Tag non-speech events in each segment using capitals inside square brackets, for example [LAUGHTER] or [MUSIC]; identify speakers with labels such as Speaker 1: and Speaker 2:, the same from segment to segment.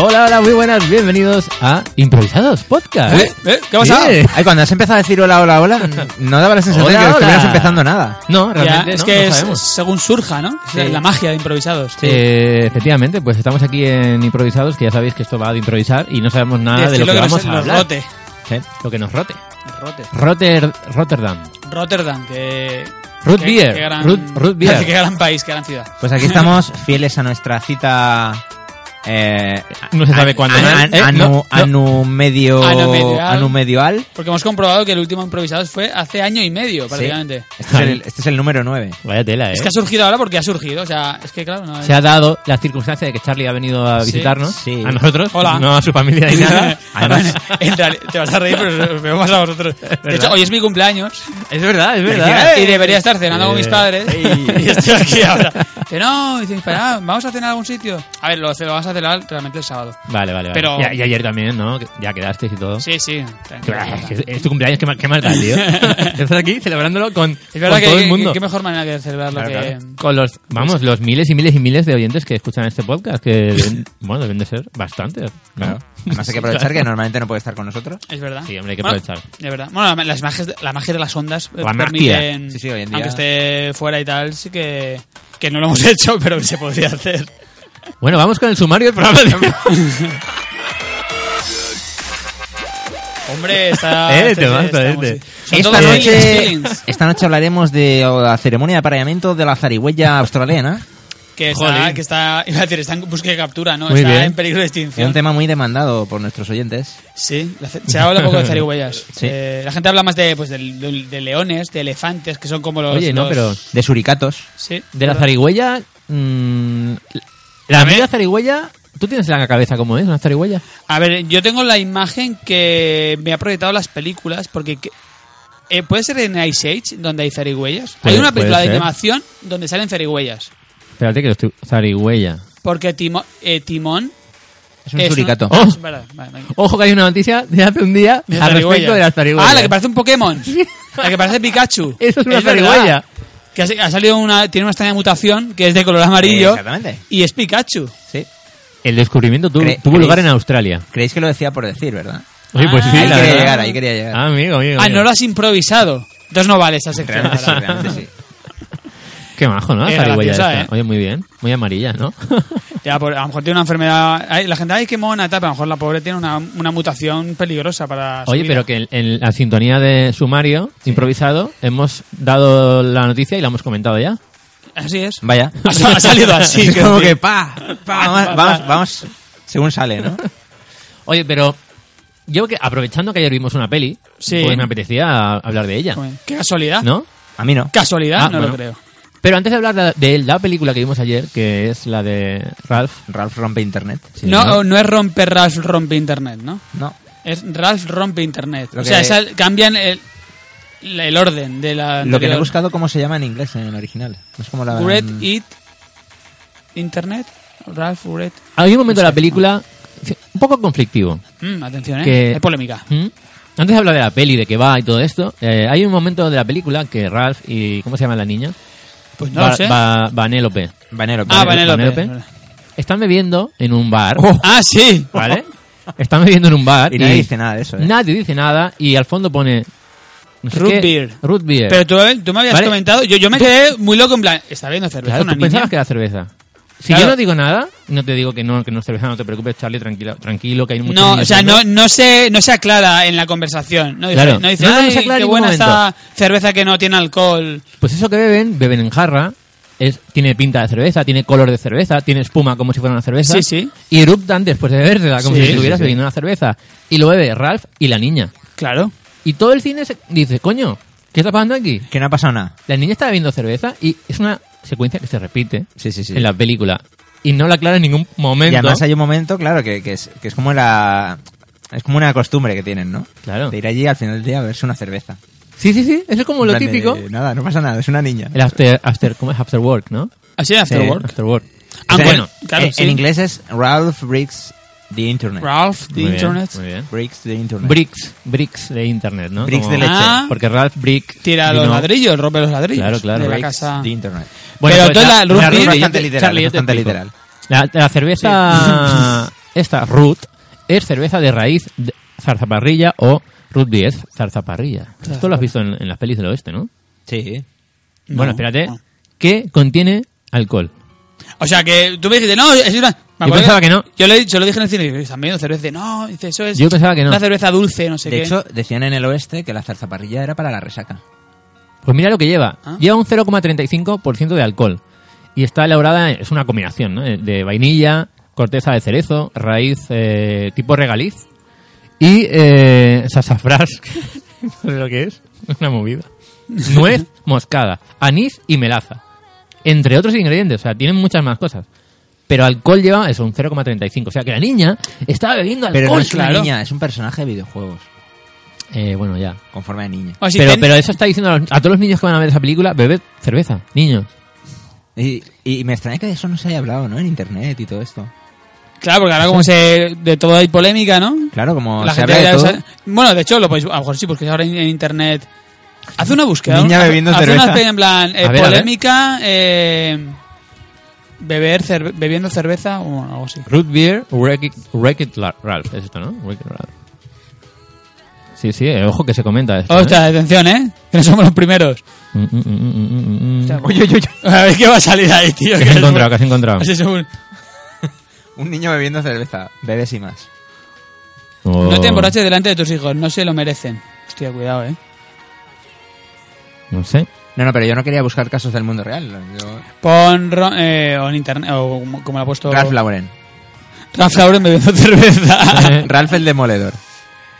Speaker 1: Hola, hola, muy buenas, bienvenidos a Improvisados Podcast.
Speaker 2: ¿Eh? ¿Eh? ¿Qué ha pasado?
Speaker 1: Sí.
Speaker 3: Ay, cuando has empezado a decir hola, hola, hola, no daba la sensación
Speaker 1: Hola,
Speaker 3: de que
Speaker 1: hola.
Speaker 3: estuvieras empezando nada.
Speaker 1: No, realmente
Speaker 2: Ya, es
Speaker 1: no,
Speaker 2: que
Speaker 1: no
Speaker 2: es-
Speaker 1: sabemos.
Speaker 2: según surja, ¿no? Es
Speaker 1: Sí.
Speaker 2: La magia de improvisados.
Speaker 1: Eh, efectivamente, pues estamos aquí en Improvisados, que ya sabéis que esto va de improvisar y no sabemos nada de
Speaker 2: Decir
Speaker 1: lo que,
Speaker 2: que
Speaker 1: vamos
Speaker 2: nos-
Speaker 1: a
Speaker 2: nos
Speaker 1: hablar.
Speaker 2: rote.
Speaker 1: Sí, lo que nos rote.
Speaker 2: Rote.
Speaker 1: Rotter, Rotterdam.
Speaker 2: Rotterdam, que...
Speaker 1: Root
Speaker 2: que-
Speaker 1: beer,
Speaker 2: [LAUGHS] que gran-
Speaker 1: root- root beer.
Speaker 2: Qué gran país, qué gran ciudad.
Speaker 3: Pues aquí estamos [LAUGHS] fieles a nuestra cita. Eh,
Speaker 1: No se sabe
Speaker 3: an-
Speaker 1: cuándo, ¿no?
Speaker 3: an-
Speaker 1: Eh,
Speaker 3: anu-
Speaker 1: no, no.
Speaker 3: anu medio-
Speaker 2: Anu medioal.
Speaker 3: anu medioal.
Speaker 2: Porque hemos comprobado que el último improvisados fue hace año y medio, prácticamente.
Speaker 3: Este es, el, este es el número 9.
Speaker 1: Vaya tela, eh.
Speaker 2: Es que ha surgido ahora porque ha surgido. O sea, es que claro, no... [LAUGHS]
Speaker 1: se ha dado la circunstancia de que Charlie ha venido a
Speaker 2: Sí,
Speaker 1: visitarnos,
Speaker 3: sí.
Speaker 1: a nosotros,
Speaker 2: Hola.
Speaker 1: no a su familia
Speaker 2: [LAUGHS]
Speaker 1: ni nada.
Speaker 3: Además-
Speaker 2: En realidad, te vas a reír, pero os veo más a vosotros. De hecho, hoy es mi cumpleaños.
Speaker 1: es verdad, es
Speaker 2: Y debería estar cenando con mis
Speaker 1: Eh,
Speaker 2: padres.
Speaker 1: [LAUGHS] ey.
Speaker 2: [LAUGHS] Y estoy aquí ahora. Dice, no, dice mis padres, "Ah, vamos a cenar a algún sitio. A ver, lo, lo vas a cenar realmente el sábado.
Speaker 1: Vale, vale, vale.
Speaker 2: Pero-
Speaker 1: Ya- Y, ayer también, ¿no? Que Ya quedasteis y todo.
Speaker 2: Sí, sí.
Speaker 1: Que-
Speaker 2: tranquilo.
Speaker 1: ay, que Es es tu cumpleaños, qué mal, qué mal tal,
Speaker 2: [LAUGHS]
Speaker 1: tío. Estás aquí celebrándolo con,
Speaker 2: Es verdad
Speaker 1: con
Speaker 2: que,
Speaker 1: todo
Speaker 2: que-
Speaker 1: el mundo.
Speaker 2: que Pues- mejor manera que celebrarlo
Speaker 1: Claro,
Speaker 2: que...
Speaker 1: claro. Con los, vamos, los miles y miles y miles de oyentes que escuchan este podcast, que deben- [LAUGHS] bueno, deben de ser bastantes. ¿no? [LAUGHS]
Speaker 3: Además hay que aprovechar que normalmente no puede estar con nosotros.
Speaker 2: Es verdad.
Speaker 1: Sí, hombre, hay que
Speaker 2: Bueno,
Speaker 1: aprovechar.
Speaker 2: de verdad. Bueno, la- las magias de- la magia de las ondas eh,
Speaker 1: La magia.
Speaker 2: permiten,
Speaker 3: Sí, sí, hoy en día-
Speaker 2: aunque esté fuera y tal, sí que, que no lo hemos [LAUGHS] hecho, pero se podría hacer.
Speaker 1: Bueno, vamos con el sumario del programa. de hoy.
Speaker 2: Hombre,
Speaker 1: [LAUGHS]
Speaker 2: está...
Speaker 1: Eh,
Speaker 2: está-
Speaker 1: te vas,
Speaker 2: está
Speaker 1: eh,
Speaker 2: muy-
Speaker 1: te-
Speaker 2: Son
Speaker 3: Esta
Speaker 2: todos
Speaker 3: noche,
Speaker 2: feelings
Speaker 3: esta noche hablaremos de la ceremonia de apareamiento de la zarigüeya australiana.
Speaker 2: que
Speaker 1: Jolín.
Speaker 2: está, que está, iba a decir, está en busca de captura, ¿no?
Speaker 1: Muy
Speaker 2: está
Speaker 1: bien.
Speaker 2: en peligro de
Speaker 3: Es un
Speaker 2: extinción.
Speaker 3: tema muy demandado por nuestros oyentes.
Speaker 2: Sí, la ce- se habla poco
Speaker 1: [LAUGHS]
Speaker 2: de zarigüeyas.
Speaker 3: Sí.
Speaker 2: Eh, la gente habla más de, pues, del- del- de, leones, de elefantes, que son como los...
Speaker 1: Oye, no,
Speaker 2: los-
Speaker 1: pero
Speaker 3: De suricatos.
Speaker 2: Sí,
Speaker 1: de la
Speaker 2: pero-
Speaker 1: zarigüeya... mm, la media zarigüeya... ¿Tú tienes la cabeza como es, una zarigüeya?
Speaker 2: A ver, yo tengo la imagen que me ha proyectado las películas, porque que- eh, puede ser en Ice Age, donde hay zarigüeyas.
Speaker 1: Puede-
Speaker 2: hay una película de
Speaker 1: puede ser.
Speaker 2: animación donde salen zarigüeyas.
Speaker 1: Espérate que lo estoy... Zarigüeya.
Speaker 2: Porque Timo- eh, Timón...
Speaker 3: Es un suricato.
Speaker 2: ah,
Speaker 1: ¡Oh!
Speaker 2: es verdad, vale, vale.
Speaker 1: Ojo que hay una noticia de hace un día
Speaker 2: De
Speaker 1: al
Speaker 2: zarigüeyas.
Speaker 1: respecto de las zarigüeyas.
Speaker 2: Ah, la que parece
Speaker 1: [LAUGHS]
Speaker 2: un Pokémon. La que parece Pikachu.
Speaker 1: Eso es una
Speaker 2: verdad.
Speaker 1: zarigüeya.
Speaker 2: Que ha ha salido una, tiene una extraña mutación que es de color amarillo.
Speaker 3: Exactamente.
Speaker 2: Y es Pikachu.
Speaker 3: Sí.
Speaker 1: El descubrimiento tuvo,
Speaker 3: Cre-
Speaker 1: tuvo
Speaker 3: creéis-
Speaker 1: lugar en Australia.
Speaker 3: Creéis que lo decía por decir, ¿verdad?
Speaker 1: Oye, pues
Speaker 2: Ah.
Speaker 1: sí,
Speaker 3: ahí
Speaker 1: la
Speaker 3: quería
Speaker 1: verdad.
Speaker 3: llegar, ahí quería llegar.
Speaker 1: Ah, amigo, amigo.
Speaker 2: Ah,
Speaker 1: amigo.
Speaker 2: no lo has improvisado. Entonces no vale esa sección.
Speaker 3: Realmente sí,
Speaker 2: ahora.
Speaker 3: realmente sí.
Speaker 1: Qué majo, ¿no? La
Speaker 2: Eh,
Speaker 1: zarigüeya
Speaker 2: graciosa,
Speaker 1: esta.
Speaker 2: eh.
Speaker 1: Oye, muy bien. Muy amarilla,
Speaker 2: [LAUGHS]
Speaker 1: ¿no?
Speaker 2: Ya, por- a lo mejor tiene una enfermedad. ay, la gente, ay, qué mona, tal. pero A lo mejor la pobre tiene una, una mutación peligrosa para. su
Speaker 1: Oye,
Speaker 2: vida.
Speaker 1: pero que en, en la sintonía de sumario improvisado hemos dado la noticia y la hemos comentado ya.
Speaker 2: Así es.
Speaker 1: [LAUGHS]
Speaker 3: Vaya.
Speaker 2: Ha sa- ha salido así,
Speaker 3: [LAUGHS] Es
Speaker 2: que-
Speaker 3: como que pa, pa,
Speaker 2: Pa,
Speaker 3: vamos,
Speaker 2: pa,
Speaker 3: vamos,
Speaker 2: pa.
Speaker 3: vamos, según sale, ¿no?
Speaker 1: Oye, pero yo que aprovechando que ayer vimos una peli,
Speaker 2: Sí. Pues
Speaker 1: pues me apetecía hablar de ella,
Speaker 2: Qué casualidad.
Speaker 1: ¿no?
Speaker 3: A mí no.
Speaker 2: Casualidad,
Speaker 1: Ah,
Speaker 2: no
Speaker 1: bueno.
Speaker 2: lo creo.
Speaker 1: Pero antes de hablar de la, de la película que vimos ayer, que es la de Ralph.
Speaker 3: Ralph rompe internet.
Speaker 1: sí,
Speaker 2: no, no, es romper Ralph rompe internet, ¿no?
Speaker 3: No.
Speaker 2: Es Ralph rompe internet.
Speaker 3: Lo
Speaker 2: o
Speaker 3: que-
Speaker 2: sea, esa- cambian el, la- el orden de la.
Speaker 3: Lo que no he
Speaker 2: anterior.
Speaker 3: buscado cómo se llama en inglés en el original. No es como la
Speaker 2: Great It Internet. Ralph Great.
Speaker 1: Hay un momento de la película un poco conflictivo.
Speaker 2: Mm, atención, ¿eh?
Speaker 1: Que-
Speaker 2: Hay polémica.
Speaker 1: ¿Mm? Antes de hablar de la peli, de que va y todo esto, eh, hay un momento de la película que Ralph y... ¿Cómo se llama la niña?
Speaker 2: Pues no
Speaker 1: Va-
Speaker 2: lo sé.
Speaker 1: Va- Vanellope.
Speaker 3: Vanellope.
Speaker 2: ah,
Speaker 1: Vanellope,
Speaker 2: Vanellope.
Speaker 1: Vanellope. Están bebiendo en un bar,
Speaker 2: Ah, sí.
Speaker 1: ¿vale? Están bebiendo en un bar.
Speaker 3: Y nadie dice nada de eso, ¿eh?
Speaker 1: Nadie dice nada y al fondo pone... no sé
Speaker 2: Root
Speaker 1: qué,
Speaker 2: beer.
Speaker 1: Root beer.
Speaker 2: Pero tú, tú me habías
Speaker 1: Vale.
Speaker 2: comentado, yo, yo me quedé muy loco en plan, ¿está viendo cerveza
Speaker 1: Claro,
Speaker 2: una
Speaker 1: tú
Speaker 2: niña?
Speaker 1: pensabas que era cerveza. Si
Speaker 2: Claro.
Speaker 1: yo no digo nada, no te digo que no, que no es cerveza, no te preocupes, Charlie, tranquilo, tranquilo que hay muchos
Speaker 2: No,
Speaker 1: niños
Speaker 2: o sea,
Speaker 1: viendo.
Speaker 2: no, no, se, no se aclara en la conversación. No dice,
Speaker 1: Claro.
Speaker 2: no dice
Speaker 1: No, no se
Speaker 2: "Ay,
Speaker 1: aclara en
Speaker 2: qué
Speaker 1: ningún
Speaker 2: buena
Speaker 1: momento".
Speaker 2: esta cerveza que no tiene alcohol.
Speaker 1: Pues eso que beben, beben en jarra, es, tiene pinta de cerveza, tiene color de cerveza, tiene espuma como si fuera una cerveza.
Speaker 2: Sí, sí.
Speaker 1: Y eruptan después de bebérsela, como
Speaker 2: Sí,
Speaker 1: si estuvieras
Speaker 3: sí, sí.
Speaker 1: bebiendo una cerveza. Y lo bebe Ralph y la niña.
Speaker 2: Claro.
Speaker 1: Y todo el cine se dice, coño, ¿qué está pasando aquí?
Speaker 3: Que no ha pasado nada.
Speaker 1: La niña está bebiendo cerveza y es una secuencia que se repite
Speaker 3: Sí, sí, sí.
Speaker 1: en la película. Y no la aclara en ningún momento.
Speaker 3: Y además hay un momento, claro, que, que es, que es como la... Es como una costumbre que tienen, ¿no?
Speaker 1: Claro.
Speaker 3: De ir allí al final del día a verse una cerveza.
Speaker 1: Sí, sí, sí. Eso es como lo
Speaker 3: En plan de, eh,
Speaker 1: típico.
Speaker 3: nada, no pasa nada, es una niña.
Speaker 1: El after, after, ¿cómo es? After work, ¿no? Eh,
Speaker 2: Así de After
Speaker 3: Sí.
Speaker 2: Work.
Speaker 1: After work.
Speaker 2: Ah,
Speaker 3: O sea,
Speaker 2: bueno,
Speaker 3: en-
Speaker 2: claro,
Speaker 3: en,
Speaker 2: sí.
Speaker 3: en inglés es Ralph Breaks the Internet.
Speaker 2: Ralph, The
Speaker 1: Muy bien,
Speaker 2: Internet.
Speaker 1: muy bien.
Speaker 3: Breaks the Internet.
Speaker 1: Bricks, bricks de internet, ¿no?
Speaker 3: Bricks
Speaker 1: Como-
Speaker 3: de leche.
Speaker 2: Ah.
Speaker 1: Porque Ralph Brick
Speaker 2: Tira
Speaker 1: vino-
Speaker 2: los ladrillos, rompe los ladrillos.
Speaker 1: Claro, claro.
Speaker 2: De la
Speaker 3: Breaks
Speaker 2: casa.
Speaker 3: the Internet.
Speaker 1: Bueno,
Speaker 2: Pero
Speaker 1: pues
Speaker 2: entonces la- Ruth Beer-
Speaker 3: Una ruta
Speaker 1: Charlie, yo
Speaker 3: bastante
Speaker 1: te-
Speaker 3: literal,
Speaker 1: Charlie, yo te
Speaker 3: bastante
Speaker 1: explico.
Speaker 3: literal.
Speaker 1: La, la cerveza, [LAUGHS] esta, Ruth, es cerveza de raíz de zarzaparrilla o Ruth Beer es zarzaparrilla. Esto lo has visto en, en las pelis del oeste, ¿no?
Speaker 3: Sí.
Speaker 2: No.
Speaker 1: Bueno, espérate.
Speaker 2: No.
Speaker 1: Que contiene alcohol.
Speaker 2: O sea, que tú me dijiste, no, es una. me
Speaker 1: Yo
Speaker 2: acuerdo
Speaker 1: pensaba que no.
Speaker 2: Yo le, yo le dije en el cine, están bebiendo cerveza. No, dice, eso es.
Speaker 1: Yo pensaba que no.
Speaker 2: Una cerveza dulce, no sé
Speaker 3: De
Speaker 2: qué.
Speaker 3: hecho, decían en el oeste que la zarzaparrilla era para la resaca.
Speaker 1: Pues mira lo que lleva.
Speaker 2: Ah.
Speaker 1: Lleva un 0,35% de alcohol. Y está elaborada, es una combinación, ¿no? De vainilla, corteza de cerezo, raíz eh, tipo regaliz y eh, [LAUGHS] sasafrás. no sé lo que es. Una movida. Nuez moscada, anís y melaza. Entre otros ingredientes. O sea, tienen muchas más cosas. Pero alcohol lleva eso, un 0,35. O sea, que la niña estaba bebiendo alcohol.
Speaker 3: Pero no es una
Speaker 1: claro.
Speaker 3: niña, es un personaje de videojuegos.
Speaker 1: Eh, bueno, ya.
Speaker 3: Con forma de niña.
Speaker 2: O si
Speaker 1: pero,
Speaker 2: ten-
Speaker 1: pero eso está diciendo a, los- a todos los niños que van a ver esa película, bebed cerveza, niños.
Speaker 3: Y, y me extraña que de eso no se haya hablado, ¿no? En internet y todo esto.
Speaker 2: Claro, porque ahora como se. De todo hay polémica, ¿no?
Speaker 3: Claro, como
Speaker 2: la
Speaker 3: se
Speaker 2: gente
Speaker 3: habla de
Speaker 2: ya
Speaker 3: todo.
Speaker 2: sabe- Bueno, de hecho, lo podéis. A lo mejor sí, porque ahora en, en internet. Haz una búsqueda.
Speaker 3: Niña
Speaker 2: ¿no? Haz-
Speaker 3: bebiendo
Speaker 2: haz
Speaker 3: cerveza.
Speaker 2: una pe- en plan. eh,
Speaker 1: A ver, a ver.
Speaker 2: polémica. eh, beber cer- bebiendo cerveza o algo así.
Speaker 1: Root beer, Wreck It- Wreck It La- Ralph, es esto, ¿no? Wreck It Ralph. Sí, sí, eh, ojo que se comenta esto. ¿eh?
Speaker 2: Hostia, atención, ¿eh? Que no somos los primeros.
Speaker 1: Mm, mm, mm, mm,
Speaker 2: [LAUGHS]
Speaker 1: mm, mm.
Speaker 2: Hostia,
Speaker 3: Oye, oye, oye.
Speaker 2: A ver qué va a salir ahí, tío.
Speaker 1: ¿Qué
Speaker 2: que
Speaker 1: has
Speaker 2: es
Speaker 1: encontrado?
Speaker 2: un-
Speaker 1: ¿Qué has encontrado?
Speaker 2: es un-
Speaker 3: Un niño bebiendo cerveza. Bebes y más.
Speaker 1: Oh.
Speaker 2: No te emborraches delante de tus hijos, no se lo merecen. Hostia, cuidado, ¿eh?
Speaker 1: No sé.
Speaker 3: No, no, pero yo no quería buscar casos del mundo real. Yo...
Speaker 2: Pon ro- eh, o en internet, o como, como lo ha puesto
Speaker 3: Ralph Lauren.
Speaker 2: Ralph Lauren bebiendo [LAUGHS] cerveza.
Speaker 1: Eh,
Speaker 3: Ralph el demoledor.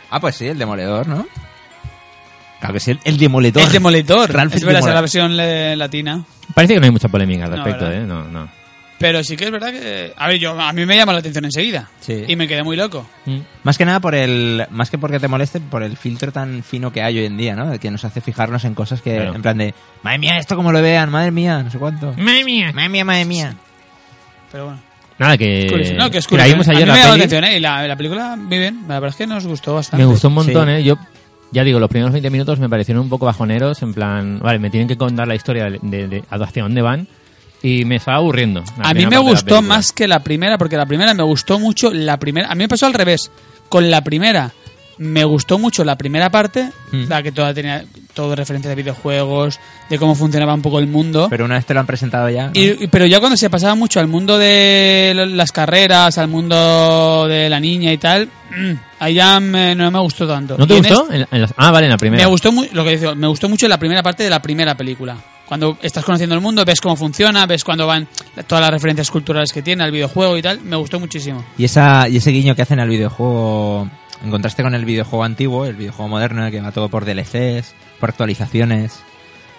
Speaker 3: Ah, pues sí, el demoledor, ¿no? Claro que sí, el, el demoledor.
Speaker 2: es demoledor.
Speaker 3: Ralph
Speaker 2: es verdad,
Speaker 3: Demoledor.
Speaker 2: es la versión le- latina.
Speaker 1: Parece que no hay mucha polémica al
Speaker 2: No,
Speaker 1: respecto,
Speaker 2: ¿verdad?
Speaker 1: ¿eh? No, no.
Speaker 2: Pero sí que es verdad que. A ver, yo, a mí me llama la atención enseguida.
Speaker 3: Sí.
Speaker 2: Y me quedé muy loco.
Speaker 1: Mm.
Speaker 3: Más que nada por el. Más que porque te moleste, por el filtro tan fino que hay hoy en día, ¿no? Que nos hace fijarnos en cosas que.
Speaker 1: Claro.
Speaker 3: En plan de. Madre mía, esto como lo vean, madre mía, no sé
Speaker 2: [LAUGHS]
Speaker 3: cuánto.
Speaker 1: Madre mía.
Speaker 3: Madre mía, madre mía.
Speaker 2: Pero bueno.
Speaker 1: Nada, que.
Speaker 2: Curioso. No, que es
Speaker 1: que la
Speaker 2: curioso.
Speaker 1: vimos
Speaker 2: ¿eh?
Speaker 1: ayer
Speaker 2: a
Speaker 1: la
Speaker 2: mí me llama la
Speaker 1: peli.
Speaker 2: atención, ¿eh? Y la, la película, muy bien. La verdad es que nos gustó bastante.
Speaker 1: Me gustó un montón,
Speaker 3: Sí.
Speaker 1: ¿eh? Yo, ya digo, los primeros 20 minutos me parecieron un poco bajoneros, en plan, vale, me tienen que contar la historia de, de- de hacia dónde van y me estaba aburriendo. la
Speaker 2: A
Speaker 1: primera
Speaker 2: mí me
Speaker 1: parte de la
Speaker 2: gustó
Speaker 1: película.
Speaker 2: más que la primera, porque la primera me gustó mucho. La primera, a mí me pasó al revés. Con la primera me gustó mucho la primera parte,
Speaker 1: Mm.
Speaker 2: la que toda tenía todo referencia de videojuegos, de cómo funcionaba un poco el mundo.
Speaker 3: Pero una vez te lo han presentado ya. ¿no?
Speaker 2: Y- y- pero ya cuando se pasaba mucho al mundo de lo- las carreras, al mundo de la niña y tal, mm, ahí ya me- no me gustó tanto.
Speaker 1: ¿No te
Speaker 2: Y en
Speaker 1: gustó? En la- en la- ah, vale, en la primera.
Speaker 2: me gustó mu- lo que digo, me gustó mucho la primera parte de la primera película. Cuando estás conociendo el mundo, ves cómo funciona, ves cuando van todas las referencias culturales que tiene al videojuego y tal, me gustó muchísimo.
Speaker 3: Y, esa, y ese guiño que hacen al videojuego. En contraste con el videojuego antiguo, el videojuego moderno, en el que va todo por DLCs, por actualizaciones.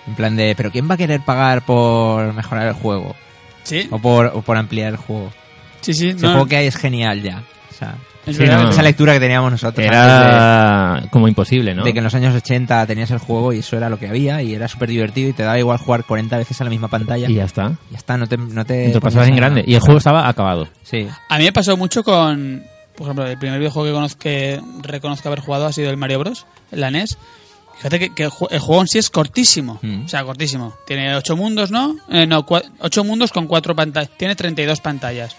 Speaker 3: En plan de. ¿Pero quién va a querer pagar por mejorar el juego?
Speaker 2: Sí,
Speaker 1: Oh.
Speaker 3: O por, o por ampliar el juego.
Speaker 2: sí, sí.
Speaker 3: Ese
Speaker 2: no,
Speaker 3: juego que hay es genial ya. O sea,
Speaker 2: es
Speaker 1: Sí,
Speaker 2: verdad.
Speaker 1: no.
Speaker 3: esa lectura que teníamos nosotros. antes de-
Speaker 1: Era como imposible, ¿no?
Speaker 3: De que en los años 80 tenías el juego y eso era lo que había y era súper divertido y te daba igual jugar 40 veces a la misma pantalla.
Speaker 1: Y ya está.
Speaker 3: Ya está, no te... No te,
Speaker 2: Eh, pues
Speaker 1: Y te lo pasabas
Speaker 3: ponías
Speaker 1: en
Speaker 3: a-
Speaker 1: grande. Y el juego estaba acabado.
Speaker 3: Sí.
Speaker 2: A mí me pasó mucho con, por ejemplo, el primer videojuego que, conozco, que reconozco haber jugado ha sido el Mario Bros, la NES. Fíjate que, que el ju- el juego en sí es cortísimo.
Speaker 3: Mm.
Speaker 2: O sea, cortísimo. Tiene ocho mundos, ¿no? Eh, no, cua- ocho mundos con cuatro pantallas. Tiene 32 pantallas.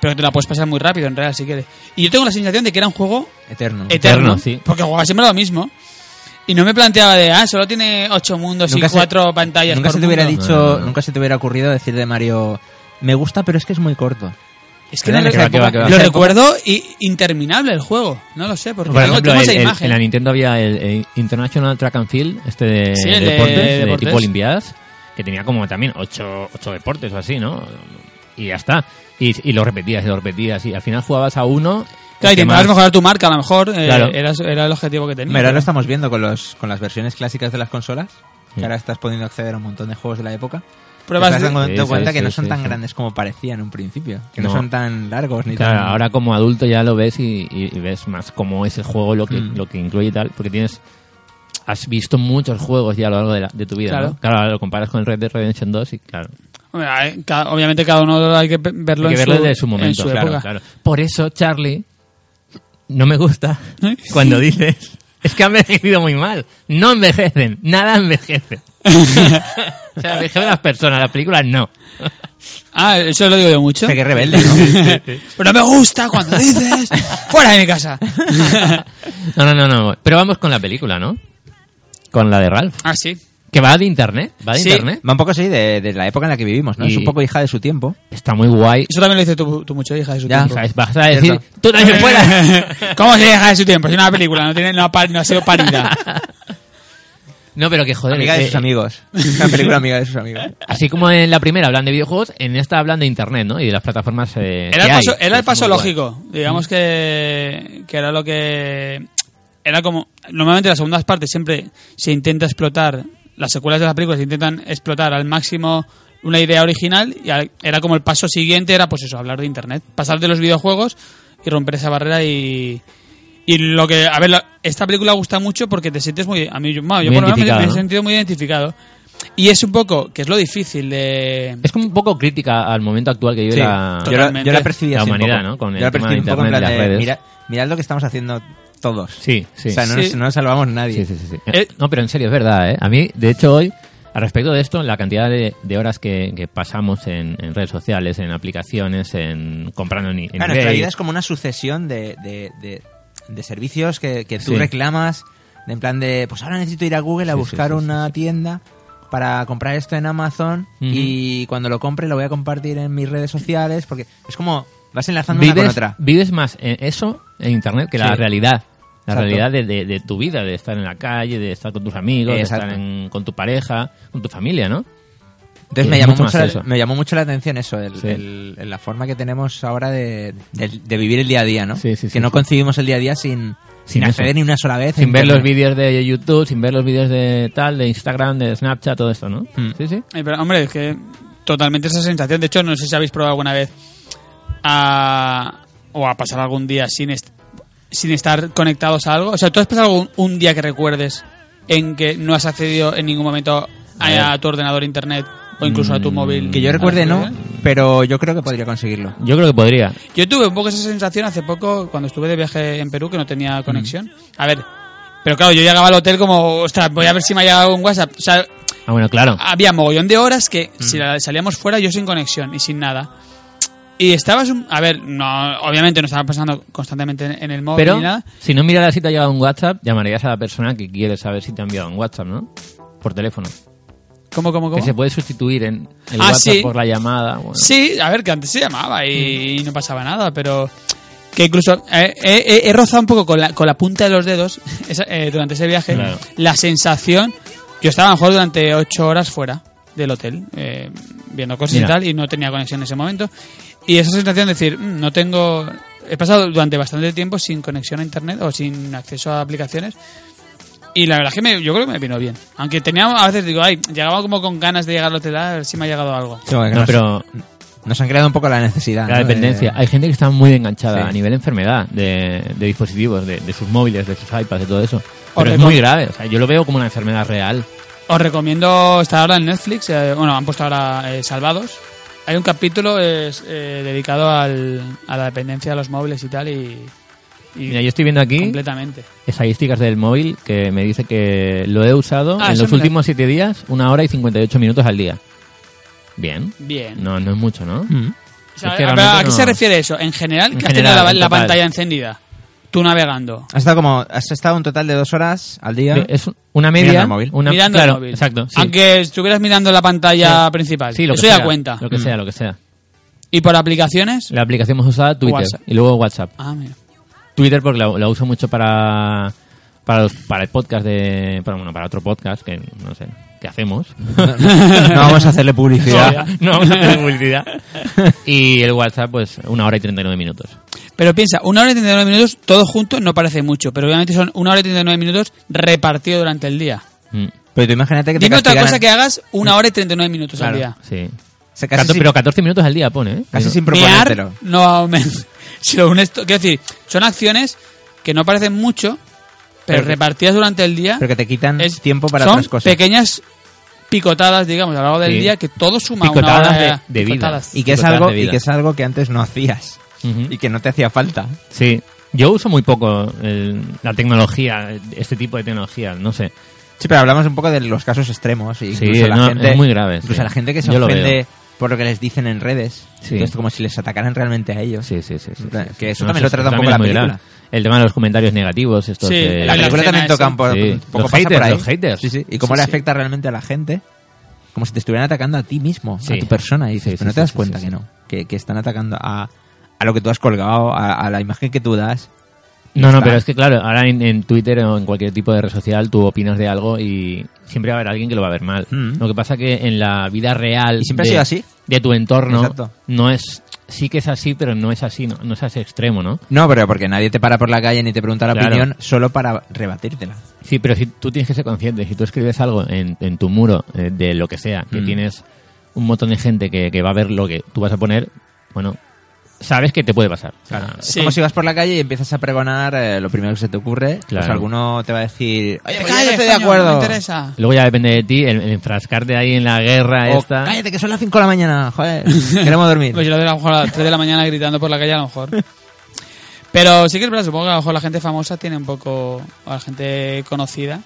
Speaker 2: Pero te la puedes pasar muy rápido, en realidad, si quieres. Y yo tengo la sensación de que era un juego
Speaker 3: Eterno.
Speaker 2: eterno.
Speaker 1: Eterno, sí.
Speaker 2: Porque jugaba siempre lo mismo. Y no me planteaba de, ah, solo tiene ocho mundos y
Speaker 3: Nunca se-
Speaker 2: cuatro pantallas.
Speaker 3: Nunca
Speaker 2: por
Speaker 3: se te hubiera
Speaker 2: mundo.
Speaker 3: dicho...
Speaker 1: No, no, no.
Speaker 3: Nunca se te hubiera ocurrido decir de Mario... Me gusta, pero es que es muy corto.
Speaker 2: Es que no lo,
Speaker 1: Que va, que va, que va.
Speaker 2: lo recuerdo y interminable el juego. No lo sé, porque
Speaker 1: Por
Speaker 2: tengo-
Speaker 1: ejemplo,
Speaker 2: tengo
Speaker 1: el-
Speaker 2: esa
Speaker 1: el-
Speaker 2: imagen.
Speaker 1: en la Nintendo había el, el International Track and Field, este de,
Speaker 2: Sí, el de
Speaker 1: deportes, de
Speaker 2: deportes.
Speaker 1: tipo Olimpiadas. que tenía como también ocho, ocho deportes o así, ¿no? Y ya está. Y, y lo repetías y lo repetías. Y al final jugabas a uno.
Speaker 2: Claro, y
Speaker 1: el que
Speaker 2: intentabas
Speaker 1: más-
Speaker 2: mejorar tu marca, a lo mejor. eh,
Speaker 1: Claro.
Speaker 2: era, era el objetivo que tenía.
Speaker 3: Mira, ahora
Speaker 2: pero-
Speaker 3: lo estamos viendo con, los, con las versiones clásicas de las consolas.
Speaker 1: Sí.
Speaker 3: Que ahora estás pudiendo acceder a un montón de juegos de la época.
Speaker 2: Pruebas
Speaker 3: te estás
Speaker 2: de-
Speaker 3: dando
Speaker 1: Sí, sí,
Speaker 3: cuenta que
Speaker 1: sí,
Speaker 3: no son
Speaker 1: sí,
Speaker 3: tan
Speaker 1: sí.
Speaker 3: grandes como parecían en un principio. Que no,
Speaker 1: No.
Speaker 3: son tan largos ni
Speaker 1: Claro,
Speaker 3: tan...
Speaker 1: ahora como adulto ya lo ves y, y- y ves más cómo es el juego, lo que,
Speaker 3: Mm.
Speaker 1: lo que incluye y tal, porque tienes... Has visto muchos juegos ya a lo largo de, la- de tu vida,
Speaker 2: Claro.
Speaker 1: ¿no? Claro, ahora lo comparas con el Red Dead Redemption 2 y claro,
Speaker 2: Hombre, hay- ca- obviamente cada uno hay que pe- verlo,
Speaker 1: hay que
Speaker 2: en,
Speaker 1: verlo
Speaker 2: su,
Speaker 1: desde su
Speaker 2: en
Speaker 1: momento,
Speaker 2: su
Speaker 1: claro,
Speaker 2: época.
Speaker 1: claro. Por eso, Charlie, no me gusta
Speaker 2: ¿Eh?
Speaker 1: cuando dices, es que han envejecido muy mal. No envejecen, nada
Speaker 2: [LAUGHS]
Speaker 1: envejece. o sea, envejecen las personas, las películas no.
Speaker 2: Ah, eso lo digo yo mucho.
Speaker 3: O sea, que rebelde,
Speaker 1: [LAUGHS]
Speaker 3: ¿no?
Speaker 2: [LAUGHS] Pero no me gusta cuando dices fuera de
Speaker 1: [LAUGHS]
Speaker 2: mi casa.
Speaker 1: No, no, no, no. Pero vamos con la película, ¿no? Con la de Ralph.
Speaker 2: Ah, sí.
Speaker 1: Que va de internet, va de
Speaker 2: Sí.
Speaker 1: internet.
Speaker 3: Va un poco así de, de la época en la que vivimos, ¿no? Es
Speaker 1: Y-
Speaker 3: un poco hija de su tiempo.
Speaker 1: Está muy guay.
Speaker 2: Eso también lo dices tú, tú mucho, hija de su
Speaker 3: Ya,
Speaker 2: tiempo.
Speaker 1: ¿Sabes? Vas a decir,
Speaker 3: Cierto.
Speaker 1: tú también
Speaker 3: [LAUGHS]
Speaker 1: fuera.
Speaker 2: [LAUGHS] ¿Cómo se deja de su tiempo? Es una película, no, tiene, no, ha, par- no ha sido parida.
Speaker 1: No, pero que joder.
Speaker 3: Amiga de
Speaker 1: eh, [LAUGHS]
Speaker 3: sus amigos. Una película amiga de sus amigos.
Speaker 1: Así como en la primera hablan de videojuegos, en esta hablan de internet, ¿no? Y de las plataformas. eh,
Speaker 2: Era
Speaker 1: que hay.
Speaker 2: el paso, era el
Speaker 1: Es
Speaker 2: paso
Speaker 1: muy guay. Mm.
Speaker 2: lógico. Digamos que, que era lo que... Era como... Normalmente las segundas partes siempre se intenta explotar, las secuelas de las películas se intentan explotar al máximo una idea original y al- era como el paso siguiente, era pues eso, hablar de Internet, pasar de los videojuegos y romper esa barrera y... Y lo que, a ver, la- esta película gusta mucho porque te sientes muy, a mí, yo, bueno, yo
Speaker 1: Muy
Speaker 2: por lo menos me,
Speaker 1: identificado,
Speaker 2: me he
Speaker 1: ¿no?
Speaker 2: sentido muy identificado. Y es un poco, que es lo difícil de,
Speaker 1: Es como un poco crítica al momento actual que vive
Speaker 3: Sí,
Speaker 1: la.
Speaker 3: yo, la,
Speaker 2: Totalmente.
Speaker 3: yo la percibí
Speaker 1: La
Speaker 3: así un
Speaker 1: humanidad,
Speaker 3: poco.
Speaker 1: ¿no? Con el
Speaker 3: yo la
Speaker 1: tema
Speaker 3: percibí
Speaker 1: de
Speaker 3: un poco en
Speaker 1: internet,
Speaker 3: plan
Speaker 1: las
Speaker 3: de,
Speaker 1: redes.
Speaker 3: mira, mirad lo que estamos haciendo todos.
Speaker 1: Sí, sí.
Speaker 3: O sea, no,
Speaker 2: Sí.
Speaker 3: nos, no nos salvamos nadie.
Speaker 1: Sí, sí, sí, sí.
Speaker 2: Eh,
Speaker 1: no, pero en serio, es verdad, ¿eh? A mí, de hecho, hoy, al respecto de esto, la cantidad de, de horas que, que pasamos en, en redes sociales, en aplicaciones, en comprando en, en
Speaker 2: Ah,
Speaker 3: Claro, nuestra
Speaker 1: eBay.
Speaker 3: vida es como una sucesión de, de- de- de servicios que, que tú
Speaker 1: Sí.
Speaker 3: reclamas, de en plan de, pues ahora necesito ir a Google a
Speaker 1: Sí, sí,
Speaker 3: buscar
Speaker 1: sí, sí,
Speaker 3: una tienda para comprar esto en Amazon
Speaker 1: Ujú.
Speaker 3: y cuando lo compre lo voy a compartir en mis redes sociales, porque es como, vas enlazando una con
Speaker 1: vives,
Speaker 3: otra.
Speaker 1: vives más en eso, en Internet, que la
Speaker 3: Sí.
Speaker 1: realidad. La
Speaker 3: Exacto.
Speaker 1: realidad de, de- de tu vida, de estar en la calle, de estar con tus amigos, de
Speaker 3: Exacto.
Speaker 1: estar en- con tu pareja, con tu familia, ¿no?
Speaker 3: Entonces
Speaker 1: Es
Speaker 3: me llamó,
Speaker 1: mucho
Speaker 3: mucho
Speaker 1: más
Speaker 3: la,
Speaker 1: eso.
Speaker 3: me llamó mucho la atención eso, el-
Speaker 1: Sí.
Speaker 3: el- el- la forma que tenemos ahora de, de- de vivir el día a día, ¿no?
Speaker 1: Sí, sí,
Speaker 3: que
Speaker 1: sí,
Speaker 3: no
Speaker 1: sí.
Speaker 3: concibimos el día a día sin,
Speaker 1: Sin
Speaker 3: sin
Speaker 1: eso.
Speaker 3: acceder ni una sola vez. a
Speaker 1: Sin ver los
Speaker 3: Internet.
Speaker 1: vídeos de YouTube, sin ver los vídeos de tal, de Instagram, de Snapchat, todo esto, ¿no?
Speaker 3: Mm.
Speaker 1: Sí, sí.
Speaker 2: Eh, pero, hombre, es que totalmente esa sensación. De hecho, no sé si habéis probado alguna vez a, o a pasar algún día sin, est- sin estar conectados a algo. O sea, ¿tú has pasado algún un día que recuerdes en que no has accedido en ningún momento
Speaker 1: A ver.
Speaker 2: a, a tu ordenador, internet o incluso a tu
Speaker 1: Mm,
Speaker 2: móvil?
Speaker 3: Que yo
Speaker 2: ¿A
Speaker 3: recuerde,
Speaker 2: tu
Speaker 3: no,
Speaker 2: móvil?
Speaker 3: pero yo creo que podría conseguirlo.
Speaker 1: Yo creo que podría.
Speaker 2: Yo tuve un poco esa sensación hace poco cuando estuve de viaje en Perú que no
Speaker 3: Mm.
Speaker 2: tenía conexión. A ver, pero claro, yo llegaba al hotel como, ostras, voy a ver si me ha llegado un WhatsApp. O sea,
Speaker 1: Ah, bueno, claro.
Speaker 2: había mogollón de horas que si la- salíamos fuera yo sin conexión y sin nada. Y estabas, un- a ver, no, obviamente no estaba pasando constantemente en, en el móvil
Speaker 1: Pero
Speaker 2: ni nada.
Speaker 1: si no miraras si te ha llegado un WhatsApp, llamarías a la persona que quiere saber si te ha enviado un WhatsApp, ¿no? Por teléfono.
Speaker 2: ¿Cómo, cómo,
Speaker 1: Que
Speaker 2: cómo?
Speaker 1: se puede sustituir en el
Speaker 2: Ah,
Speaker 1: WhatsApp
Speaker 2: sí.
Speaker 1: por la llamada. bueno.
Speaker 2: Sí, a ver, que antes se llamaba y, y no pasaba nada, pero que incluso eh, he- he- he rozado un poco con la, con la punta de los dedos [LAUGHS] esa- eh, durante ese viaje
Speaker 1: Claro.
Speaker 2: la sensación. Yo estaba a lo mejor durante ocho horas fuera del hotel eh, viendo cosas
Speaker 1: Mira.
Speaker 2: y tal y no tenía conexión en ese momento. Y esa sensación de decir, "Mm, no tengo. He pasado durante bastante tiempo sin conexión a internet o sin acceso a aplicaciones. Y la verdad es que me- yo creo que me vino bien. Aunque tenía a veces, digo, ay, llegaba como con ganas de llegar al hotel a ver si me ha llegado algo.
Speaker 1: No, pero
Speaker 3: Nos han creado un poco la
Speaker 2: Ah,
Speaker 3: necesidad.
Speaker 1: la
Speaker 3: ¿no?
Speaker 1: dependencia.
Speaker 3: De-
Speaker 1: Hay gente que está muy enganchada
Speaker 3: Sí.
Speaker 1: a nivel enfermedad de, de dispositivos, de, de sus móviles, de sus iPads, de todo eso.
Speaker 2: Os
Speaker 1: Pero es
Speaker 2: recom-
Speaker 1: muy grave. O sea, yo lo veo como una enfermedad real.
Speaker 2: Os recomiendo, está ahora en Netflix, eh, bueno, han puesto ahora eh, Salvados. Hay un capítulo es, eh, dedicado al- a la dependencia de los móviles y tal, y, y
Speaker 1: Mira, yo estoy viendo aquí
Speaker 2: completamente.
Speaker 1: estadísticas del móvil que me dice que lo he usado
Speaker 2: Ah,
Speaker 1: en
Speaker 2: eso
Speaker 1: los
Speaker 2: me la-
Speaker 1: últimos siete días una hora y 58 minutos al día. Bien.
Speaker 2: Bien.
Speaker 1: No, no es mucho, ¿no?
Speaker 3: Mm.
Speaker 2: O sea,
Speaker 1: es que
Speaker 2: ¿A
Speaker 1: realmente
Speaker 2: a qué
Speaker 1: no-
Speaker 2: se refiere eso? En general,
Speaker 1: En
Speaker 2: que has tenido
Speaker 1: general,
Speaker 2: la,
Speaker 1: en
Speaker 2: la
Speaker 1: total.
Speaker 2: pantalla encendida, tú navegando.
Speaker 3: Has estado como, has estado un total de dos horas al día.
Speaker 1: De- Es una
Speaker 3: Mirando
Speaker 1: media.
Speaker 3: el móvil.
Speaker 1: Una,
Speaker 2: mirando
Speaker 1: claro,
Speaker 2: el móvil.
Speaker 1: Exacto. sí.
Speaker 2: Aunque estuvieras mirando la pantalla principal.
Speaker 1: Sí, lo
Speaker 2: eso
Speaker 1: que
Speaker 2: ya
Speaker 1: sea,
Speaker 2: cuenta.
Speaker 1: Lo que
Speaker 3: Mm.
Speaker 1: sea, lo que sea.
Speaker 2: ¿Y por aplicaciones?
Speaker 1: La aplicación más usada, Twitter.
Speaker 2: WhatsApp.
Speaker 1: Y luego WhatsApp.
Speaker 2: Ah, mira.
Speaker 1: Twitter porque la, la uso mucho para para, los- para el podcast de... Para, bueno, para otro podcast que, no sé, que hacemos.
Speaker 3: [LAUGHS] No vamos a hacerle publicidad.
Speaker 1: [LAUGHS] no vamos a hacer publicidad. Y el WhatsApp, pues, una hora y 39 minutos.
Speaker 2: Pero piensa, una hora y 39 minutos, todos juntos, no parece mucho, pero obviamente son una hora y 39 minutos repartido durante el día.
Speaker 1: Mm,
Speaker 3: Pero tú imagínate que te
Speaker 2: Dime otra
Speaker 3: castigaran-
Speaker 2: cosa que hagas una hora y 39 minutos al
Speaker 3: Claro.
Speaker 2: día.
Speaker 1: sí.
Speaker 3: O sea, casi
Speaker 1: Cator-
Speaker 3: sin-
Speaker 1: Pero 14 minutos al día pone, ¿eh?
Speaker 3: Casi
Speaker 1: Pero-
Speaker 3: sin
Speaker 2: Mear,
Speaker 3: proponértelo.
Speaker 2: no me- [LAUGHS] si lo unes to- Quiero decir, son acciones que no parecen mucho, pero
Speaker 3: Pero que-
Speaker 2: repartidas durante el día.
Speaker 3: Pero que te quitan
Speaker 2: es-
Speaker 3: tiempo para
Speaker 2: son
Speaker 3: otras cosas.
Speaker 2: pequeñas picotadas, digamos, a lo largo del
Speaker 1: Sí.
Speaker 2: día que todo suma
Speaker 1: Picotadas
Speaker 2: una hora
Speaker 1: de- de vida.
Speaker 2: picotadas.
Speaker 3: Y que, es
Speaker 1: Total
Speaker 3: algo,
Speaker 1: de vida.
Speaker 3: y que es algo que antes no hacías.
Speaker 1: Ujú.
Speaker 3: Y que no te hacía falta.
Speaker 1: Sí, yo uso muy poco el- la tecnología, este tipo de tecnología, no sé.
Speaker 3: Sí, pero hablamos un poco de los casos extremos. y
Speaker 1: Sí,
Speaker 3: incluso la
Speaker 1: no,
Speaker 3: gente,
Speaker 1: es muy grave,
Speaker 3: Incluso
Speaker 1: sí.
Speaker 3: la gente que se
Speaker 1: Yo lo
Speaker 3: ofende por lo que les dicen en redes.
Speaker 1: Sí.
Speaker 3: Esto es como si les atacaran realmente a ellos.
Speaker 1: Sí, sí, sí. sí,
Speaker 3: En plan,
Speaker 1: sí,
Speaker 3: que
Speaker 1: sí.
Speaker 3: eso también lo trata un
Speaker 1: también es
Speaker 3: poco la
Speaker 1: muy
Speaker 3: película.
Speaker 1: grave. El tema de los comentarios negativos, estos
Speaker 2: Sí,
Speaker 1: de-
Speaker 3: La
Speaker 2: la
Speaker 3: película
Speaker 2: escena
Speaker 3: también toca
Speaker 2: esa.
Speaker 3: un po-
Speaker 1: Sí.
Speaker 3: un poco
Speaker 1: Los
Speaker 3: pasa
Speaker 1: haters,
Speaker 3: por ahí.
Speaker 1: los haters.
Speaker 3: Sí, sí. Y cómo
Speaker 2: Sí,
Speaker 3: le
Speaker 2: sí.
Speaker 3: afecta realmente a la gente. Como si te estuvieran atacando a ti mismo, a
Speaker 1: Sí.
Speaker 3: tu persona. Y dices,
Speaker 1: Sí,
Speaker 3: pero no
Speaker 1: sí,
Speaker 3: te das
Speaker 1: sí,
Speaker 3: cuenta
Speaker 1: sí,
Speaker 3: que
Speaker 1: sí.
Speaker 3: no. Que, que están atacando a, a lo que tú has colgado, a, a la imagen que tú das.
Speaker 1: No, no,
Speaker 3: Está.
Speaker 1: pero es que claro, ahora en, en Twitter o en cualquier tipo de red social tú opinas de algo y siempre va a haber alguien que lo va a ver mal.
Speaker 3: Mm.
Speaker 1: Lo que pasa que en la vida real
Speaker 3: ¿Y siempre ha
Speaker 1: de,
Speaker 3: sido así?
Speaker 1: de tu entorno
Speaker 3: Exacto.
Speaker 1: no es sí que es así, pero no es así, no, no es así extremo, ¿no?
Speaker 3: No, pero porque nadie te para por la calle ni te pregunta la
Speaker 1: Claro.
Speaker 3: opinión solo para rebatírtela.
Speaker 1: Sí, pero si tú tienes que ser consciente, si tú escribes algo en, en tu muro eh, de lo que sea, que
Speaker 3: Mm.
Speaker 1: tienes un montón de gente que, que va a ver lo que tú vas a poner, bueno, sabes que te puede pasar. O sea,
Speaker 3: Es
Speaker 2: Sí.
Speaker 3: como si vas por la calle y empiezas a pregonar eh, lo primero que se te ocurre. Pues
Speaker 1: Claro.
Speaker 3: alguno te va a
Speaker 2: Te
Speaker 3: decir, oye, pues yo
Speaker 2: calles,
Speaker 3: no estoy de
Speaker 2: coño,
Speaker 3: acuerdo.
Speaker 2: no me interesa.
Speaker 1: Luego ya depende de ti el, el enfrascarte ahí en la guerra
Speaker 3: O,
Speaker 1: esta.
Speaker 3: cállate, que son las 5 de la
Speaker 1: [LAUGHS]
Speaker 3: mañana, joder, queremos dormir.
Speaker 2: Pues yo lo veo a lo mejor a las 3 de la mañana gritando por la calle, a lo mejor. Pero sí que es verdad, supongo que a lo mejor la gente famosa tiene un poco, o la gente conocida,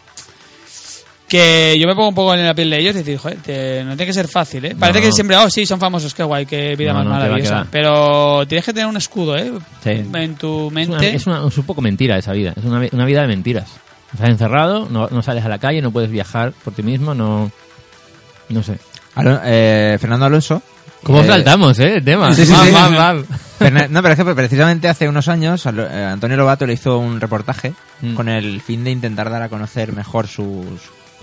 Speaker 2: que yo me pongo un poco en la piel de ellos y decir, joder, te- no tiene que ser fácil, ¿eh? Parece
Speaker 1: No.
Speaker 2: que siempre, oh, sí, son famosos, qué guay, qué vida
Speaker 1: No,
Speaker 2: más
Speaker 1: no, te va a
Speaker 2: maravillosa.
Speaker 1: quedar.
Speaker 2: Pero tienes que tener un escudo, ¿eh?
Speaker 1: Sí.
Speaker 2: En tu
Speaker 1: Es, una-
Speaker 2: mente.
Speaker 1: es una- es un poco mentira esa vida, es una, vi- una vida de mentiras. Estás encerrado, no, no sales a la calle, no puedes viajar por ti mismo, no... No sé.
Speaker 3: Alon- eh, Fernando Alonso.
Speaker 1: ¿Cómo
Speaker 3: eh,
Speaker 1: saltamos, eh? El tema.
Speaker 3: Sí, sí,
Speaker 1: Bam,
Speaker 3: sí.
Speaker 1: bam, bam.
Speaker 3: Fernan- no, pero es que precisamente hace unos años Alo- eh, Antonio Lobato le hizo un reportaje
Speaker 1: Mm.
Speaker 3: con el fin de intentar dar a conocer mejor sus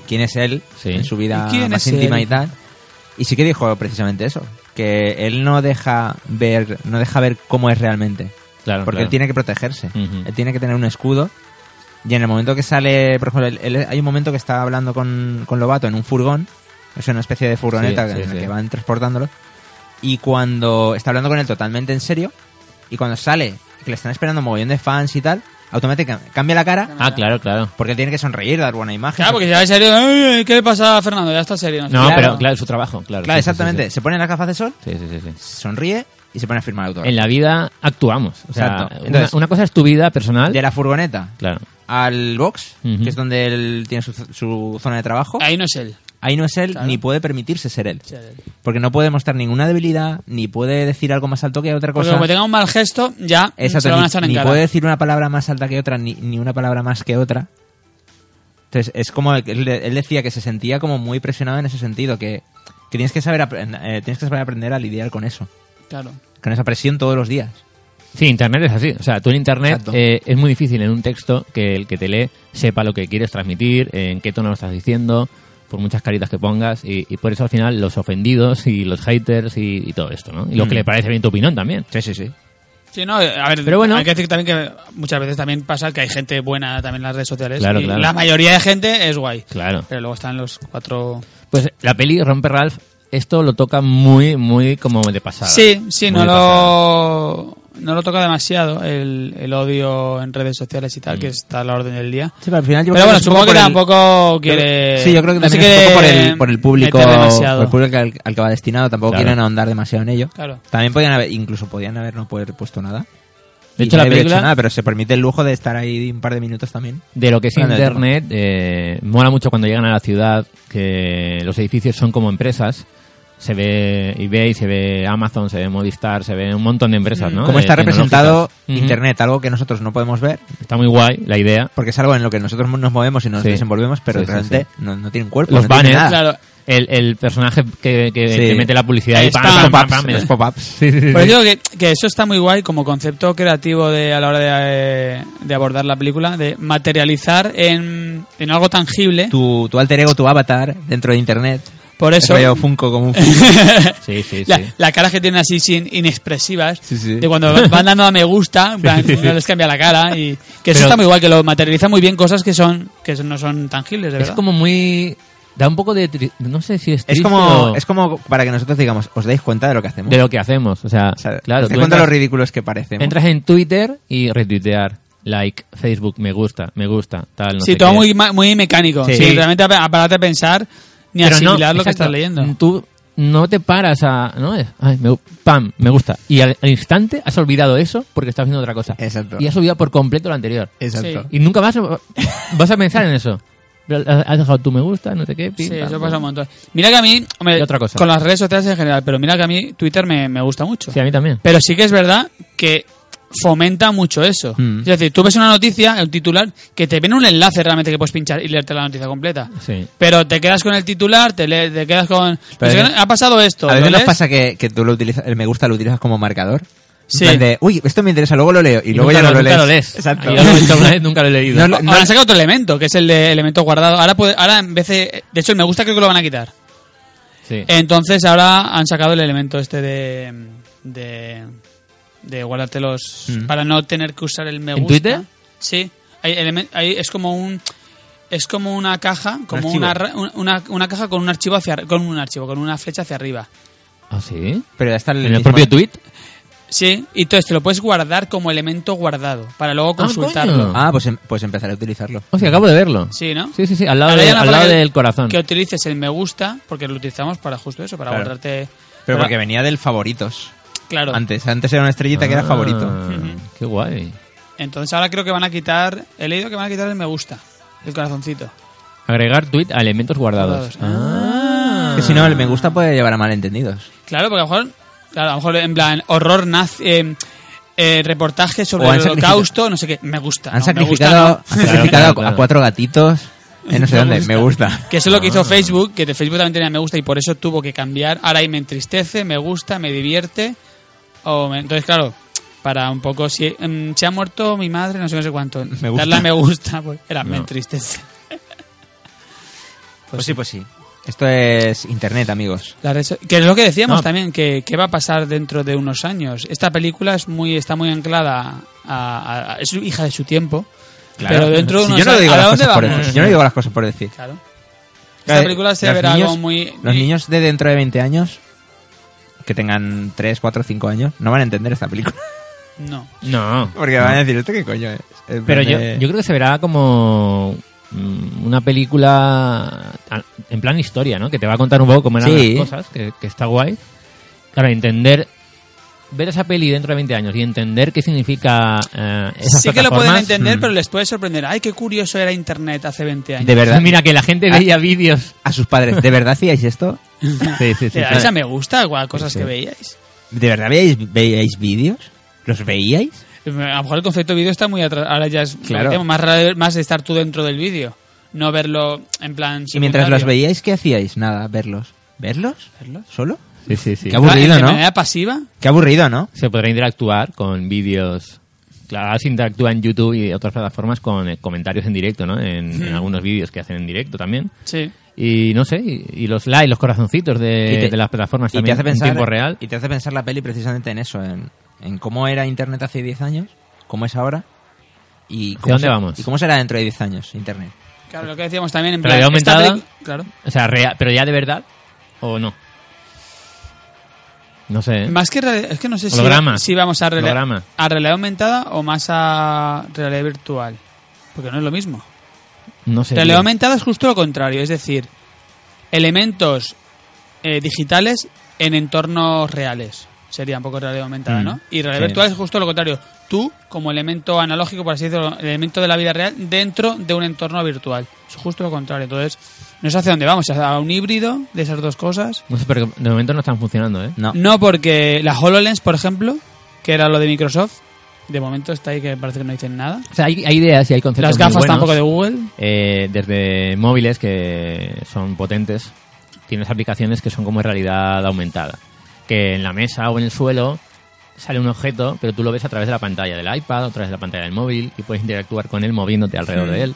Speaker 3: quién es él
Speaker 1: Sí.
Speaker 3: en su vida
Speaker 2: ¿Y quién
Speaker 3: más
Speaker 2: es él?
Speaker 3: íntima y tal. Y sí que dijo precisamente eso, que él no deja ver no deja ver cómo es realmente,
Speaker 1: Claro,
Speaker 3: porque
Speaker 1: claro.
Speaker 3: él tiene que protegerse,
Speaker 1: Ujú.
Speaker 3: él tiene que tener un escudo. Y en el momento que sale, por ejemplo, él- él- hay un momento que está hablando con, con Lobato en un furgón, es una especie de furgoneta
Speaker 1: Sí, sí,
Speaker 3: en la
Speaker 1: sí.
Speaker 3: que van transportándolo, y cuando está hablando con él totalmente en serio, y cuando sale, que le están esperando un mogollón de fans y tal, automáticamente cambia la cara,
Speaker 1: Ah, claro, claro.
Speaker 3: porque él tiene que sonreír, dar buena imagen.
Speaker 2: Claro, porque si ya es serio, "Ay, ¿qué le pasa a Fernando? Ya está serio. sé
Speaker 1: No,
Speaker 2: qué".
Speaker 3: Claro.
Speaker 1: pero claro, es su trabajo, claro.
Speaker 3: Claro,
Speaker 1: Sí, sí, sí,
Speaker 3: exactamente. Se pone las gafas de sol,
Speaker 1: Sí, sí, sí, sí.
Speaker 3: sonríe y se pone a firmar autógrafos.
Speaker 1: En la vida actuamos. O sea,
Speaker 3: Exacto.
Speaker 1: una-
Speaker 3: Entonces-
Speaker 1: una, cosa es tu vida personal.
Speaker 3: De la furgoneta
Speaker 1: Claro.
Speaker 3: al box,
Speaker 1: Ujú.
Speaker 3: que es donde él tiene su, su zona de trabajo,
Speaker 2: Ahí no es él.
Speaker 3: ahí no es él
Speaker 2: Claro.
Speaker 3: ni puede permitirse ser él.
Speaker 2: Sí, es él.
Speaker 3: Porque no puede mostrar ninguna debilidad, ni puede decir algo más alto que otra
Speaker 2: Porque
Speaker 3: cosa.
Speaker 2: como tenga un mal gesto, ya
Speaker 3: Exacto,
Speaker 2: se lo van a echar
Speaker 3: ni,
Speaker 2: en
Speaker 3: ni
Speaker 2: cara.
Speaker 3: puede decir una palabra más alta que otra, ni, ni una palabra más que otra. Entonces, es como que él, él decía que se sentía como muy presionado en ese sentido, que, que tienes que saber apre- eh, tienes que saber aprender a lidiar con eso,
Speaker 2: Claro.
Speaker 3: con esa presión todos los días.
Speaker 1: Sí, Internet es así. O sea, tú en Internet
Speaker 3: Exacto.
Speaker 1: eh, es muy difícil en un texto que el que te lee sepa lo que quieres transmitir, en qué tono lo estás diciendo, por muchas caritas que pongas. Y, y por eso al final los ofendidos y los haters y, y todo esto, ¿no? Y lo
Speaker 3: Mm.
Speaker 1: que le parece bien tu opinión también.
Speaker 3: Sí, sí, sí.
Speaker 2: Sí, no, eh, a ver,
Speaker 1: Pero bueno.
Speaker 2: hay que decir también que muchas veces también pasa que hay gente buena también en las redes sociales.
Speaker 1: Claro,
Speaker 2: y
Speaker 1: claro.
Speaker 2: La mayoría de gente es guay.
Speaker 1: Claro.
Speaker 3: Eh.
Speaker 2: Pero luego están los cuatro...
Speaker 1: Pues la peli Romper Ralph, esto lo toca muy, muy como de pasada.
Speaker 2: Sí, sí,
Speaker 1: Muy
Speaker 2: no
Speaker 1: de pasada.
Speaker 2: lo, no lo toca demasiado el, el odio en redes sociales y tal,
Speaker 1: Mm.
Speaker 2: que está a la orden del día.
Speaker 3: Sí, pero al final yo
Speaker 2: Pero
Speaker 3: creo
Speaker 2: bueno,
Speaker 3: es un
Speaker 2: supongo que
Speaker 3: poco por el-
Speaker 2: tampoco
Speaker 3: creo-
Speaker 2: quiere...
Speaker 3: Sí, yo creo que
Speaker 2: no se
Speaker 3: también es un poco por
Speaker 2: quiere
Speaker 3: el, por el público,
Speaker 2: meter
Speaker 3: por
Speaker 2: demasiado.
Speaker 3: el público al, al que va destinado, tampoco
Speaker 1: Claro.
Speaker 3: quieren ahondar demasiado en ello.
Speaker 2: Claro.
Speaker 3: También podían haber, incluso podían haber no poder puesto nada.
Speaker 1: De
Speaker 3: Y
Speaker 1: hecho, la
Speaker 3: nadie hubiera
Speaker 1: película-
Speaker 3: nada, pero se permite el lujo de estar ahí un par de minutos también.
Speaker 1: de lo que es
Speaker 3: Anda,
Speaker 1: internet eh, mola mucho cuando llegan a la ciudad que los edificios son como empresas se ve eBay se ve Amazon se ve Movistar se ve un montón de empresas ¿no?
Speaker 3: Cómo Mm. está
Speaker 1: Eh,
Speaker 3: representado
Speaker 1: tecnológicas. Ujú.
Speaker 3: Internet, algo que nosotros no podemos ver,
Speaker 1: está muy guay la idea
Speaker 3: porque es algo en lo que nosotros nos movemos y nos
Speaker 1: Sí.
Speaker 3: desenvolvemos, pero
Speaker 1: Sí, sí,
Speaker 3: realmente No, no tiene un cuerpo.
Speaker 1: Los
Speaker 3: no tiene
Speaker 1: banners.
Speaker 3: nada.
Speaker 2: Claro.
Speaker 1: el, el personaje que, que-
Speaker 3: Sí.
Speaker 1: que mete la publicidad y
Speaker 2: Spam,
Speaker 1: pam, pam, pam,
Speaker 3: Pop-ups,
Speaker 1: pam,
Speaker 3: los
Speaker 1: el-
Speaker 3: pop-ups.
Speaker 1: Sí, sí, sí.
Speaker 2: Por eso digo Pues que, que eso está muy guay como concepto creativo de, a la hora de, eh, de abordar la película, de materializar en, en algo tangible.
Speaker 3: Tu, tu alter ego, tu avatar dentro de internet.
Speaker 2: Por eso,
Speaker 3: Rollo Funko como un Funko.
Speaker 1: Sí, sí,
Speaker 2: la,
Speaker 1: sí.
Speaker 2: la cara que tienen así sin, inexpresivas,
Speaker 3: Sí, sí.
Speaker 2: de cuando van dando a me gusta,
Speaker 1: [LAUGHS]
Speaker 2: en plan, no les cambia la cara. y Que
Speaker 1: Pero-
Speaker 2: eso está muy guay, que lo materializa muy bien cosas que son que no son tangibles, de
Speaker 1: Es
Speaker 2: verdad.
Speaker 1: como muy... Da un poco de... tri- No sé si [LAUGHS] es
Speaker 3: Es
Speaker 1: triste
Speaker 3: como,
Speaker 1: o-
Speaker 3: es como para que nosotros digamos, os dais cuenta de lo que hacemos.
Speaker 1: de lo que hacemos. O sea,
Speaker 3: O sea,
Speaker 1: claro,
Speaker 3: te
Speaker 1: tú
Speaker 3: cuenta lo
Speaker 1: entras,
Speaker 3: ridículos que parecemos.
Speaker 1: entras en Twitter y retuitear, like, Facebook, me gusta, me gusta, tal, no
Speaker 2: sí,
Speaker 1: sé
Speaker 2: todo
Speaker 1: qué.
Speaker 2: muy, ma- muy mecánico.
Speaker 1: Sí.
Speaker 2: Sí. realmente ap- apárate a pensar ni
Speaker 1: Pero no,
Speaker 2: asimilar lo que
Speaker 1: exacto, Mm,
Speaker 2: estás leyendo.
Speaker 1: Tú no te paras a... ¿no? Es, Ay, me, gu- pam, me gusta. Y al, al instante has olvidado eso porque estás haciendo otra cosa.
Speaker 3: Exacto. Eh.
Speaker 1: Y has olvidado por completo lo anterior.
Speaker 3: Exacto.
Speaker 1: Y nunca vas a, vas a pensar en eso. Pero Has dejado tu me gusta, no sé qué. pim,
Speaker 2: Sí,
Speaker 1: pam,
Speaker 2: eso
Speaker 1: pam.
Speaker 2: pasa un montón. Mira que a mí, hombre,
Speaker 1: Y otra cosa.
Speaker 2: con las redes sociales en general, pero mira que a mí Twitter me, me gusta mucho.
Speaker 1: Sí, a mí también.
Speaker 2: Pero sí que es verdad que fomenta mucho eso.
Speaker 3: Mm.
Speaker 2: Es decir, tú ves una noticia, el titular, que te viene un enlace realmente que puedes pinchar y leerte la noticia completa.
Speaker 1: Sí.
Speaker 2: Pero te quedas con el titular, te, le- te quedas con... no
Speaker 3: Pero
Speaker 2: sé
Speaker 3: es-
Speaker 2: qué, ha pasado esto.
Speaker 3: A veces
Speaker 2: ¿lo
Speaker 3: nos
Speaker 2: lees?
Speaker 3: pasa que, que tú lo utilizas, el me gusta lo utilizas como marcador. En
Speaker 2: Sí.
Speaker 3: plan de, uy, esto me interesa, luego lo leo y, luego
Speaker 1: nunca
Speaker 3: ya no lo, lees.
Speaker 1: nunca lees.
Speaker 3: Exacto.
Speaker 1: Yo lo he visto alguna vez, nunca lo he leído.
Speaker 3: No, no,
Speaker 2: Ahora han sacado otro elemento, que es el de elemento guardado. Ahora, puede- ahora en vez de... De hecho, el me gusta creo que lo van a quitar.
Speaker 1: Sí.
Speaker 2: Eh. Entonces ahora han sacado el elemento este de. de. de guardarte los. para no tener que usar el me
Speaker 1: Mm. ¿En
Speaker 2: gusta.
Speaker 1: Twitter?
Speaker 2: Sí. Hay elemen- hay- es como un. Es como una caja, como
Speaker 3: archivo.
Speaker 2: una, ra- un- una, una caja con un archivo hacia ar- con un archivo, con una flecha hacia arriba.
Speaker 1: ¿Ah,
Speaker 2: Eh,
Speaker 1: sí?
Speaker 3: [LAUGHS] Pero ya está
Speaker 1: ¿En el
Speaker 3: mismo-
Speaker 1: propio tweet?
Speaker 2: Sí, y entonces te lo puedes guardar como elemento guardado, para luego
Speaker 1: Ah,
Speaker 2: consultarlo.
Speaker 1: coño.
Speaker 3: Ah, pues, em- pues empezaré a utilizarlo.
Speaker 1: O sea, acabo de verlo.
Speaker 2: Sí, ¿no?
Speaker 1: Sí, sí, sí, al lado,
Speaker 2: Ahora
Speaker 1: de-
Speaker 2: ya no
Speaker 1: al
Speaker 2: falta
Speaker 1: lado
Speaker 2: que-
Speaker 1: del corazón.
Speaker 2: Que utilices el me gusta, porque lo utilizamos para justo eso, para
Speaker 3: Claro.
Speaker 2: guardarte.
Speaker 3: Pero
Speaker 2: para-
Speaker 3: porque venía del favoritos.
Speaker 2: Claro.
Speaker 3: Antes, antes era una estrellita que era
Speaker 1: Ah,
Speaker 3: favorito.
Speaker 1: Qué guay.
Speaker 2: Entonces ahora creo que van a quitar. He leído que van a quitar el me gusta, el corazoncito.
Speaker 1: Agregar tweet a elementos guardados.
Speaker 2: Guardados.
Speaker 1: Ah.
Speaker 3: Que si no, el me gusta puede llevar a malentendidos.
Speaker 2: Claro, porque a lo mejor. Claro, a lo mejor en plan horror nazi. eh, eh, reportaje sobre
Speaker 3: O han
Speaker 2: el holocausto, no sé qué. Me gusta.
Speaker 3: Han
Speaker 2: no, me gusta,
Speaker 3: sacrificado,
Speaker 2: no.
Speaker 3: han sacrificado
Speaker 1: Claro,
Speaker 3: a-
Speaker 1: claro.
Speaker 3: a cuatro gatitos en no sé dónde. Me gusta.
Speaker 2: Que eso es lo que
Speaker 3: Ah.
Speaker 2: hizo Facebook, que de Facebook también tenía me gusta y por eso tuvo que cambiar. Ahora ahí me entristece, me gusta, me divierte. O me- entonces, claro, para un poco, si mm, se ha muerto mi madre, no sé, no sé cuánto.
Speaker 3: Me gusta.
Speaker 2: Darle a me gusta, pues era, me
Speaker 1: No.
Speaker 2: entristece.
Speaker 3: Pues sí, pues sí. Esto es internet, amigos.
Speaker 2: La red so- que es lo que decíamos
Speaker 1: No.
Speaker 2: también, que, que va a pasar dentro de unos años. Esta película es muy está muy anclada a, a- a- es hija de su tiempo, pero dentro de
Speaker 3: Si
Speaker 2: unos
Speaker 3: yo no
Speaker 2: años...
Speaker 3: digo
Speaker 2: ¿a
Speaker 3: las
Speaker 2: dónde
Speaker 3: cosas por
Speaker 2: vamos?
Speaker 3: decir. Yo no digo las cosas por decir.
Speaker 2: Claro. Esta
Speaker 3: Claro,
Speaker 2: película se
Speaker 3: los
Speaker 2: verá
Speaker 3: niños-
Speaker 2: como muy...
Speaker 3: Los niños de dentro de 20 años, que tengan 3, 4, 5 años, no van a entender esta película. [LAUGHS]
Speaker 2: No.
Speaker 1: No.
Speaker 3: Porque van a decir, ¿esto qué coño es? En
Speaker 1: Pero
Speaker 3: plan
Speaker 1: yo,
Speaker 3: de-
Speaker 1: yo creo que se verá como mm, una película a- en plan historia, ¿no? Que te va a contar un poco cómo eran
Speaker 3: Sí.
Speaker 1: las cosas, que, que está guay. Claro, entender... Ver esa peli dentro de 20 años y entender qué significa eh, esas
Speaker 2: Sí que lo pueden
Speaker 1: plataformas,
Speaker 2: entender,
Speaker 3: mm.
Speaker 2: pero les puede sorprender. Ay, qué curioso era Internet hace 20 años.
Speaker 3: De verdad.
Speaker 1: [LAUGHS] Mira, que la gente
Speaker 3: Ah.
Speaker 1: veía vídeos.
Speaker 3: A sus padres, ¿de verdad hacíais esto?
Speaker 1: [LAUGHS] Sí, sí, sí.
Speaker 2: ¿Le dais a me gusta igual, cosas
Speaker 3: Sí, sí.
Speaker 2: que veíais?
Speaker 3: ¿De verdad veíais, veíais vídeos? ¿Los veíais?
Speaker 2: A lo mejor el concepto de vídeo está muy atrás. Ahora ya es
Speaker 3: Claro.
Speaker 2: tema, más, raro- más de estar tú dentro del vídeo. No verlo en plan...
Speaker 3: Y mientras los
Speaker 2: secundario.
Speaker 3: veíais, ¿qué hacíais? Nada, verlos. ¿Verlos? ¿Verlos? ¿Solo?
Speaker 1: Sí, sí, sí.
Speaker 3: Qué aburrido,
Speaker 2: de
Speaker 3: ¿no?
Speaker 2: manera pasiva.
Speaker 3: Qué aburrido, ¿no?
Speaker 1: Se podrá interactuar con vídeos. Claro, ahora se interactúa en YouTube y otras plataformas con eh, comentarios en directo, ¿no? En, en algunos vídeos que hacen en directo también.
Speaker 2: Sí.
Speaker 1: Y no sé, y, y los likes, los corazoncitos de,
Speaker 3: Y te-
Speaker 1: de las plataformas
Speaker 3: Y te
Speaker 1: también
Speaker 3: hace pensar,
Speaker 1: en tiempo real.
Speaker 3: Y te hace pensar la peli precisamente en eso, en, en cómo era Internet hace 10 años, cómo es ahora y cómo,
Speaker 1: dónde
Speaker 3: se-
Speaker 1: vamos?
Speaker 3: y cómo será dentro de 10 años Internet.
Speaker 2: Claro, lo que decíamos también en
Speaker 1: Realidad
Speaker 2: plan, esta
Speaker 1: aumentada.
Speaker 2: peli- claro.
Speaker 1: O sea, real, pero ya de verdad o no. No sé. ¿eh?
Speaker 2: Más que reali- es que no sé si,
Speaker 1: Holograma.
Speaker 2: si vamos a, reali-
Speaker 1: Holograma.
Speaker 2: a realidad aumentada o más a realidad virtual. Porque no es lo mismo.
Speaker 1: No sé.
Speaker 2: realidad
Speaker 1: tío.
Speaker 2: aumentada es justo lo contrario, es decir, elementos eh, digitales en entornos reales. Sería un poco realidad aumentada,
Speaker 3: Mm,
Speaker 2: ¿no? Y realidad
Speaker 3: sí.
Speaker 2: virtual es justo lo contrario. Tú, como elemento analógico, por así decirlo, elemento de la vida real dentro de un entorno virtual. Es justo lo contrario. Entonces, no sé hacia dónde vamos, a un híbrido de esas dos cosas.
Speaker 1: No sé, pero de momento no están funcionando, ¿eh?
Speaker 3: No.
Speaker 2: No, porque la HoloLens, por ejemplo, que era lo de Microsoft, de momento está ahí que parece que no dicen nada.
Speaker 1: O sea, hay, hay ideas y hay conceptos
Speaker 2: Las
Speaker 1: muy
Speaker 2: gafas
Speaker 1: buenos,
Speaker 2: tampoco de Google.
Speaker 1: eh, desde móviles que son potentes tienes aplicaciones que son como realidad aumentada. Que en la mesa o en el suelo sale un objeto, pero tú lo ves a través de la pantalla del iPad o a través de la pantalla del móvil y puedes interactuar con él moviéndote alrededor de él.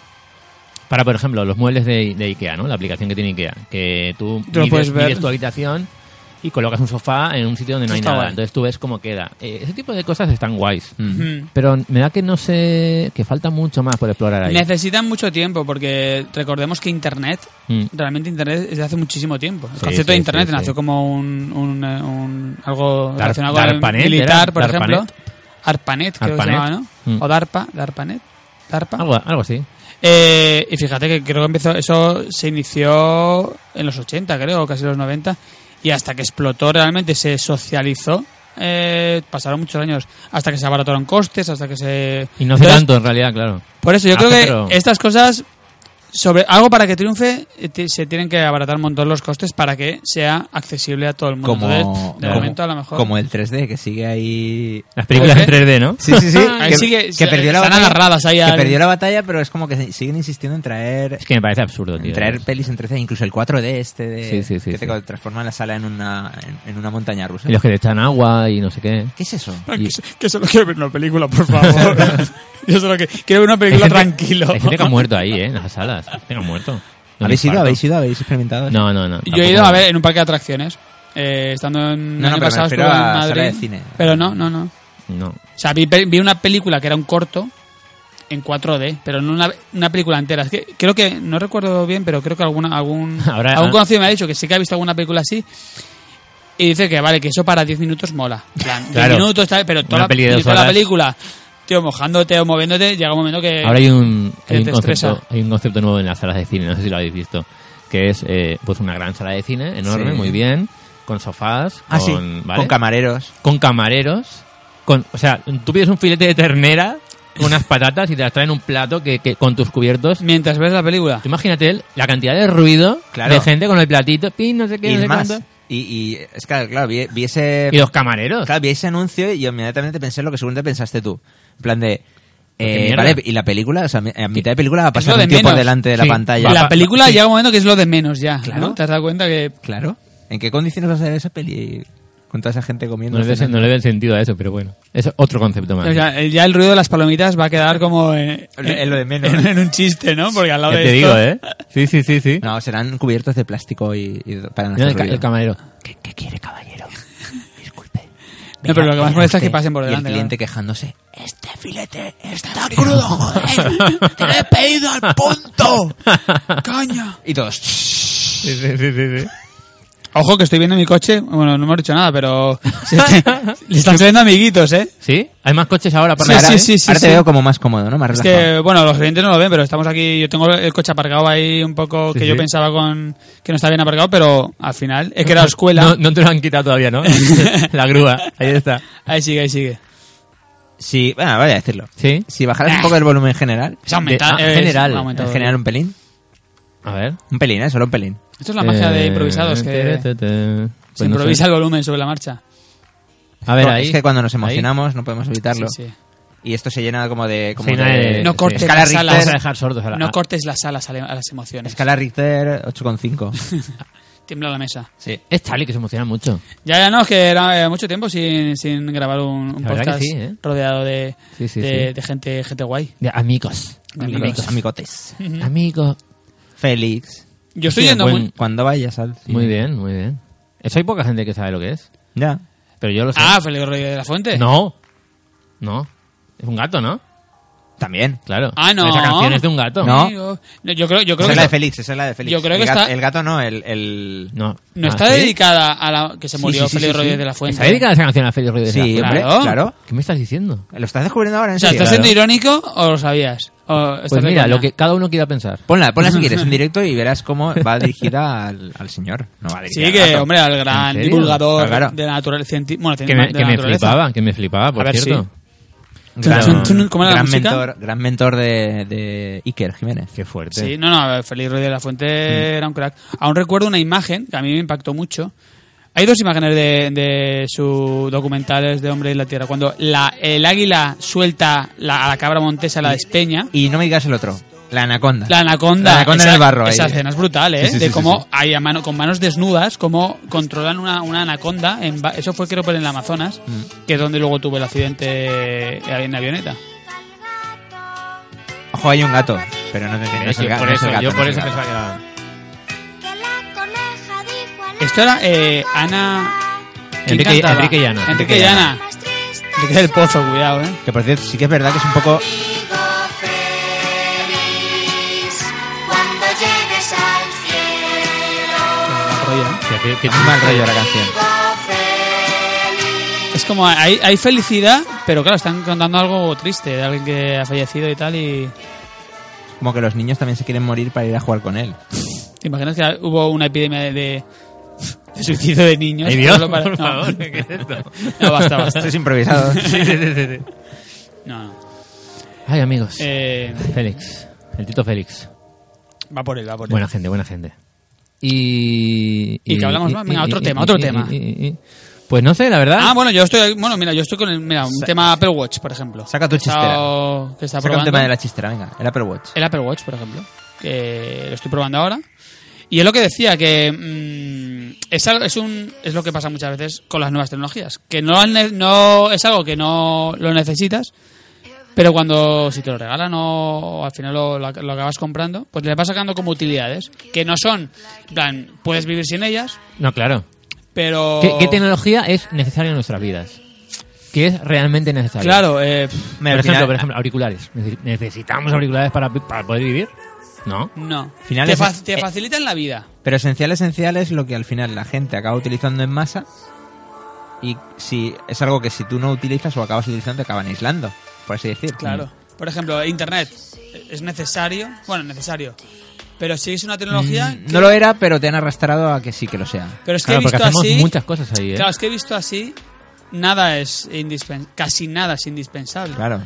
Speaker 1: Para, por ejemplo, los muebles de, de IKEA, ¿no? La aplicación que tiene IKEA. Que tú
Speaker 2: Tú lo
Speaker 1: mides-
Speaker 2: puedes ver.
Speaker 1: mides tu habitación y colocas un sofá en un sitio donde no hay
Speaker 2: Está
Speaker 1: nada.
Speaker 2: guay.
Speaker 1: Entonces tú ves cómo queda. Eh, ese tipo de cosas están guays.
Speaker 2: Mm.
Speaker 1: Pero me da que no sé... Que falta mucho más por explorar ahí.
Speaker 2: Necesitan mucho tiempo porque recordemos que Internet,
Speaker 1: Mm.
Speaker 2: realmente Internet es de hace muchísimo tiempo. El
Speaker 1: Sí,
Speaker 2: concepto de
Speaker 1: sí,
Speaker 2: Internet
Speaker 1: sí, sí.
Speaker 2: nació como un, un, eh, un- algo
Speaker 1: Dar-
Speaker 2: relacionado con
Speaker 1: Darpanet,
Speaker 2: el militar,
Speaker 1: ¿era?
Speaker 2: por ejemplo.
Speaker 1: Darpanet.
Speaker 2: ARPANET, creo que se
Speaker 1: Arpanet.
Speaker 2: llamaba, ¿no?
Speaker 1: Mm.
Speaker 2: O DARPA, DARPANET. DARPA.
Speaker 1: Algo, algo así.
Speaker 2: Eh, y fíjate que creo que empezó, eso se inició en los 80, creo, casi los 90, y hasta que explotó realmente, se socializó, eh, pasaron muchos años, hasta que se abarataron costes, hasta que se...
Speaker 1: Y no sé
Speaker 2: Entonces,
Speaker 1: tanto, en realidad, claro.
Speaker 2: Por eso yo
Speaker 1: Ah,
Speaker 2: creo que
Speaker 1: pero-
Speaker 2: estas cosas, sobre algo para que triunfe, eh, ti- se tienen que abaratar un montón los costes para que sea accesible a todo el mundo.
Speaker 3: Como,
Speaker 2: Entonces, de
Speaker 3: como-
Speaker 2: momento a lo mejor...
Speaker 3: como el 3D que sigue ahí.
Speaker 1: Las películas en
Speaker 2: Porque-
Speaker 1: 3D, ¿no?
Speaker 3: Sí, sí, sí.
Speaker 2: Ah, [LAUGHS] Ahí
Speaker 3: que,
Speaker 2: sigue-
Speaker 3: que perdió la
Speaker 2: están
Speaker 3: batalla.
Speaker 2: agarradas ahí
Speaker 3: que
Speaker 2: al-
Speaker 3: perdió la batalla, pero es como que se- siguen insistiendo en traer
Speaker 1: Es que me parece absurdo, tío.
Speaker 3: en traer pelis en 3D, incluso el 4D este de,
Speaker 1: Sí, sí, sí,
Speaker 3: que te
Speaker 1: sí.
Speaker 3: transforma la sala en una en, en una montaña rusa.
Speaker 1: Y los que te echan agua y no sé qué.
Speaker 3: ¿Qué es eso?
Speaker 2: Ah, Que, se- que solo quiero ver una película, por
Speaker 1: [LAUGHS]
Speaker 2: favor. [LAUGHS] Yo solo que, quiero ver una película
Speaker 1: gente-
Speaker 2: tranquilo.
Speaker 1: Hay gente que ha muerto ahí, ¿eh? En las salas. Hay gente que ha muerto. No
Speaker 3: ¿Habéis
Speaker 1: les
Speaker 3: ido?
Speaker 1: parto.
Speaker 3: ¿Habéis ido? ¿Habéis experimentado? eso?
Speaker 1: No, no, no.
Speaker 2: [LAUGHS] Yo he ido a ver en un parque de atracciones. Eh, estando en.
Speaker 3: No, no,
Speaker 2: el año
Speaker 3: pero me
Speaker 2: pasado
Speaker 3: refiero
Speaker 2: estuve
Speaker 3: a
Speaker 2: en Madrid.
Speaker 3: sala de cine.
Speaker 2: Pero no, no, no. O
Speaker 1: No.
Speaker 2: sea, vi, pe- vi una película que era un corto en 4D, pero no una, una película entera. Es que creo que, no recuerdo bien, pero creo que alguna,
Speaker 1: [LAUGHS]
Speaker 2: algún,
Speaker 1: Habrá-
Speaker 2: algún
Speaker 1: ah.
Speaker 2: conocido me ha dicho que sí que ha visto alguna película así. Y dice que vale, que eso para 10 minutos mola. En plan, 10
Speaker 1: Claro.
Speaker 2: minutos, tal, pero toda,
Speaker 1: Una
Speaker 2: la,
Speaker 1: peli de dos
Speaker 2: toda la
Speaker 1: horas.
Speaker 2: película, tío, mojándote o moviéndote, llega un momento que.
Speaker 1: Ahora hay un,
Speaker 2: que
Speaker 1: hay un,
Speaker 2: te
Speaker 1: concepto,
Speaker 2: estresa.
Speaker 1: hay un concepto nuevo en las salas de cine, no sé si lo habéis visto, que es eh, pues una gran sala de cine, enorme,
Speaker 3: Sí.
Speaker 1: muy bien, con sofás,
Speaker 3: Ah, sí.
Speaker 1: con, ¿vale?
Speaker 3: Con camareros.
Speaker 1: con camareros, con, o sea, tú pides un filete de ternera, unas patatas y te las traen en un plato que, que con tus cubiertos.
Speaker 2: Mientras ves la película.
Speaker 1: Tú imagínate el- la cantidad de ruido
Speaker 3: Claro.
Speaker 1: de gente con el platito, pin, no sé qué,
Speaker 3: Y
Speaker 1: no sé
Speaker 3: más.
Speaker 1: cuánto.
Speaker 3: Y, y es que, claro, vi, vi ese.
Speaker 1: Y los camareros.
Speaker 3: Claro, vi ese anuncio y yo inmediatamente pensé lo que seguramente pensaste tú. En plan de.
Speaker 1: qué
Speaker 3: Eh,
Speaker 1: mierda.
Speaker 3: vale, y la película, o sea, a mitad de película va a
Speaker 2: Es lo
Speaker 3: pasar
Speaker 2: de
Speaker 3: un tío por
Speaker 2: menos.
Speaker 3: delante de la
Speaker 1: Sí,
Speaker 3: pantalla.
Speaker 1: va-
Speaker 2: la
Speaker 1: pa-
Speaker 2: película
Speaker 1: sí.
Speaker 2: llega un momento que es lo de menos ya.
Speaker 3: Claro.
Speaker 2: ¿no? ¿Te has dado cuenta que
Speaker 3: Claro. ¿En qué condiciones vas a ver esa peli con toda esa gente comiendo?
Speaker 1: No le, veo,
Speaker 3: cenando?
Speaker 1: no le veo el sentido a eso, pero bueno. Es otro concepto más.
Speaker 2: o sea, el- ya el ruido de las palomitas va a quedar como en,
Speaker 3: En- en lo de menos.
Speaker 2: en, en un chiste, ¿no? Porque al lado
Speaker 1: Ya
Speaker 2: de
Speaker 1: te
Speaker 2: esto-
Speaker 1: digo, ¿eh? Sí, sí, sí, sí.
Speaker 3: No, serán cubiertos de plástico y, y para no
Speaker 1: Mira
Speaker 3: hacer
Speaker 1: el, ca-
Speaker 3: ruido.
Speaker 1: el camarero.
Speaker 3: ¿Qué, qué quiere, caballero? Disculpe.
Speaker 2: No, pero lo que más
Speaker 3: Venga
Speaker 2: molesta es que
Speaker 3: usted.
Speaker 2: pasen por
Speaker 3: Y
Speaker 2: delante.
Speaker 3: el cliente
Speaker 2: claro.
Speaker 3: quejándose. Este filete está crudo,
Speaker 1: [LAUGHS]
Speaker 3: joder. Te lo he pedido al punto.
Speaker 2: ¡Caña!
Speaker 3: Y todos.
Speaker 1: Sí, sí, sí, sí, sí.
Speaker 2: Ojo que estoy viendo mi coche. Bueno, no hemos dicho nada, pero se- se- le están saliendo amiguitos, ¿eh?
Speaker 1: ¿Sí? ¿Hay más coches ahora por
Speaker 2: Sí,
Speaker 1: la eh?
Speaker 2: sí,
Speaker 1: calle?
Speaker 2: sí, sí,
Speaker 3: Ahora te
Speaker 2: sí.
Speaker 3: veo como más cómodo, ¿no? Más
Speaker 2: Es
Speaker 3: relajado.
Speaker 2: que, bueno, los clientes no lo ven, pero estamos aquí. Yo tengo el coche aparcado ahí un poco
Speaker 1: Sí,
Speaker 2: que yo
Speaker 1: sí.
Speaker 2: pensaba con que no estaba bien aparcado, pero al final he quedado escuela.
Speaker 1: No, no te lo han quitado todavía,
Speaker 2: [LAUGHS]
Speaker 1: ¿no? la grúa. Ahí está.
Speaker 2: Ahí sigue, ahí sigue.
Speaker 3: Si, bueno, voy a decirlo.
Speaker 1: ¿Sí?
Speaker 3: Si bajaras un poco el
Speaker 2: [LAUGHS]
Speaker 3: volumen general,
Speaker 2: Es aumentar.
Speaker 1: ah,
Speaker 2: es
Speaker 1: general,
Speaker 2: aumentado.
Speaker 3: en general un pelín.
Speaker 1: A ver.
Speaker 3: Un pelín, ¿eh? Solo un pelín.
Speaker 2: Esto es la magia de
Speaker 1: Eh,
Speaker 2: improvisados, que
Speaker 1: te, te, te.
Speaker 2: se
Speaker 1: Pues no
Speaker 2: improvisa
Speaker 1: sé.
Speaker 2: el volumen sobre la marcha.
Speaker 1: A ver,
Speaker 3: No,
Speaker 1: ahí.
Speaker 3: Es que cuando nos
Speaker 1: ahí.
Speaker 3: emocionamos no podemos evitarlo.
Speaker 2: Sí, sí.
Speaker 3: Y esto se llena como de... Como
Speaker 1: Se llena de-
Speaker 3: de
Speaker 1: Eh,
Speaker 2: No
Speaker 1: sí.
Speaker 2: cortes
Speaker 3: Escala
Speaker 2: las
Speaker 3: Richter.
Speaker 1: Vamos a
Speaker 2: alas.
Speaker 1: dejar sordos Ah, a la...
Speaker 2: No cortes las alas a le- a las emociones.
Speaker 3: Escala Richter
Speaker 2: [LAUGHS]
Speaker 3: 8,5.
Speaker 2: Tiembla la mesa.
Speaker 3: sí.
Speaker 1: Es Charlie que se emociona mucho.
Speaker 2: Ya, ya no, es que era eh, mucho tiempo sin, sin grabar un, un
Speaker 1: La verdad que
Speaker 2: podcast
Speaker 1: sí, ¿eh?
Speaker 2: rodeado de,
Speaker 1: Sí, sí,
Speaker 2: de,
Speaker 1: sí.
Speaker 2: de gente, gente guay.
Speaker 1: De amigos.
Speaker 2: Amigos.
Speaker 3: Amigotes.
Speaker 1: Amigos.
Speaker 3: Félix.
Speaker 2: Yo estoy
Speaker 1: Sí,
Speaker 2: yendo
Speaker 1: buen-
Speaker 2: muy...
Speaker 3: Cuando vayas al... cine.
Speaker 1: Muy bien, muy bien. Eso hay poca gente que sabe lo que es.
Speaker 3: Ya.
Speaker 1: Pero yo lo sé.
Speaker 2: Ah, Félix Rodríguez de la Fuente.
Speaker 1: No. No. Es un gato, ¿no?
Speaker 3: También.
Speaker 1: Claro.
Speaker 2: Ah, no.
Speaker 1: Esa canción es de un gato.
Speaker 3: No.
Speaker 2: Amigo. No, Yo creo, yo creo
Speaker 3: Esa es la de
Speaker 2: que...
Speaker 3: Félix, esa es la de Félix.
Speaker 2: Yo creo
Speaker 3: el
Speaker 2: que
Speaker 3: gato,
Speaker 2: está-
Speaker 3: El gato no, el... el...
Speaker 1: No.
Speaker 2: No
Speaker 1: Ah,
Speaker 2: está
Speaker 1: ¿sí?
Speaker 2: dedicada a la que se
Speaker 3: Sí,
Speaker 2: murió
Speaker 3: sí, sí,
Speaker 2: Félix
Speaker 3: sí,
Speaker 2: Rodríguez
Speaker 3: sí.
Speaker 2: de la Fuente.
Speaker 1: ¿Está dedicada esa canción a Félix Rodríguez?
Speaker 3: Sí,
Speaker 1: de la Fuente?
Speaker 3: hombre,
Speaker 2: Claro. Pues
Speaker 3: claro.
Speaker 1: ¿Qué me estás diciendo?
Speaker 3: ¿Lo estás descubriendo ahora en
Speaker 2: O sea,
Speaker 3: serio?
Speaker 2: ¿estás siendo
Speaker 3: Claro.
Speaker 2: irónico o lo sabías? ¿O estás
Speaker 1: Pues
Speaker 2: de
Speaker 1: mira,
Speaker 2: coña?
Speaker 1: lo que cada uno quiera pensar.
Speaker 3: Ponla, ponla si
Speaker 2: [LAUGHS]
Speaker 3: quieres en directo y verás cómo va dirigida al, al señor. No va dirigida
Speaker 2: Sí,
Speaker 3: al
Speaker 2: que,
Speaker 3: gato.
Speaker 2: hombre, al gran
Speaker 1: ¿En serio? Ah,
Speaker 2: divulgador
Speaker 3: Claro, claro.
Speaker 2: de la naturaleza... cienti- Bueno,
Speaker 1: Que me,
Speaker 2: de la
Speaker 1: que me
Speaker 2: naturaleza.
Speaker 1: flipaba, que me flipaba, por
Speaker 2: A ver,
Speaker 1: cierto.
Speaker 2: sí.
Speaker 1: Tun, tun,
Speaker 3: Gran,
Speaker 2: tun, ¿cómo era la
Speaker 3: gran
Speaker 2: música?
Speaker 3: mentor, gran mentor de, de Iker Jiménez.
Speaker 1: Qué fuerte.
Speaker 2: Sí, no, no, Feliz Ruiz de la Fuente
Speaker 1: Mm.
Speaker 2: era un crack. Aún recuerdo una imagen que a mí me impactó mucho. Hay dos imágenes de, de su documentales de Hombre y la Tierra. Cuando la, el águila suelta la- a la cabra montesa, la despeña.
Speaker 3: Y no me digas el otro. La anaconda.
Speaker 2: La anaconda.
Speaker 3: La anaconda
Speaker 2: esa-
Speaker 3: en el barro.
Speaker 2: Esa
Speaker 3: ahí.
Speaker 2: escena es brutal, ¿eh?
Speaker 3: Sí, sí,
Speaker 2: de
Speaker 3: sí,
Speaker 2: cómo
Speaker 3: sí,
Speaker 2: hay a mano, con manos desnudas, cómo controlan una, una anaconda. en ba- eso fue, creo, por en el Amazonas,
Speaker 3: Mm.
Speaker 2: que es donde luego tuvo el accidente eh, en avioneta.
Speaker 3: Ojo, hay un gato. Pero no, no es el gato.
Speaker 1: por
Speaker 3: no es el
Speaker 1: eso,
Speaker 3: gato,
Speaker 1: yo
Speaker 3: no
Speaker 1: por
Speaker 3: es
Speaker 1: eso
Speaker 3: el gato.
Speaker 1: pensaba que era...
Speaker 2: Esto era eh, Ana. ¿quién
Speaker 1: Enrique-
Speaker 2: cantaba?
Speaker 1: Enrique Llana.
Speaker 2: Enrique
Speaker 1: Enrique
Speaker 2: Llana. Enrique del Pozo, cuidado, ¿eh?
Speaker 3: Que por cierto, sí que es verdad que es un poco.
Speaker 4: Cuando llegues al cielo,
Speaker 2: Mal rollo, ¿eh?
Speaker 1: Hostia, qué- qué-
Speaker 3: Un mal rollo la canción.
Speaker 2: Es como hay, hay felicidad, pero claro, están contando algo triste de alguien que ha fallecido y tal. Y
Speaker 3: Como que los niños también se quieren morir para ir a jugar con él.
Speaker 2: te imaginas que hubo una epidemia de, de, de suicidio de niños.
Speaker 1: Ay, Dios,
Speaker 2: Solo para-
Speaker 1: por [LAUGHS]
Speaker 2: no.
Speaker 1: favor, ¿qué es esto?
Speaker 2: No, basta, basta.
Speaker 3: Esto es improvisado.
Speaker 2: [LAUGHS] No, no.
Speaker 1: Ay, amigos.
Speaker 2: Eh,
Speaker 1: Félix. El Tito Félix.
Speaker 2: va por él, va por él.
Speaker 1: Buena gente, buena gente. Y...
Speaker 2: Y que hablamos más. Venga, otro tema, otro tema.
Speaker 1: y- pues no sé, la verdad.
Speaker 2: Ah, bueno, yo estoy. Bueno, mira, yo estoy con el, mira, un
Speaker 3: Sa-
Speaker 2: tema Apple Watch, por ejemplo.
Speaker 3: Saca tu
Speaker 2: Que está- Que está
Speaker 3: Saca un
Speaker 2: probando.
Speaker 3: tema de la chistera, venga. El Apple Watch.
Speaker 2: El Apple Watch, por ejemplo, que lo estoy probando ahora. Y es lo que decía, que mm, es, al- es, un, es lo que pasa muchas veces con las nuevas tecnologías, que no, al ne- no es algo que no lo necesitas, pero cuando si te lo regalan o al final lo, lo ac- lo acabas comprando, pues le vas sacando como utilidades, que no son, en plan, puedes vivir sin ellas,
Speaker 1: No, claro.
Speaker 2: pero...
Speaker 1: ¿Qué, qué tecnología es necesaria en nuestras vidas? ¿Qué es realmente necesaria?
Speaker 2: Claro, eh,
Speaker 3: Me-
Speaker 1: por
Speaker 3: al
Speaker 1: ejemplo,
Speaker 3: final-
Speaker 1: por ejemplo, auriculares. Nece- ¿Necesitamos auriculares para, para poder vivir? No.
Speaker 2: no.
Speaker 3: Final
Speaker 2: te,
Speaker 3: es-
Speaker 2: fa- te
Speaker 3: eh.
Speaker 2: facilitan la vida.
Speaker 3: Pero esencial, esencial es lo que al final la gente acaba utilizando en masa. Y si es algo que si tú no utilizas o acabas utilizando, te acaban aislando. Por así decir.
Speaker 2: Claro. Por ejemplo, Internet eh, es necesario. Bueno, necesario. Pero si es una tecnología.
Speaker 3: Mm, No lo era, pero te han arrastrado a que sí que lo sea.
Speaker 2: Pero es que
Speaker 1: Claro,
Speaker 2: he
Speaker 1: porque
Speaker 2: visto
Speaker 1: hacemos
Speaker 2: así.
Speaker 1: muchas cosas ahí, ¿eh?
Speaker 2: Claro, es que he visto así. Nada es indispensable. Casi nada es indispensable.
Speaker 3: Claro.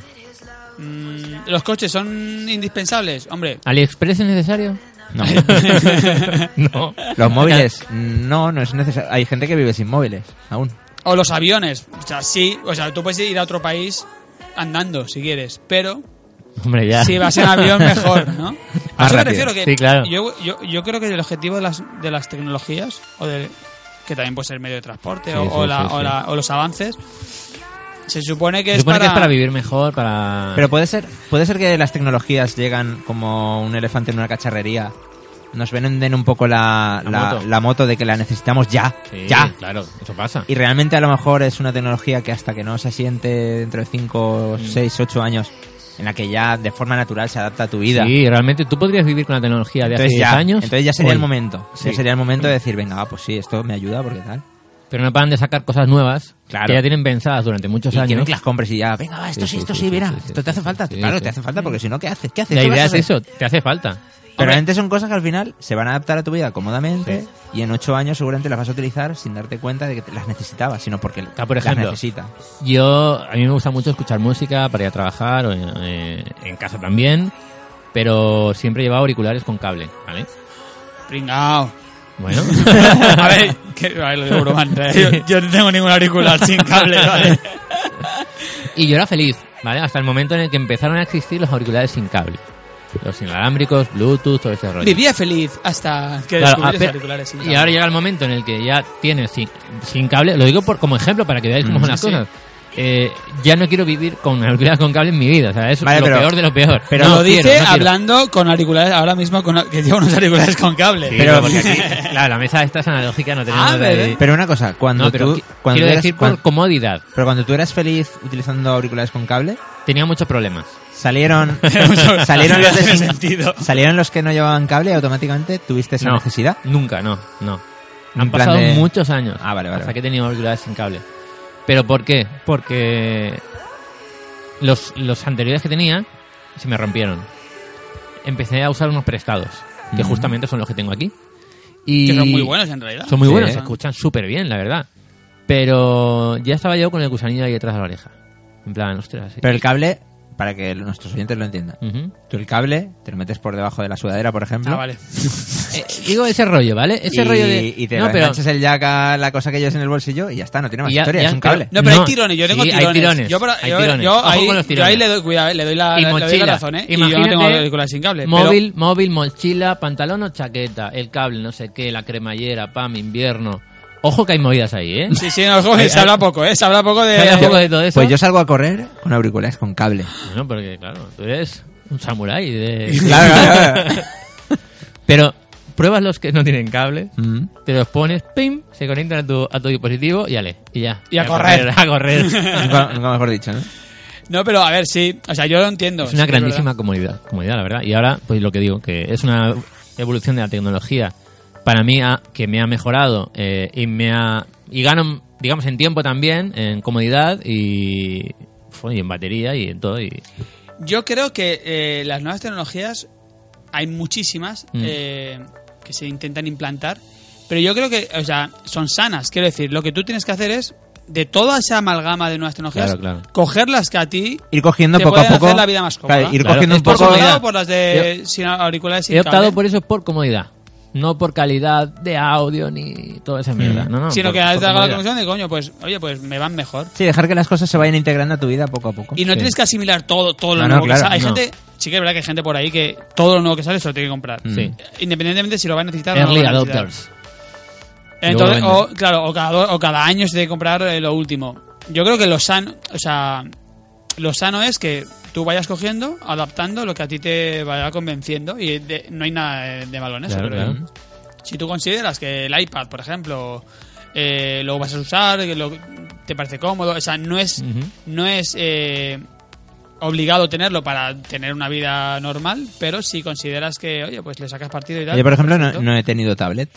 Speaker 2: Mm, ¿Los coches son indispensables? Hombre.
Speaker 1: ¿AliExpress es necesario?
Speaker 2: [LAUGHS]
Speaker 3: No.
Speaker 1: no.
Speaker 3: Los móviles, no, no es necesario. Hay gente que vive sin móviles, aún.
Speaker 1: Ah.
Speaker 2: O los aviones. O sea, sí. O sea, tú puedes ir a otro país andando si quieres. Pero
Speaker 1: Hombre, ya.
Speaker 2: Si vas en [LAUGHS] avión, mejor, ¿no? A
Speaker 3: Más
Speaker 2: eso me
Speaker 3: rápido.
Speaker 2: refiero que
Speaker 1: Sí, claro.
Speaker 2: yo, yo, yo creo que el objetivo de las, de las tecnologías, o de, que también puede ser medio de transporte, o,
Speaker 1: Sí, sí,
Speaker 2: o la-
Speaker 1: sí, sí.
Speaker 2: o la- o los avances, se supone que
Speaker 1: Se
Speaker 2: es
Speaker 1: supone
Speaker 2: para...
Speaker 1: que es para vivir mejor, para...
Speaker 3: Pero puede ser, puede ser que las tecnologías llegan como un elefante en una cacharrería. Nos venden un poco la,
Speaker 1: La
Speaker 3: la- la
Speaker 1: moto.
Speaker 3: moto. de que la necesitamos ya,
Speaker 1: Sí,
Speaker 3: ya.
Speaker 1: claro, eso pasa.
Speaker 3: Y realmente a lo mejor es una tecnología que hasta que no se asiente dentro de
Speaker 1: Mm.
Speaker 3: 5, 6, 8 años, en la que ya de forma natural se adapta a tu vida.
Speaker 1: Sí, realmente tú podrías vivir con la tecnología de hace
Speaker 3: Entonces
Speaker 1: 10
Speaker 3: ya,
Speaker 1: años.
Speaker 3: entonces ya sería el
Speaker 1: hoy.
Speaker 3: momento.
Speaker 1: Sí.
Speaker 3: Ya sería el momento de decir, venga, va, pues sí, esto me ayuda porque tal.
Speaker 1: Pero no paran de sacar cosas nuevas
Speaker 3: Claro.
Speaker 1: que ya tienen pensadas durante muchos
Speaker 3: Y
Speaker 1: años.
Speaker 3: quieren que las compres y ya, venga, va, esto
Speaker 1: Sí,
Speaker 3: sí,
Speaker 1: sí,
Speaker 3: esto
Speaker 1: sí,
Speaker 3: sí,
Speaker 1: sí,
Speaker 3: mira,
Speaker 1: sí, sí,
Speaker 3: esto te hace
Speaker 1: sí,
Speaker 3: falta.
Speaker 1: sí,
Speaker 3: claro,
Speaker 1: sí,
Speaker 3: te hace falta porque si no, ¿qué haces? ¿Qué haces?
Speaker 1: La
Speaker 3: ¿Qué vas
Speaker 1: idea
Speaker 3: a
Speaker 1: es
Speaker 3: hacer?
Speaker 1: eso, te hace falta.
Speaker 3: Pero
Speaker 2: Hombre.
Speaker 3: realmente son cosas que al final se van a adaptar a tu vida cómodamente y en ocho años seguramente las vas a utilizar sin darte cuenta de que te- las necesitabas, sino porque
Speaker 1: Ah, por
Speaker 3: las
Speaker 1: ejemplo.
Speaker 3: necesita.
Speaker 1: Yo, a mí me gusta mucho escuchar música para ir a trabajar, o en, eh, en casa también, pero siempre llevaba auriculares con cable, ¿vale? [LAUGHS]
Speaker 2: Pringao.
Speaker 3: [LAUGHS]
Speaker 1: Bueno,
Speaker 2: a ver, que, a ver, lo digo bromante, ¿eh? yo, yo no tengo ningún auricular sin cable, ¿vale?
Speaker 1: y yo era feliz, ¿vale? Hasta el momento en el que empezaron a existir los auriculares sin cable. Los inalámbricos, Bluetooth, todo ese rollo.
Speaker 2: [LAUGHS] Vivía feliz hasta que
Speaker 1: Claro,
Speaker 2: descubrí los
Speaker 1: ape-
Speaker 2: auriculares sin
Speaker 1: Y
Speaker 2: cable.
Speaker 1: ahora llega el momento en el que ya tienes sin, sin cable. Lo digo por, como ejemplo para que veáis cómo
Speaker 3: Mm,
Speaker 1: son las
Speaker 2: sí, sí.
Speaker 1: cosas. Eh, ya no quiero vivir con auriculares con cable en mi vida. O sea, es
Speaker 3: Vale,
Speaker 1: lo
Speaker 3: pero-
Speaker 1: peor de lo peor.
Speaker 3: pero
Speaker 1: No
Speaker 2: lo dice
Speaker 1: quiero, no quiero.
Speaker 2: hablando con auriculares, ahora mismo con, que llevo unos auriculares con cable.
Speaker 1: Sí, pero
Speaker 3: pero-
Speaker 1: porque
Speaker 3: [LAUGHS]
Speaker 1: aquí, claro, la mesa esta es analógica, no tenemos
Speaker 2: Ah,
Speaker 1: nada
Speaker 2: bebé.
Speaker 1: ahí.
Speaker 3: Pero una cosa, cuando
Speaker 1: No, pero
Speaker 3: tú,
Speaker 1: qui-
Speaker 3: cuando
Speaker 1: quiero
Speaker 3: tú eras-
Speaker 1: decir
Speaker 3: cuan-
Speaker 1: por comodidad.
Speaker 3: pero cuando tú eras feliz utilizando auriculares con cable,
Speaker 1: Tenía muchos problemas.
Speaker 3: [LAUGHS] salieron,
Speaker 2: [LAUGHS]
Speaker 3: salieron los de
Speaker 2: Tiene
Speaker 3: sin-
Speaker 2: sentido.
Speaker 3: [LAUGHS] salieron los que no llevaban cable y automáticamente tuviste esa
Speaker 1: No.
Speaker 3: necesidad.
Speaker 1: Nunca, no, no.
Speaker 3: En
Speaker 1: Han
Speaker 3: plan
Speaker 1: pasado
Speaker 3: de-
Speaker 1: muchos años.
Speaker 3: Ah, vale, vale,
Speaker 1: Hasta
Speaker 3: vale.
Speaker 1: que he tenido auriculares sin cable. ¿Pero por qué? Porque los, los anteriores que tenía se me rompieron. Empecé a usar unos prestados, que
Speaker 3: Ujú.
Speaker 1: justamente son los que tengo aquí. Y
Speaker 2: Que son muy buenos en realidad.
Speaker 1: Son muy
Speaker 3: Sí,
Speaker 1: buenos,
Speaker 3: ¿eh?
Speaker 1: se escuchan súper bien, la verdad. Pero ya estaba yo con el gusanillo ahí detrás de la oreja. En plan, ostras.
Speaker 3: Pero el cable para que nuestros oyentes lo entiendan.
Speaker 1: Ujú.
Speaker 3: Tú el cable te lo metes por debajo de la sudadera, por ejemplo.
Speaker 2: Ah, vale.
Speaker 1: Eh, digo ese rollo, ¿vale? Ese
Speaker 3: y,
Speaker 1: rollo de.
Speaker 3: y te
Speaker 1: no,
Speaker 3: lo
Speaker 1: pero.
Speaker 3: enganchas el jack a la cosa que llevas en el bolsillo y ya está, no tiene más
Speaker 1: y ya-
Speaker 3: historia,
Speaker 1: ya,
Speaker 3: es un
Speaker 1: pero-
Speaker 3: cable.
Speaker 2: No, pero hay tirones, yo tengo
Speaker 1: sí,
Speaker 2: tirones.
Speaker 1: Hay tirones.
Speaker 2: Yo, para-
Speaker 1: hay
Speaker 2: yo-
Speaker 1: tirones.
Speaker 2: yo
Speaker 1: Ojo
Speaker 2: ahí,
Speaker 1: con los
Speaker 2: yo
Speaker 1: tirones.
Speaker 2: ahí le doy, cuidado, le doy la,
Speaker 1: y
Speaker 2: le doy la
Speaker 1: mochila.
Speaker 2: razón, ¿eh? Y yo no
Speaker 1: Imagínate,
Speaker 2: tengo películas sin cable. pero-
Speaker 1: Móvil, móvil, mochila, pantalón o chaqueta, el cable, no sé qué, la cremallera, pam, invierno. Ojo que hay movidas ahí, ¿eh?
Speaker 2: [LAUGHS] Sí, sí, no, joder, se habla poco, ¿eh? Se habla poco de...
Speaker 1: Hay un poco de todo eso.
Speaker 3: Pues yo salgo a correr con auriculares con
Speaker 1: [LAUGHS]
Speaker 3: cable.
Speaker 1: No, porque claro, tú eres un samurái de...
Speaker 3: Claro, claro, claro.
Speaker 1: Pero pruebas los que no tienen cable,
Speaker 3: Mm.
Speaker 1: te los pones, pim, se conectan a tu, a tu dispositivo y ale, y ya.
Speaker 2: Y a correr.
Speaker 1: A
Speaker 2: [LAUGHS]
Speaker 1: correr.
Speaker 3: nunca, nunca mejor dicho, ¿no?
Speaker 2: [LAUGHS] No, pero a ver, sí. O sea, yo lo entiendo.
Speaker 1: es una
Speaker 2: sí,
Speaker 1: grandísima comunidad, comunidad, la verdad. Y ahora, pues lo que digo, que es una evolución de la tecnología para mí ha- que me ha mejorado eh, y me ha y gano, digamos, en tiempo también, en comodidad y, fue, y en batería y en todo. Y,
Speaker 2: es verdad. Yo creo que eh, las nuevas tecnologías, hay muchísimas
Speaker 1: Mm.
Speaker 2: eh, que se intentan implantar, pero yo creo que, o sea, son sanas. Quiero decir, lo que tú tienes que hacer es, de toda esa amalgama de nuevas tecnologías,
Speaker 1: Claro, claro.
Speaker 2: coger las que a ti...
Speaker 3: Ir cogiendo
Speaker 2: Te
Speaker 3: poco a
Speaker 2: pueden
Speaker 3: poco.
Speaker 2: hacer la vida más cómoda.
Speaker 3: Claro, ir
Speaker 1: Claro,
Speaker 3: cogiendo
Speaker 1: es
Speaker 3: un
Speaker 2: Por
Speaker 1: por
Speaker 3: poco.
Speaker 2: un
Speaker 1: comodidad.
Speaker 2: lado, por las de sin auriculares sin
Speaker 1: He optado
Speaker 2: cable,
Speaker 1: por eso por comodidad, no por calidad de audio ni toda esa mierda. No, Ah, pues no,
Speaker 2: sino
Speaker 1: por-
Speaker 2: Mm. que
Speaker 1: por
Speaker 2: has llegado a la
Speaker 1: comodidad.
Speaker 2: conclusión de, coño, pues, oye, pues me van mejor.
Speaker 3: Sí, dejar que las cosas se vayan integrando a tu vida poco a poco.
Speaker 2: Y no
Speaker 1: Sí.
Speaker 2: tienes que asimilar todo, todo lo
Speaker 3: No, no,
Speaker 2: nuevo
Speaker 3: claro,
Speaker 2: que sale. Hay
Speaker 1: no.
Speaker 2: gente, sí que es verdad que hay gente por ahí que todo lo nuevo que sale se lo tiene que comprar.
Speaker 1: Sí.
Speaker 2: Independientemente si lo va a necesitar o no. lo
Speaker 1: Mm. Early
Speaker 2: va a necesitar.
Speaker 1: adopters.
Speaker 2: Entonces,
Speaker 1: Luego lo
Speaker 2: o, claro, o cada, do- o cada año se tiene que comprar eh, lo último. Yo creo que lo sano, o sea, lo sano es que tú vayas cogiendo, adaptando lo que a ti te vaya convenciendo y de- no hay nada de, de malo en eso.
Speaker 1: Claro,
Speaker 2: pero
Speaker 1: claro.
Speaker 2: Si tú consideras que el iPad, por ejemplo, eh, lo vas a usar, que lo- te parece cómodo, o sea, no es,
Speaker 1: Ujú.
Speaker 2: no es eh, obligado tenerlo para tener una vida normal, pero si consideras que, oye, pues le sacas partido y tal. pues
Speaker 3: Yo, por ejemplo, no,
Speaker 2: perfecto.
Speaker 3: no he tenido tablet.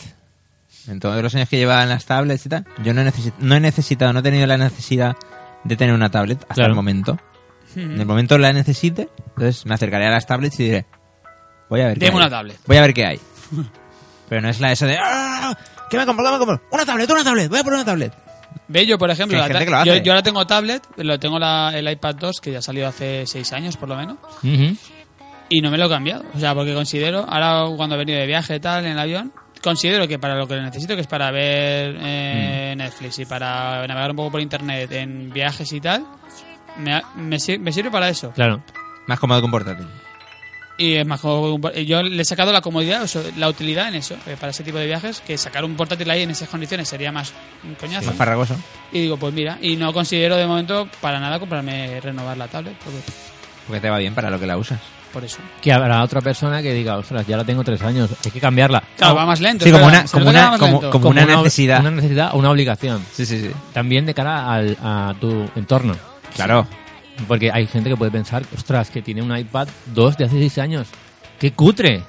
Speaker 3: En todos los años que llevaba en las tablets y tal, yo no he, necesi- no he necesitado, no he tenido la necesidad de tener una tablet hasta
Speaker 1: Claro.
Speaker 3: el momento. En el momento la necesite, entonces me acercaré a las tablets y diré, voy a ver qué
Speaker 2: Deme
Speaker 3: hay.
Speaker 2: una tablet.
Speaker 3: Voy a ver [LAUGHS] qué hay. Pero no es la eso de, "Ah, ¿qué me compro? ¿Qué me compro? Una tablet, una tablet, voy a por una tablet.
Speaker 2: Ve, yo, por ejemplo,
Speaker 3: Que hay
Speaker 2: la
Speaker 3: gente
Speaker 2: ta-
Speaker 3: que lo hace.
Speaker 2: yo, yo ahora tengo tablet, lo tengo la- el iPad 2, que ya salió hace 6 años por lo menos,
Speaker 1: Ujú.
Speaker 2: y no me lo he cambiado. O sea, porque considero, ahora cuando he venido de viaje y tal, en el avión, considero que para lo que lo necesito, que es para ver
Speaker 3: Mm.
Speaker 2: eh, Netflix y para navegar un poco por internet en viajes y tal, me, ha- me sir- me sirve para eso.
Speaker 1: Claro.
Speaker 3: Más cómodo que un portátil.
Speaker 2: Y es más cómodo que un por- y Yo le he sacado la comodidad, o sea, la utilidad en eso, eh, para ese tipo de viajes, que sacar un portátil ahí en esas condiciones sería más un coñazo.
Speaker 3: Más farragoso.
Speaker 2: Y digo, pues mira, y no considero de momento para nada comprarme renovar la tablet, porque,
Speaker 3: Porque te va bien para lo que la usas.
Speaker 2: por eso.
Speaker 1: Que habrá otra persona que diga, ostras, ya la tengo tres años, hay que cambiarla.
Speaker 2: Claro,
Speaker 1: O-
Speaker 2: va más lento.
Speaker 3: Sí,
Speaker 2: es
Speaker 3: como
Speaker 2: verdad,
Speaker 3: una-
Speaker 2: se nota
Speaker 3: como
Speaker 2: que
Speaker 3: una-
Speaker 2: va más
Speaker 3: como-
Speaker 2: lento.
Speaker 3: como- una necesidad.
Speaker 1: Una necesidad o una obligación.
Speaker 3: Sí, sí, sí.
Speaker 1: También de cara al, a tu entorno.
Speaker 3: Claro.
Speaker 1: Porque hay gente que puede pensar, ostras, que tiene un iPad 2 de hace 6 años. ¡Qué
Speaker 2: [LAUGHS]
Speaker 1: cutre!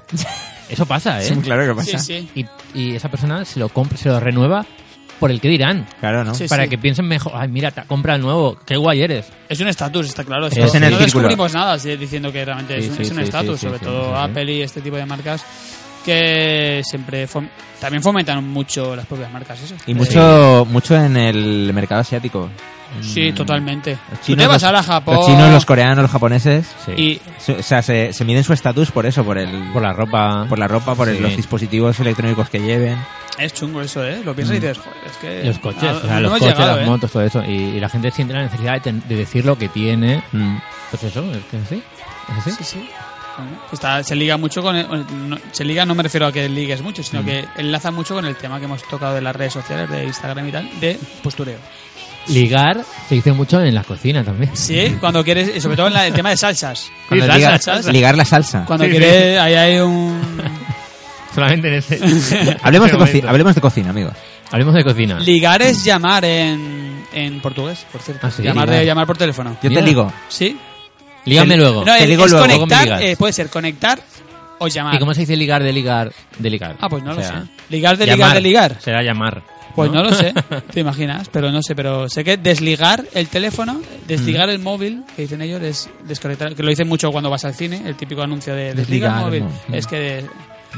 Speaker 1: Eso pasa, ¿eh?
Speaker 3: Sí, claro que
Speaker 2: Sí,
Speaker 3: pasa.
Speaker 2: sí.
Speaker 1: Y, y esa persona se lo compra, se lo renueva por el que dirán.
Speaker 3: Claro, ¿no?
Speaker 2: Sí,
Speaker 1: para que piensen mejor, ay, mira, te compra el nuevo, qué guay eres.
Speaker 2: Es un estatus, está claro.
Speaker 1: Es
Speaker 2: esto.
Speaker 3: en el
Speaker 2: no
Speaker 3: círculo.
Speaker 2: descubrimos nada así, diciendo que realmente es
Speaker 1: Sí,
Speaker 2: un-
Speaker 1: sí,
Speaker 2: es un
Speaker 1: sí,
Speaker 2: estatus,
Speaker 1: sí, sí,
Speaker 2: sobre
Speaker 1: sí,
Speaker 2: todo
Speaker 1: sí, sí.
Speaker 2: Apple y este tipo de marcas que siempre fom- también fomentan mucho las propias marcas eso.
Speaker 3: Y mucho, mucho en el mercado asiático.
Speaker 2: Sí,
Speaker 3: Mm.
Speaker 2: totalmente.
Speaker 3: Los
Speaker 2: Tú te
Speaker 3: chinos,
Speaker 2: vas
Speaker 3: los-
Speaker 2: ahora a Japón.
Speaker 3: Los chinos, los coreanos, los japoneses.
Speaker 1: Sí.
Speaker 2: y
Speaker 3: su- o sea, se, se miden su estatus por eso, por el
Speaker 1: por la ropa.
Speaker 3: por la ropa, por el-
Speaker 1: Sí.
Speaker 3: los dispositivos electrónicos que lleven.
Speaker 2: es chungo eso, ¿eh? Lo piensas y dices, "Joder, es que...
Speaker 1: Mm. Los coches,
Speaker 2: ah,
Speaker 1: o sea,
Speaker 2: no
Speaker 1: los
Speaker 2: hemos
Speaker 1: coches,
Speaker 2: llegado,
Speaker 1: las
Speaker 2: ¿eh?".
Speaker 1: motos, todo eso. Y, y la gente siente la necesidad de, ten- de decir lo que tiene.
Speaker 3: Mm.
Speaker 1: Pues eso, es que sí. Es así.
Speaker 2: Sí, sí. Está, se liga mucho con. el- no- se liga, no me refiero a que ligues mucho,
Speaker 1: Mm.
Speaker 2: sino que enlaza mucho con el tema que hemos tocado de las redes sociales, de Instagram y tal, de postureo.
Speaker 1: Ligar se dice mucho en las cocinas también.
Speaker 2: Sí, cuando quieres, y sobre todo en la- el tema de salsas.
Speaker 3: Cuando
Speaker 1: salsa,
Speaker 3: liga-
Speaker 2: salsa.
Speaker 3: ligar la salsa.
Speaker 2: Cuando
Speaker 1: Sí,
Speaker 2: quieres, ahí hay un.
Speaker 1: [LAUGHS] Solamente en
Speaker 2: [LAUGHS]
Speaker 1: ese. [LAUGHS]
Speaker 3: Hablemos de,
Speaker 1: ese
Speaker 3: cocina,
Speaker 1: momento.
Speaker 3: hablemos de cocina, amigos.
Speaker 1: Hablemos de cocina.
Speaker 2: Ligar es llamar en, en portugués, por cierto.
Speaker 1: Ah, sí,
Speaker 2: llamar, de,
Speaker 1: ligar.
Speaker 2: llamar por teléfono.
Speaker 3: Yo
Speaker 1: Mira.
Speaker 3: te digo,
Speaker 2: ¿Sí?
Speaker 1: Lígame
Speaker 3: Te-
Speaker 1: luego.
Speaker 2: No,
Speaker 3: Te
Speaker 2: es,
Speaker 3: digo
Speaker 2: es
Speaker 3: luego, ¿cómo
Speaker 1: me
Speaker 2: conectar,
Speaker 1: ligas?
Speaker 2: eh, puede ser conectar o llamar.
Speaker 1: ¿Y cómo se dice ligar de ligar de ligar?
Speaker 2: Ah, pues no
Speaker 1: O sea,
Speaker 2: lo sé. Ligar de ligar
Speaker 1: llamar.
Speaker 2: de ligar.
Speaker 1: Será llamar.
Speaker 2: Pues no, lo sé, te imaginas, pero no sé, pero sé que desligar el teléfono, desligar el móvil, que dicen ellos, es desconectar, que lo dicen mucho cuando vas al cine, el típico anuncio de desliga el
Speaker 3: Desligar el
Speaker 2: móvil,
Speaker 3: móvil.
Speaker 2: es que de-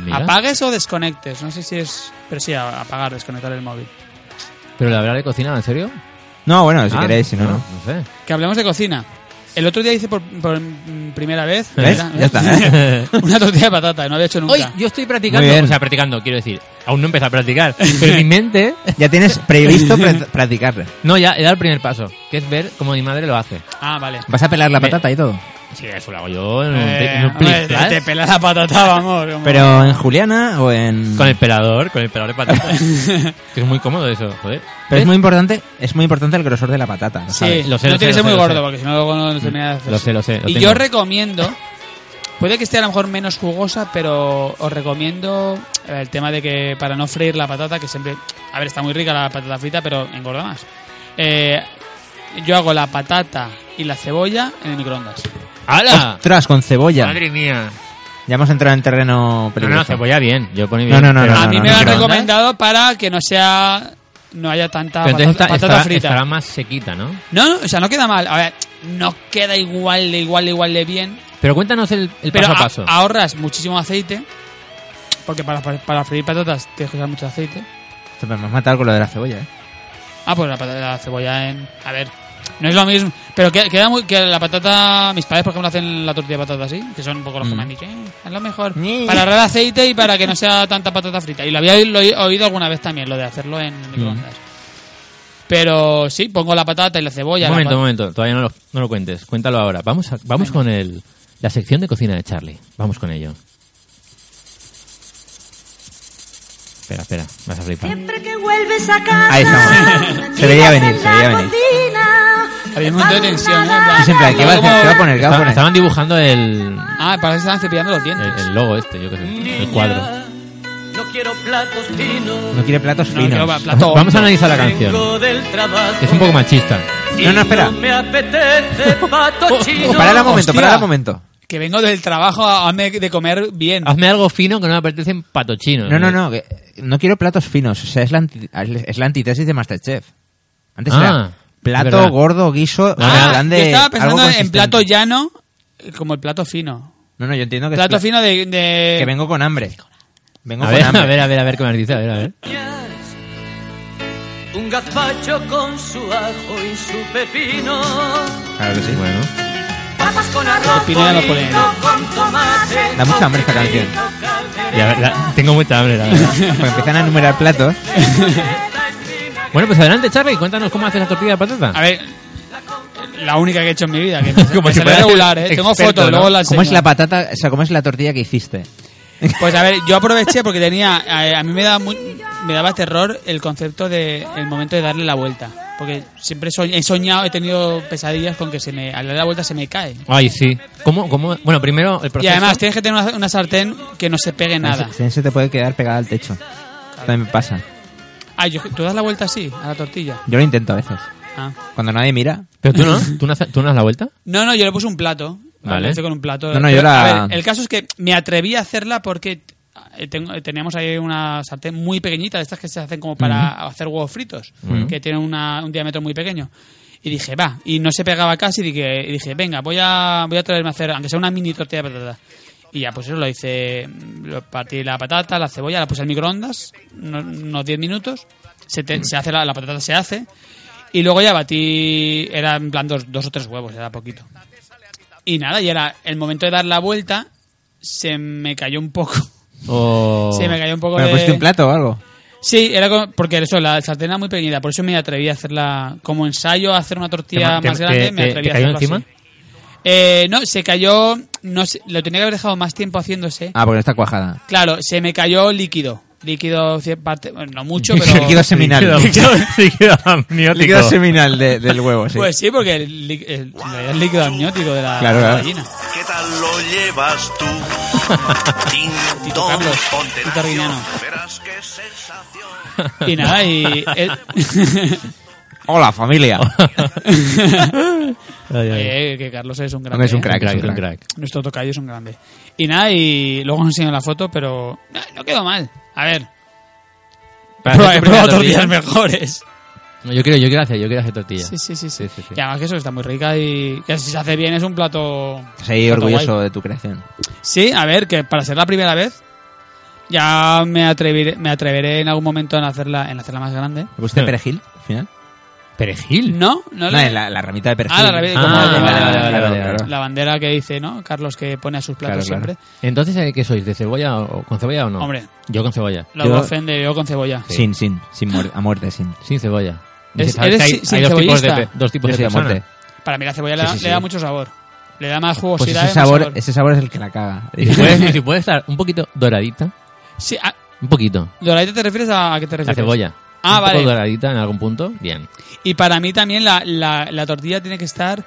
Speaker 1: Mira.
Speaker 2: apagues o desconectes, no sé si es, pero sí, a- apagar, desconectar el móvil.
Speaker 1: Pero la verdad de cocina, ¿en serio?
Speaker 3: no, bueno, Pues si
Speaker 1: Ah,
Speaker 3: queréis, si no, no.
Speaker 1: No sé.
Speaker 2: Que hablemos de cocina. El otro día hice por, por, mm, primera vez.
Speaker 1: ¿Eh?
Speaker 3: ¿Ves?
Speaker 2: ¿verdad?
Speaker 3: Ya está.
Speaker 2: [LAUGHS] Una tortilla de patata, no había hecho
Speaker 1: Hoy
Speaker 2: nunca.
Speaker 1: yo estoy practicando,
Speaker 3: Muy bien.
Speaker 1: o sea, practicando, quiero decir, aún no he empezado a
Speaker 2: [LAUGHS]
Speaker 1: practicar, pero mi mente,
Speaker 3: Ya tienes previsto pra- practicarle.
Speaker 1: no, ya he dado el primer paso, que es ver cómo mi madre lo hace.
Speaker 2: Ah, vale.
Speaker 3: ¿Vas a pelar la
Speaker 1: Me-
Speaker 3: patata y todo?
Speaker 1: Sí, eso lo hago yo en un,
Speaker 2: Eh,
Speaker 1: en un
Speaker 2: hombre,
Speaker 1: plis plas,
Speaker 2: te, te pela la patata, vamos. como-
Speaker 3: ¿Pero en Juliana o en...?
Speaker 1: con el pelador, con el pelador de
Speaker 2: [LAUGHS]
Speaker 1: patatas. que es muy cómodo eso, joder. ¿Eh?
Speaker 3: Pero es muy importante, es muy importante el grosor de la patata. ¿lo
Speaker 2: Sí,
Speaker 3: sabes?
Speaker 1: Lo sé,
Speaker 2: no
Speaker 1: lo
Speaker 2: tiene que
Speaker 1: sé,
Speaker 2: ser
Speaker 1: lo
Speaker 2: muy
Speaker 1: sé, lo
Speaker 2: gordo,
Speaker 1: sé. Mm,
Speaker 2: porque si no luego no termina de hacer.
Speaker 1: Lo sé, lo sé. lo
Speaker 2: Y
Speaker 1: tengo.
Speaker 2: yo recomiendo, puede que esté a lo mejor menos jugosa, pero os recomiendo eh, el tema de que para no freír la patata, que siempre, a ver, está muy rica la patata frita, pero engorda más. Eh, yo hago la patata y la cebolla en el microondas.
Speaker 1: ¡Hala!
Speaker 3: Ostras, con cebolla.
Speaker 1: Madre mía.
Speaker 3: Ya hemos entrado en terreno
Speaker 1: No, no,
Speaker 3: peligroso.
Speaker 1: cebolla bien. Yo ponía
Speaker 3: No,
Speaker 1: bien.
Speaker 3: no, no,
Speaker 1: pero-
Speaker 3: no,
Speaker 2: a mí
Speaker 3: no,
Speaker 2: me
Speaker 3: no,
Speaker 2: lo han
Speaker 3: no.
Speaker 2: recomendado para que no sea no haya tanta
Speaker 1: Pero
Speaker 2: patata,
Speaker 1: entonces está-
Speaker 2: patata
Speaker 1: estará-
Speaker 2: frita.
Speaker 1: estará más sequita, ¿no?
Speaker 2: No, no, o sea, no queda mal. A ver, no queda igual de igual de igual de bien,
Speaker 1: Pero cuéntanos el, el
Speaker 2: Pero
Speaker 1: paso a
Speaker 2: a-
Speaker 1: paso.
Speaker 2: ahorras muchísimo aceite. Porque para, para, para freír patatas tienes que usar mucho aceite.
Speaker 3: Te- Me has matado con lo de la cebolla, ¿eh?
Speaker 2: Ah, pues la, patata, la cebolla en. A ver, no es lo mismo. Pero que- queda muy. Que la patata. Mis padres, por ejemplo, hacen la tortilla de patata así. Que son un poco los que
Speaker 3: Mm.
Speaker 2: me han dicho. "Eh, es lo mejor.
Speaker 3: Ñe.
Speaker 2: Para ahorrar aceite y para que no sea tanta patata frita. Y lo había lo he oído alguna vez también, lo de hacerlo en
Speaker 3: Mm.
Speaker 2: microondas. Pero sí, pongo la patata y la cebolla.
Speaker 1: un
Speaker 2: la
Speaker 1: momento,
Speaker 2: pa-
Speaker 1: un momento. Todavía no lo, no lo cuentes. Cuéntalo ahora. Vamos, a- vamos con el, la sección de cocina de Charlie. Vamos con ello. Espera, espera. Vas a flipar.
Speaker 5: Siempre que vuelves a casa.
Speaker 3: Ahí estamos. Se veía venir, se veía venir.
Speaker 2: Había un montón de tensión, ¿eh? En plan,
Speaker 3: Yo siempre, ¿qué va a hacer? ¿Qué va a poner? ¿Qué va
Speaker 1: Estaban,
Speaker 3: a poner?
Speaker 1: estaban dibujando el,
Speaker 2: Ah, parece que estaban cepillando los dientes.
Speaker 1: el, el logo este, yo qué sé. El cuadro.
Speaker 6: No quiero platos finos.
Speaker 3: No quiere platos
Speaker 2: No, que va,
Speaker 3: finos.
Speaker 2: plato
Speaker 1: Vamos a
Speaker 2: hondo.
Speaker 1: analizar la canción.
Speaker 6: Vengo del trabajo.
Speaker 1: Que es un poco machista.
Speaker 6: y
Speaker 3: No, no, espera. Oh, [LAUGHS]
Speaker 6: me apetece pato chino.
Speaker 3: Parad un momento,
Speaker 2: Hostia.
Speaker 3: parad un momento.
Speaker 2: Que vengo del trabajo, hazme de comer bien.
Speaker 1: Hazme algo fino que no me apetecen patochinos.
Speaker 3: No, no, no. que- No quiero platos finos. O sea, es la, anti- es la antitesis de Masterchef. Antes
Speaker 1: Ah,
Speaker 3: era
Speaker 1: es verdad.
Speaker 3: plato, gordo, guiso,
Speaker 2: Ah,
Speaker 3: plan de
Speaker 2: yo estaba
Speaker 3: algo
Speaker 2: pensando en
Speaker 3: consistente.
Speaker 2: plato llano eh, como el plato fino.
Speaker 3: No, no, yo entiendo que es
Speaker 2: Plato
Speaker 3: pla-
Speaker 2: fino de... de-
Speaker 3: Que vengo con hambre. Vengo
Speaker 1: A
Speaker 3: con
Speaker 1: ver,
Speaker 3: hambre.
Speaker 1: a
Speaker 3: [LAUGHS]
Speaker 1: ver, a ver, a ver qué me dice. A ver, a ver.
Speaker 6: Un gazpacho con su ajo y su pepino.
Speaker 3: Claro que sí.
Speaker 1: Bueno.
Speaker 6: Papas con arroz.
Speaker 2: Pepino ya lo ponen.
Speaker 6: frito Con tomate.
Speaker 3: Da mucha hambre esta canción.
Speaker 1: Y a ver, la- tengo mucha hambre, la verdad.
Speaker 3: Pues empiezan a
Speaker 2: [LAUGHS]
Speaker 3: enumerar platos.
Speaker 1: [LAUGHS] Bueno, pues adelante, Charlie, cuéntanos cómo haces la tortilla de patata.
Speaker 2: A ver, la única que he hecho en mi vida. Que me,
Speaker 1: Como
Speaker 2: me
Speaker 1: si
Speaker 2: salió
Speaker 1: fueras
Speaker 2: regular,
Speaker 1: el
Speaker 2: ¿eh? Tengo
Speaker 1: experto,
Speaker 2: fotos,
Speaker 1: ¿no?
Speaker 2: luego las
Speaker 3: ¿Cómo es la patata? O sea, ¿cómo es la tortilla que hiciste?
Speaker 2: Pues a ver, yo aproveché porque tenía... A, a mí me daba, muy- me daba terror el concepto de el momento de darle la vuelta. Porque siempre soñ- he soñado, he tenido pesadillas con que se me, al dar la vuelta se me cae.
Speaker 1: Ay, sí. ¿Cómo, cómo? Bueno, primero el
Speaker 2: Y
Speaker 1: proceso.
Speaker 2: además tienes que tener una, una sartén que no se
Speaker 3: Ah,
Speaker 2: pegue nada.
Speaker 3: Se, se te puede quedar pegada al techo. También me pasa.
Speaker 2: Ah, yo- ¿tú das la vuelta así, a la tortilla?
Speaker 3: Yo lo intento a veces.
Speaker 2: Ah.
Speaker 3: Cuando nadie mira.
Speaker 1: Pero tú no, tú no, haces- tú no das la vuelta.
Speaker 2: No, no, yo le puse un plato.
Speaker 1: Vale.
Speaker 2: Lo hice con un plato.
Speaker 3: No, no,
Speaker 2: Pero,
Speaker 3: yo la-
Speaker 2: a ver, el caso es que me atreví a hacerla porque eh, tengo- teníamos ahí una sartén muy pequeñita, de estas que se hacen como para hacer huevos fritos, que tienen una- un diámetro muy pequeño. Y dije, va, y no se pegaba casi, y dije, y dije, venga, voy a, voy a atreverme a hacer, aunque sea una mini tortilla de patata. Y ya, pues eso lo hice, lo partí la patata, la cebolla, la puse al microondas, no- unos 10 minutos, se, te- se hace la- la patata se hace, y luego ya batí, era en plan dos, dos o tres huevos, era poquito. Y nada, y era el momento de dar la vuelta, se me cayó un poco.
Speaker 1: O...
Speaker 2: Se me cayó un poco
Speaker 3: Oh. Bueno, pues,
Speaker 2: de...
Speaker 3: pusiste un plato o algo.
Speaker 2: Sí, era como- porque eso, la sartén era muy pequeñita, por eso me atreví a hacerla como ensayo a hacer una tortilla
Speaker 1: ¿Te-
Speaker 2: más
Speaker 1: te-
Speaker 2: grande,
Speaker 1: te-
Speaker 2: me
Speaker 1: te-
Speaker 2: atreví
Speaker 1: te
Speaker 2: a
Speaker 1: cayó encima?
Speaker 2: hacerlo así. Eh, no, se cayó, no sé, lo tenía que haber dejado más tiempo haciéndose.
Speaker 3: Ah, porque no está cuajada.
Speaker 2: Claro, se me cayó líquido. Líquido, cien parte- bueno, no
Speaker 3: [LAUGHS]
Speaker 2: mucho, pero...
Speaker 1: [LAUGHS]
Speaker 3: Líquido seminal.
Speaker 1: Líquido, líquido amniótico.
Speaker 3: Líquido seminal de- del huevo, sí.
Speaker 2: Pues sí, porque el, lí- el- en realidad el líquido amniótico de la,
Speaker 3: Claro,
Speaker 2: de la
Speaker 3: claro.
Speaker 2: gallina.
Speaker 7: ¿Qué tal lo llevas tú? Ding
Speaker 2: Tito
Speaker 7: dong,
Speaker 2: Carlos,
Speaker 7: ponte en
Speaker 2: Tito
Speaker 7: acción,
Speaker 2: Arguiñano.
Speaker 7: Verás qué sensación.
Speaker 2: Y nada, y...
Speaker 3: [LAUGHS]
Speaker 2: el- [LAUGHS]
Speaker 3: Hola, familia.
Speaker 1: Ay, ay.
Speaker 2: Oye, Eh, que Carlos es un grande.
Speaker 3: Hombre, es un
Speaker 2: ¿eh?
Speaker 3: crack, es
Speaker 1: un crack.
Speaker 3: un crack.
Speaker 2: Nuestro tocayo es un grande. Y nada, y luego os enseño la foto, pero no, no quedó mal. A ver,
Speaker 1: Para hacer tu
Speaker 2: proba- he
Speaker 1: primera
Speaker 2: probado
Speaker 1: tortilla.
Speaker 2: tortillas mejores.
Speaker 1: No, yo quiero, yo quiero hacer, yo quiero hacer tortilla.
Speaker 2: Sí, sí, sí, sí.
Speaker 1: Sí, sí, sí.
Speaker 2: Y además que eso está muy rica y que si se hace bien es un plato...
Speaker 3: Estás ahí
Speaker 2: plato
Speaker 3: orgulloso
Speaker 2: guay.
Speaker 3: de tu creación.
Speaker 2: Sí, a ver, que para ser la primera vez ya me atreveré, me atreveré en algún momento en hacerla, en hacerla más grande.
Speaker 3: ¿Le pusiste perejil al final?
Speaker 1: Perejil.
Speaker 2: ¿No? ¿No
Speaker 1: Ah,
Speaker 3: No,
Speaker 2: le-
Speaker 3: la, la ramita de perejil.
Speaker 2: Ah, la ramita,
Speaker 1: como-
Speaker 3: Ah,
Speaker 1: vale,
Speaker 3: claro,
Speaker 1: vale, vale,
Speaker 3: claro,
Speaker 1: vale,
Speaker 3: claro.
Speaker 1: vale.
Speaker 2: La bandera que dice, ¿no? Carlos que pone a sus platos
Speaker 3: Claro,
Speaker 2: siempre.
Speaker 1: Entonces, eh, ¿qué sois? ¿De cebolla o con cebolla o no?
Speaker 2: Hombre.
Speaker 1: Yo con cebolla.
Speaker 2: Lo
Speaker 3: Yo-
Speaker 2: ofende yo con cebolla.
Speaker 3: Sin, sin, sin muer- a muerte, sin.
Speaker 1: Sin cebolla.
Speaker 2: ¿Es-
Speaker 1: Dices, ¿sabes
Speaker 2: eres
Speaker 1: que
Speaker 2: sin- sin
Speaker 1: dos tipos de,
Speaker 2: cebollista?
Speaker 1: pe- dos tipos
Speaker 3: Yo
Speaker 1: de
Speaker 3: soy a
Speaker 1: personas?
Speaker 3: muerte.
Speaker 2: Para mí la cebolla le,
Speaker 3: Sí,
Speaker 2: da-
Speaker 3: sí, sí.
Speaker 2: le da mucho sabor. Le da más
Speaker 3: Pues
Speaker 2: jugosidad.
Speaker 3: ese
Speaker 2: y más
Speaker 3: sabor, ese sabor es el que la caga.
Speaker 1: Y si puede, y [LAUGHS] si puede estar un poquito doradita,
Speaker 2: Sí, ah,
Speaker 1: un poquito,
Speaker 2: ¿doradita te refieres a, a qué te
Speaker 1: la
Speaker 2: refieres?
Speaker 1: cebolla. un
Speaker 2: Ah,
Speaker 1: poco
Speaker 2: vale.
Speaker 1: doradita en algún punto, bien.
Speaker 2: Y para mí también la, la, la tortilla tiene que estar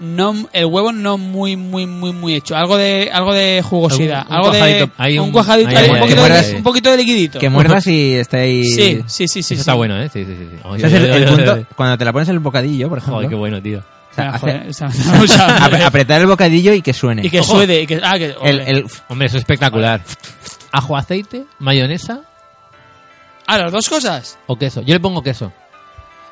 Speaker 2: no el huevo no muy muy muy muy hecho algo de algo de jugosidad
Speaker 1: Un- un
Speaker 2: algo de
Speaker 1: cuajadito, ahí
Speaker 2: un
Speaker 1: un-
Speaker 2: cuajadito
Speaker 1: ahí
Speaker 2: ahí,
Speaker 3: hay-
Speaker 2: un,
Speaker 3: que
Speaker 2: poquito
Speaker 3: muerdas-
Speaker 2: de, un poquito de liquidito
Speaker 3: Que muerdas y esté ahí...
Speaker 2: sí sí sí sí
Speaker 1: Eso
Speaker 2: sí.
Speaker 1: está bueno, ¿eh? Sí, sí, sí. sí. Oye,
Speaker 3: Ese es el,
Speaker 1: oye,
Speaker 3: el
Speaker 1: oye,
Speaker 3: punto,
Speaker 1: oye.
Speaker 3: cuando te la pones en el bocadillo, por
Speaker 1: Joder,
Speaker 3: ejemplo.
Speaker 1: qué bueno, tío.
Speaker 3: o sea,
Speaker 2: Ah,
Speaker 3: hace-
Speaker 2: joder, está- está
Speaker 3: [LAUGHS]
Speaker 2: mucha hambre.
Speaker 3: apre- apretar el bocadillo y que suene.
Speaker 2: y que
Speaker 1: Ojo.
Speaker 2: suede y que ah que
Speaker 3: el,
Speaker 2: hombre.
Speaker 3: el-
Speaker 1: Hombre, eso es espectacular. Ajo, aceite, mayonesa
Speaker 2: ah las dos cosas
Speaker 1: o queso. Yo le pongo queso.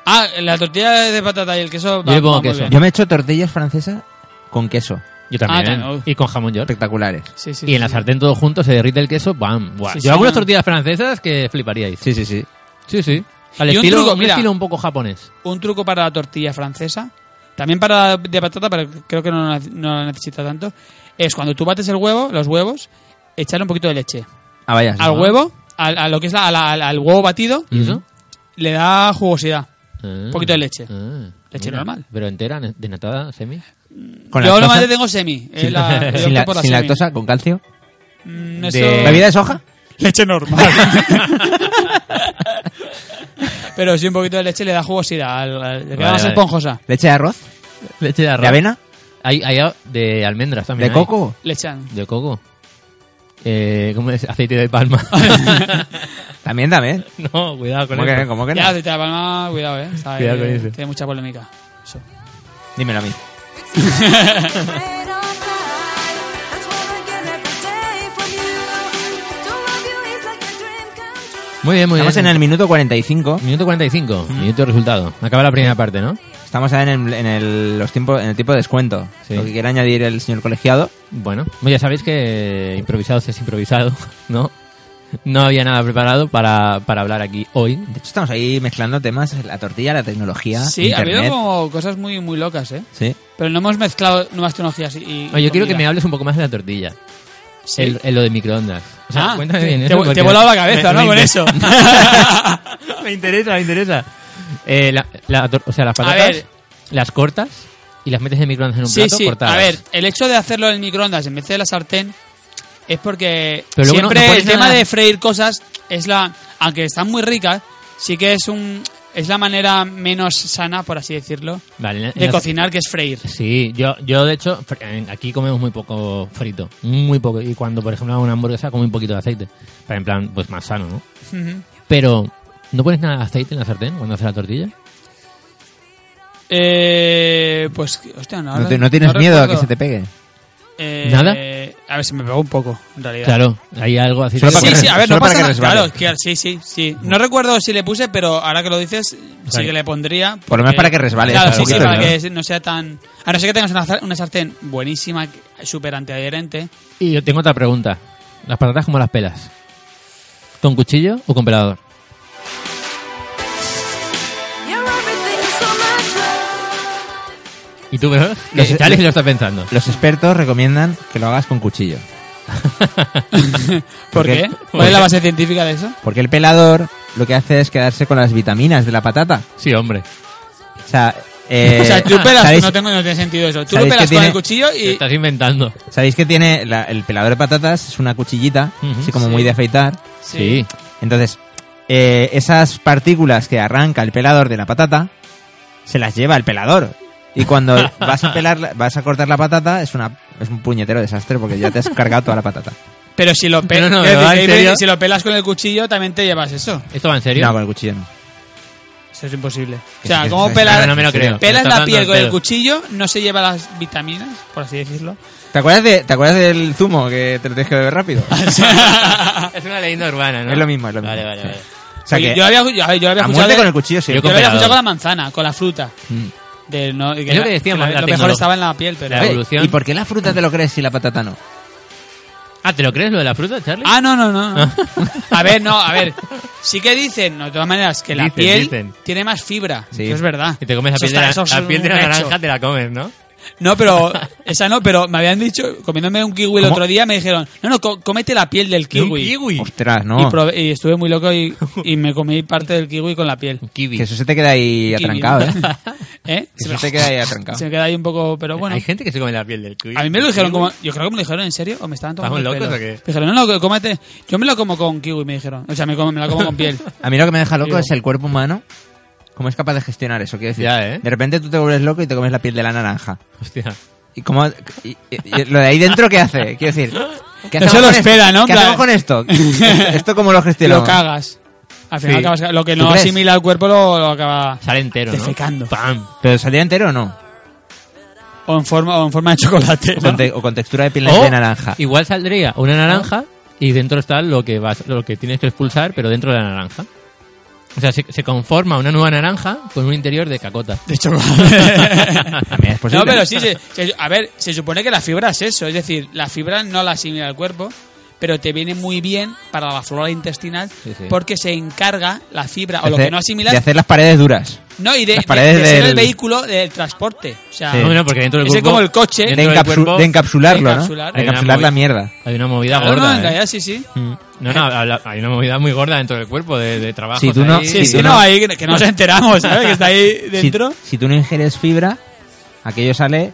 Speaker 2: ah la tortilla de patata y el queso
Speaker 1: Yo le pongo
Speaker 2: muy
Speaker 1: queso.
Speaker 2: bien.
Speaker 3: yo me he hecho tortillas francesas con queso.
Speaker 1: Yo también. ¿eh?
Speaker 2: también.
Speaker 1: y con jamón york.
Speaker 3: Espectaculares.
Speaker 2: Ah, oh. Sí, sí,
Speaker 1: y en la
Speaker 2: sí.
Speaker 1: sartén todo junto se derrite el queso, ¡bam! Buah.
Speaker 2: Sí,
Speaker 1: Yo
Speaker 2: sí,
Speaker 1: hago unas
Speaker 2: no.
Speaker 1: tortillas francesas que fliparíais.
Speaker 3: Sí, sí, sí.
Speaker 1: Sí, sí. Al
Speaker 2: Y un
Speaker 1: estilo,
Speaker 2: truco,
Speaker 1: un
Speaker 2: mira.
Speaker 1: estilo un poco japonés.
Speaker 2: un truco para la tortilla francesa, también para la de patata, pero creo que no, la- no la necesita tanto, es cuando tú bates el huevo, los huevos, echarle un poquito de leche.
Speaker 3: Ah, vaya. sí,
Speaker 2: Al
Speaker 3: ¿no?
Speaker 2: huevo, al, a lo que es la- a la- al, al huevo batido,
Speaker 1: ¿Y eso?
Speaker 2: le da jugosidad.
Speaker 3: Mm.
Speaker 1: Un
Speaker 2: poquito de leche. Leche normal.
Speaker 1: Mm, Pero entera, ne- denatada, semi.
Speaker 3: Con
Speaker 2: Yo
Speaker 3: lactosa,
Speaker 2: normalmente tengo semi. eh, la-
Speaker 3: [LAUGHS]
Speaker 2: yo
Speaker 3: sin, la-
Speaker 2: opto por la
Speaker 3: sin
Speaker 2: semi.
Speaker 3: lactosa, con calcio.
Speaker 2: Mm,
Speaker 1: de-
Speaker 2: eso-
Speaker 1: Eh,
Speaker 3: ¿Bebida de soja?
Speaker 2: [LAUGHS] Leche
Speaker 3: [LAUGHS]
Speaker 2: normal. pero sí, un poquito de leche le da jugosidad, al- al- le queda
Speaker 1: Vale,
Speaker 2: más
Speaker 1: vale.
Speaker 2: esponjosa.
Speaker 3: ¿Leche de arroz?
Speaker 1: Leche de
Speaker 3: ¿De avena?
Speaker 1: Hay, hay a- de almendras también.
Speaker 3: ¿De
Speaker 1: hay.
Speaker 3: coco?
Speaker 2: Le echan.
Speaker 1: De coco. Eh, ¿Cómo es? Aceite de
Speaker 2: [LAUGHS]
Speaker 1: palma.
Speaker 3: También, también.
Speaker 1: no, cuidado con
Speaker 3: ¿Cómo que,
Speaker 1: eso.
Speaker 3: cómo que no?
Speaker 2: Ya, te la palma, cuidado, eh. Está ahí,
Speaker 1: Cuidado con
Speaker 2: eh,
Speaker 1: eso.
Speaker 2: tiene mucha polémica. Eso.
Speaker 3: Dímelo a mí.
Speaker 1: Muy bien, muy
Speaker 3: Estamos
Speaker 1: bien.
Speaker 3: en el minuto 45.
Speaker 1: Minuto 45. Minuto de resultado. Acaba la primera parte, ¿no?
Speaker 3: Estamos ahora en el, en el- los tiempos, en el tiempo de descuento.
Speaker 1: Sí.
Speaker 3: Lo que quiera añadir el señor colegiado.
Speaker 1: Bueno, pues ya sabéis que improvisado es improvisado, [LAUGHS] ¿no? No había nada preparado para, para hablar aquí hoy.
Speaker 3: De hecho, estamos ahí mezclando temas, la tortilla, la tecnología,
Speaker 2: Sí, ha habido
Speaker 3: internet.
Speaker 2: como cosas muy, muy locas, ¿eh?
Speaker 3: Sí.
Speaker 2: Pero no hemos mezclado nuevas tecnologías y. y
Speaker 1: Oye, yo quiero que me
Speaker 2: comida.
Speaker 1: hables un poco más de la tortilla.
Speaker 2: Sí.
Speaker 1: El, el lo de microondas. O sea,
Speaker 2: Ah,
Speaker 1: cuéntame
Speaker 2: te-
Speaker 1: bien.
Speaker 2: te
Speaker 1: eso,
Speaker 2: vo- te
Speaker 1: porque
Speaker 2: he volado la cabeza, ¿no? Con
Speaker 1: inter- [LAUGHS]
Speaker 2: eso.
Speaker 1: me interesa, me interesa. Eh, la- la tor- o sea, las
Speaker 2: A
Speaker 1: patatas
Speaker 2: ver.
Speaker 1: las cortas y las metes en microondas en un
Speaker 2: Sí,
Speaker 1: plato
Speaker 2: sí.
Speaker 1: cortadas.
Speaker 2: A ver, el hecho de hacerlo en el microondas en vez de la sartén es porque
Speaker 1: Pero luego no-
Speaker 2: siempre
Speaker 1: no pones
Speaker 2: el tema
Speaker 1: nada.
Speaker 2: de freír cosas es la. Aunque están muy ricas, sí que es un. Es la manera menos sana, por así decirlo,
Speaker 1: Vale, en la- en
Speaker 2: de
Speaker 1: la-
Speaker 2: cocinar, que es freír.
Speaker 1: Sí, yo, yo de hecho, fr- en- aquí comemos muy poco frito, muy poco. Y cuando, por ejemplo, hago una hamburguesa, como un poquito de aceite. Para en plan, pues más sano, ¿no?
Speaker 2: Ujú.
Speaker 1: Pero, ¿no pones nada de aceite en la sartén cuando haces la tortilla?
Speaker 2: Eh, pues, hostia, no.
Speaker 3: No,
Speaker 2: ahora
Speaker 3: te- no tienes miedo a que
Speaker 2: recuerdo.
Speaker 3: se te pegue.
Speaker 2: Eh,
Speaker 1: ¿Nada?
Speaker 2: A ver, se me pegó un poco, en realidad.
Speaker 1: Claro, hay algo así.
Speaker 3: Solo para
Speaker 2: Sí,
Speaker 3: que
Speaker 2: sí,
Speaker 3: res-
Speaker 2: a ver, no
Speaker 3: solo para
Speaker 2: pasa
Speaker 3: que
Speaker 2: nada.
Speaker 3: resbale.
Speaker 2: Claro, es que- sí, sí, sí. No recuerdo si le puse, pero ahora que lo dices, sí
Speaker 1: Vale.
Speaker 2: que le pondría.
Speaker 3: Por lo menos
Speaker 2: porque-
Speaker 3: para que resbale,
Speaker 2: Claro,
Speaker 3: para
Speaker 2: sí,
Speaker 3: un
Speaker 2: sí,
Speaker 3: poquito,
Speaker 2: para
Speaker 3: ¿no?
Speaker 2: que no sea tan. A no ser que tengas una, zar- una sartén buenísima, que- súper antiadherente.
Speaker 1: Y yo tengo otra pregunta. ¿Las patatas como las pelas? ¿Con cuchillo o con pelador? ¿Y tú, pero?
Speaker 3: Lo sé-
Speaker 1: Chales que lo estás pensando.
Speaker 3: Los expertos recomiendan que lo hagas con cuchillo.
Speaker 2: ¿Por
Speaker 3: Porque-
Speaker 2: qué? ¿Cuál es la base científica de eso?
Speaker 3: Porque el pelador lo que hace es quedarse con las vitaminas de la patata.
Speaker 1: Sí, hombre.
Speaker 3: O sea, eh,
Speaker 2: o sea, tú pelas,
Speaker 3: ¿sabéis,
Speaker 2: no, tengo, no tiene sentido eso. Tú lo
Speaker 3: sabéis que
Speaker 2: pelas con
Speaker 3: tiene-
Speaker 2: el cuchillo
Speaker 1: Te
Speaker 2: y.
Speaker 1: estás inventando.
Speaker 3: sabéis que tiene la- el pelador de patatas, es una cuchillita,
Speaker 1: Ujú,
Speaker 3: así como
Speaker 1: sí.
Speaker 3: muy de afeitar.
Speaker 1: Sí.
Speaker 3: Entonces, eh, esas partículas que arranca el pelador de la patata, se las lleva el pelador.
Speaker 2: [LAUGHS]
Speaker 3: Y cuando vas a pelar, la- vas a cortar la patata, es una es un puñetero desastre porque ya te has cargado toda la patata.
Speaker 2: Pero si lo, pe-
Speaker 1: No, no,
Speaker 2: quiero
Speaker 1: ¿verdad?
Speaker 2: decir,
Speaker 1: ¿En
Speaker 2: que
Speaker 1: serio?
Speaker 2: si lo pelas con el cuchillo, también te llevas eso.
Speaker 1: ¿Esto va en serio?
Speaker 3: No, con el cuchillo no.
Speaker 2: Eso es imposible. O
Speaker 3: sí,
Speaker 2: sea,
Speaker 3: que
Speaker 2: ¿cómo
Speaker 3: sí.
Speaker 1: Ahora
Speaker 2: pelas,
Speaker 1: no me lo creo.
Speaker 2: pelas
Speaker 1: Me está
Speaker 2: la
Speaker 1: dando
Speaker 2: piel
Speaker 1: el
Speaker 2: con el
Speaker 1: pelo.
Speaker 2: cuchillo? No se lleva las vitaminas, por así decirlo.
Speaker 3: ¿Te acuerdas, de, ¿Te acuerdas del zumo que te lo tienes que
Speaker 2: [LAUGHS]
Speaker 3: beber rápido?
Speaker 1: Es una leyenda urbana, ¿no?
Speaker 3: Es lo mismo, es lo mismo.
Speaker 1: Vale, vale, vale.
Speaker 3: O sea
Speaker 2: Oye,
Speaker 3: que
Speaker 2: yo lo había, yo, yo lo había
Speaker 3: a
Speaker 2: escuchado.
Speaker 3: muerte
Speaker 2: de-
Speaker 3: con el cuchillo sí.
Speaker 1: yo
Speaker 2: Yo
Speaker 1: con
Speaker 2: lo había
Speaker 1: pelador.
Speaker 2: escuchado con la manzana, con la fruta.
Speaker 3: Mm.
Speaker 2: Del no, que
Speaker 1: Es lo
Speaker 2: la-
Speaker 1: que decíamos,
Speaker 2: la-
Speaker 1: la
Speaker 2: lo mejor
Speaker 1: tecnología.
Speaker 2: estaba en la piel, pero.
Speaker 1: La
Speaker 3: Oye,
Speaker 1: evolución.
Speaker 3: ¿Y por qué la fruta te lo crees y la patata no?
Speaker 2: Ah,
Speaker 1: Ah, ¿te lo crees lo de la fruta, Charlie?
Speaker 2: Ah, no, no, no.
Speaker 1: [LAUGHS]
Speaker 2: no. A ver, no, a ver. Sí que dicen, no, de todas maneras, que la
Speaker 1: Dicen,
Speaker 2: piel
Speaker 1: dicen.
Speaker 2: tiene más fibra.
Speaker 3: Sí.
Speaker 2: Eso es verdad.
Speaker 1: y te comes la
Speaker 2: Eso
Speaker 1: piel, de
Speaker 2: está-
Speaker 1: la,
Speaker 2: eso es
Speaker 1: la piel de la
Speaker 2: un hecho.
Speaker 1: naranja, te la comes, ¿no?
Speaker 2: No,
Speaker 1: [LAUGHS]
Speaker 2: pero esa no, pero me habían dicho, comiéndome un kiwi el
Speaker 3: ¿Cómo?
Speaker 2: otro día, me dijeron, no, no, co- cómete la piel del
Speaker 1: ¿De un
Speaker 2: kiwi.
Speaker 1: kiwi.
Speaker 3: Ostras,
Speaker 2: Y,
Speaker 3: no.
Speaker 2: probé- y estuve muy loco
Speaker 1: [LAUGHS]
Speaker 2: y, y me comí parte del kiwi con la piel.
Speaker 1: Kiwi.
Speaker 3: Que eso se te queda ahí
Speaker 2: Kiwi. [LAUGHS]
Speaker 3: atrancado, ¿eh?
Speaker 2: ¿Eh?
Speaker 3: Que
Speaker 2: Se
Speaker 3: eso
Speaker 2: me-
Speaker 3: se queda
Speaker 2: [LAUGHS]
Speaker 3: ahí atrancado.
Speaker 2: Se me queda ahí un poco, pero bueno.
Speaker 1: Hay gente que se come la piel del kiwi.
Speaker 2: A mí me lo dijeron
Speaker 1: Kiwi.
Speaker 2: como. Yo creo que me lo dijeron en serio o me estaban tomando.
Speaker 1: ¿Estamos
Speaker 2: el
Speaker 1: locos
Speaker 2: pelo.
Speaker 1: o qué?
Speaker 2: Me dijeron, no, no, cómete. Yo me lo como con kiwi, me dijeron. O sea, me, como, me la como con
Speaker 3: [LAUGHS]
Speaker 2: piel.
Speaker 3: A mí lo que me deja loco
Speaker 2: Digo.
Speaker 3: es el cuerpo humano. ¿Cómo es capaz de gestionar eso? Quiero decir,
Speaker 1: Ya, ¿eh?
Speaker 3: de repente tú te vuelves loco y te comes la piel de la naranja.
Speaker 1: Hostia.
Speaker 3: ¿Y cómo, y- y- y lo de ahí dentro qué hace? Quiero decir, ¿qué
Speaker 2: No
Speaker 3: hacemos
Speaker 2: se lo
Speaker 3: con esto?
Speaker 2: espera, ¿no?
Speaker 3: ¿Qué
Speaker 2: Plan-
Speaker 3: hacemos
Speaker 2: [LAUGHS]
Speaker 3: con esto? ¿Esto cómo lo
Speaker 2: Te
Speaker 3: gestionamos?
Speaker 2: lo cagas. Al final
Speaker 1: Sí.
Speaker 2: acabas. Lo que
Speaker 3: ¿Tú
Speaker 2: no
Speaker 3: crees?
Speaker 2: asimila el cuerpo lo, lo acaba.
Speaker 1: Sale entero, ¿no?
Speaker 2: Defecando.
Speaker 1: ¡Pam!
Speaker 3: ¿Pero salía entero o no?
Speaker 2: O en forma, o en forma de chocolate.
Speaker 3: O
Speaker 2: ¿no?
Speaker 3: con, te- o con textura de piel
Speaker 2: Oh.
Speaker 1: O
Speaker 3: de naranja.
Speaker 1: Igual saldría una naranja y dentro está lo que vas, lo que tienes que expulsar, pero dentro de la naranja. O sea, se, se conforma una nueva naranja con un interior de cacota.
Speaker 2: De
Speaker 3: [LAUGHS]
Speaker 2: chocolate.
Speaker 3: También es posible.
Speaker 2: No, pero sí, se- se- a ver, se supone que la fibra es eso, es decir, la fibra no la asimila el cuerpo, pero te viene muy bien para la flora intestinal
Speaker 3: Sí, sí.
Speaker 2: porque se encarga la fibra o
Speaker 3: De
Speaker 2: lo
Speaker 3: hacer-
Speaker 2: que no asimilas,
Speaker 3: De hacer las paredes duras.
Speaker 2: no, y de,
Speaker 3: las
Speaker 2: de-
Speaker 3: paredes
Speaker 2: de ser
Speaker 3: del-
Speaker 2: el vehículo del transporte. O sea,
Speaker 3: Sí.
Speaker 1: No, no, porque dentro del
Speaker 2: Ese
Speaker 1: cuerpo-
Speaker 2: como el coche.
Speaker 3: De,
Speaker 1: dentro del
Speaker 3: encapsu-
Speaker 1: cuerpo
Speaker 3: de encapsularlo,
Speaker 2: de
Speaker 3: ¿no?
Speaker 2: encapsular.
Speaker 3: De
Speaker 1: Hay una
Speaker 3: encapsular la
Speaker 1: movi-
Speaker 3: mierda.
Speaker 1: Hay una movida
Speaker 2: claro, no, en
Speaker 1: gorda. ¿eh?
Speaker 2: realidad sí, sí.
Speaker 1: Mm. No, no, habla- hay una movida muy gorda dentro del cuerpo de, de trabajo.
Speaker 3: Si tú no-
Speaker 2: Sí,
Speaker 3: Sí,
Speaker 2: sí,
Speaker 3: tú
Speaker 2: no,
Speaker 3: no.
Speaker 2: ahí que nos enteramos, ¿sabes? Que está ahí
Speaker 3: Si,
Speaker 2: dentro.
Speaker 3: si tú no ingieres fibra, aquello sale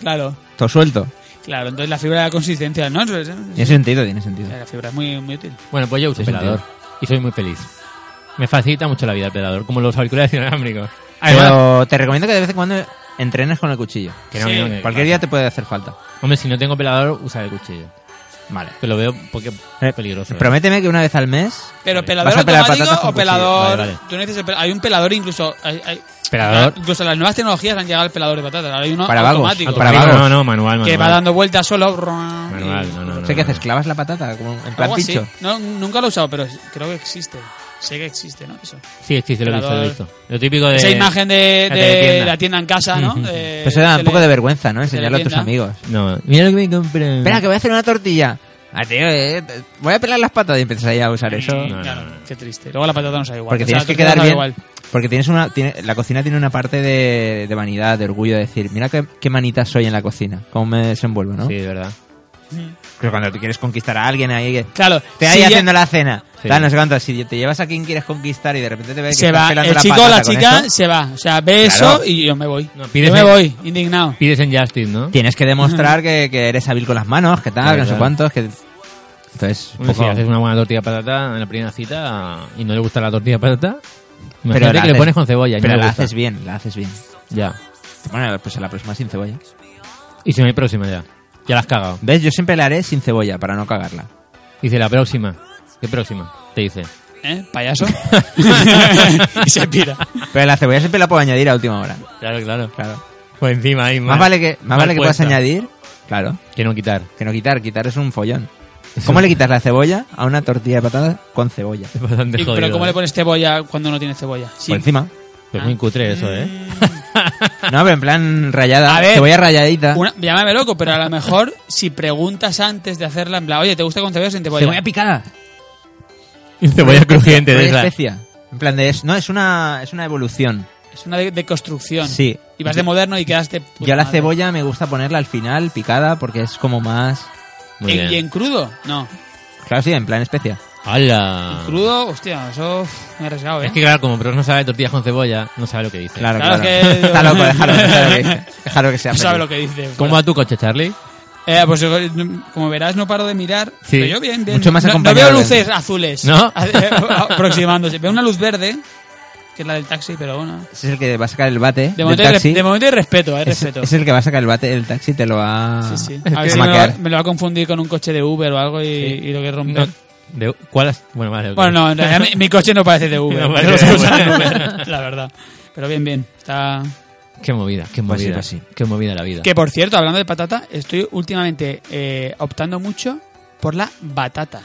Speaker 2: Claro,
Speaker 3: todo suelto.
Speaker 2: claro, entonces la fibra de la consistencia, ¿no? Eso es-
Speaker 3: Tiene sentido, tiene sentido.
Speaker 2: La fibra es muy, muy útil.
Speaker 1: Bueno, pues yo uso
Speaker 3: Sí,
Speaker 1: pelador.
Speaker 3: sentido.
Speaker 1: Y soy muy feliz. Me facilita mucho la vida el pelador, como los auriculares [LAUGHS] inalámbricos. Además,
Speaker 3: Pero te recomiendo que de vez en cuando entrenes con el cuchillo.
Speaker 1: que no,
Speaker 2: Sí.
Speaker 1: que no, que-
Speaker 3: Cualquier día te puede hacer falta.
Speaker 1: Hombre, si no tengo pelador, usar el cuchillo. Vale. Que lo veo porque es peligroso. ¿eh?
Speaker 3: Prométeme que una vez al mes.
Speaker 2: Pero
Speaker 1: Vale.
Speaker 2: pelador
Speaker 3: Vas a pelar
Speaker 2: automático
Speaker 3: patatas con
Speaker 2: o pelador.
Speaker 3: cuchillo. Vale, vale.
Speaker 2: Tú no dices el pel- hay un pelador incluso. hay- hay- ah,
Speaker 1: Pelador.
Speaker 2: Incluso las nuevas tecnologías han llegado al pelador de patatas. Ahora hay uno
Speaker 3: Para vagos,
Speaker 2: automático
Speaker 3: para
Speaker 1: Digo,
Speaker 3: vagos.
Speaker 1: No, no, manual, manual.
Speaker 2: que va dando vueltas solo.
Speaker 1: Manual, no, no, no.
Speaker 3: sé qué
Speaker 1: no.
Speaker 3: haces, clavas la patata como en plan
Speaker 2: Algo así. Eh,
Speaker 3: picho.
Speaker 2: No, nunca lo he usado, pero creo que existe. Sé que existe, ¿no? Eso.
Speaker 1: Sí, existe, lo he visto, lo he
Speaker 2: Pelador.
Speaker 1: visto. Lo típico de...
Speaker 2: Esa imagen de,
Speaker 1: Eh, la
Speaker 2: de
Speaker 1: teletienda.
Speaker 2: la tienda en casa, ¿no?
Speaker 1: Ujú.
Speaker 2: Eh,
Speaker 3: Pero eso Pues da
Speaker 2: se
Speaker 3: un poco
Speaker 2: le-
Speaker 3: de vergüenza,
Speaker 2: se
Speaker 3: ¿no?
Speaker 2: le
Speaker 3: Enseñarlo a tus
Speaker 2: tienda. Mm.
Speaker 3: amigos.
Speaker 1: No, mira lo que me compré.
Speaker 3: Espera, que voy a hacer una tortilla. Ah, tío, eh, te- voy a pelar las patas y empiezas ahí a usar eso.
Speaker 2: Sí,
Speaker 1: No,
Speaker 2: Mm, claro,
Speaker 1: no, no.
Speaker 2: Qué triste. Luego la patata no sabe igual.
Speaker 3: Porque
Speaker 2: O sea,
Speaker 3: tienes
Speaker 2: la
Speaker 3: que
Speaker 2: tortilla
Speaker 3: quedar
Speaker 2: no sabe
Speaker 3: bien.
Speaker 2: igual.
Speaker 3: Porque tienes una, tiene- la cocina tiene una parte de, de vanidad, de orgullo, de decir, mira qué, qué manita soy en la cocina, cómo me desenvuelvo, ¿no?
Speaker 1: Sí, de verdad.
Speaker 3: Pero cuando tú quieres conquistar a alguien ahí, que
Speaker 2: Claro.
Speaker 3: te
Speaker 2: si
Speaker 3: ahí
Speaker 2: ya-
Speaker 3: haciendo la cena,
Speaker 1: Sí.
Speaker 3: tal, no sé cuánto, si te llevas a quien quieres conquistar y de repente te ves que
Speaker 2: se
Speaker 3: estás
Speaker 2: va.
Speaker 3: pelando
Speaker 2: El
Speaker 3: la
Speaker 2: chico o la
Speaker 3: patata con
Speaker 2: chica
Speaker 3: eso,
Speaker 2: se va. O sea, ve
Speaker 3: Claro.
Speaker 2: eso y yo me voy.
Speaker 1: No, pides
Speaker 2: yo me
Speaker 1: el-
Speaker 2: voy, indignado.
Speaker 1: Pides en Justice, ¿no?
Speaker 3: tienes que demostrar que, que eres hábil con las manos, que tal,
Speaker 1: Claro,
Speaker 3: que no sé
Speaker 1: claro.
Speaker 3: cuántos, que... Entonces, un
Speaker 1: Bueno, si
Speaker 3: poco-
Speaker 1: haces una buena tortilla de patata en la primera cita y no le gusta la tortilla de patata,
Speaker 3: pero
Speaker 1: imagínate
Speaker 3: la
Speaker 1: que le
Speaker 3: haces-
Speaker 1: pones con cebolla y
Speaker 3: Pero
Speaker 1: no le
Speaker 3: la
Speaker 1: gusta.
Speaker 3: haces bien, la haces bien.
Speaker 1: Ya.
Speaker 3: Bueno, pues a la próxima sin cebolla.
Speaker 1: Y si no hay próxima ya. Ya la has cagado.
Speaker 3: ¿Ves? Yo siempre la haré sin cebolla para no cagarla.
Speaker 1: Dice, la próxima. ¿Qué próxima? Te dice.
Speaker 2: ¿Eh?
Speaker 1: [LAUGHS]
Speaker 2: ¿Payaso? [LAUGHS] y se pira.
Speaker 3: Pero la cebolla siempre la puedo añadir a última hora.
Speaker 1: Claro, claro.
Speaker 3: Claro.
Speaker 1: Pues encima ahí.
Speaker 3: Más vale que, más
Speaker 1: mal
Speaker 3: vale que puedas
Speaker 1: puesta.
Speaker 3: añadir, claro,
Speaker 1: Que no [LAUGHS] quitar.
Speaker 3: que no quitar. Quitar es un follón. ¿Cómo le quitas la cebolla a una tortilla de patatas con cebolla?
Speaker 1: Es bastante
Speaker 2: Y-
Speaker 1: jodido. eh.
Speaker 2: pero ¿cómo le pones cebolla cuando no tiene cebolla? Sí. Mm.
Speaker 3: Por encima.
Speaker 1: Pues muy cutre eso, ¿eh? [LAUGHS]
Speaker 3: No, pero en plan rayada.
Speaker 2: A ver.
Speaker 3: cebolla rayadita.
Speaker 2: Una- llámame loco, pero a lo mejor si preguntas antes de hacerla, en plan, oye, ¿te gusta con cebolla o sin cebolla?
Speaker 3: Cebolla picada.
Speaker 1: Cebolla crujiente de
Speaker 3: Cebolla
Speaker 1: esa.
Speaker 3: especia. En plan de... es- No, es una, es una evolución.
Speaker 2: Es una de, de construcción.
Speaker 3: Sí.
Speaker 2: Y vas de moderno y quedas de. puta
Speaker 3: Yo a la
Speaker 2: Pues madre.
Speaker 3: cebolla me gusta ponerla al final picada porque es como más...
Speaker 1: Muy
Speaker 2: ¿En-
Speaker 1: bien.
Speaker 2: ¿Y en crudo? No.
Speaker 3: Claro, sí, en plan especia.
Speaker 1: ¡Hala!
Speaker 2: Crudo, hostia, eso me he arriesgado,
Speaker 1: Ah.
Speaker 2: ¿eh?
Speaker 1: Es que claro, como Bros no sabe tortillas con cebolla, no sabe lo que dice.
Speaker 3: Claro,
Speaker 2: Claro
Speaker 3: claro.
Speaker 2: que-
Speaker 3: [LAUGHS] Está loco,
Speaker 2: [LAUGHS]
Speaker 3: déjalo. déjalo que, déjalo que
Speaker 2: [LAUGHS]
Speaker 3: sea
Speaker 2: no sabe
Speaker 3: feliz.
Speaker 2: lo que dice.
Speaker 1: ¿Cómo va tu coche, Charlie?
Speaker 2: Eh, pues eh, como verás, no paro de mirar.
Speaker 1: Sí.
Speaker 2: Pero yo bien, bien.
Speaker 3: Mucho más
Speaker 2: no, no
Speaker 3: acompañado
Speaker 2: veo
Speaker 3: de-
Speaker 2: luces azules.
Speaker 1: ¿No?
Speaker 2: [LAUGHS] A- eh, Aproximándose. Veo una luz verde, que es la del taxi, pero bueno.
Speaker 3: Ese es el que va a sacar el bate
Speaker 2: De
Speaker 3: del
Speaker 2: momento, hay re-
Speaker 3: taxi.
Speaker 2: de momento hay respeto, hay
Speaker 3: es,
Speaker 2: respeto.
Speaker 3: es el que va a sacar el bate del taxi y te lo va
Speaker 2: Sí, sí.
Speaker 1: Ah.
Speaker 3: te
Speaker 2: A ver si
Speaker 3: va
Speaker 2: me
Speaker 3: a
Speaker 2: lo,
Speaker 3: maquear.
Speaker 2: va, me lo va a confundir con un coche de Uber o algo y, y lo que rompe.
Speaker 1: No, de- ¿Cuál has- Bueno, vale. ok.
Speaker 2: Bueno, no, en realidad mi, mi coche
Speaker 1: [LAUGHS]
Speaker 2: no parece de Uber.
Speaker 1: No
Speaker 2: No [LAUGHS]
Speaker 1: parece de
Speaker 2: lo sé usar en
Speaker 1: Uber.
Speaker 2: Uber, [LAUGHS] la verdad. Pero bien, bien. Está...
Speaker 1: Qué movida, qué
Speaker 3: Pues sí,
Speaker 1: movida.
Speaker 3: pues sí.
Speaker 1: Qué movida la vida.
Speaker 2: Que por cierto, hablando de patata, estoy últimamente eh, optando mucho por la batata.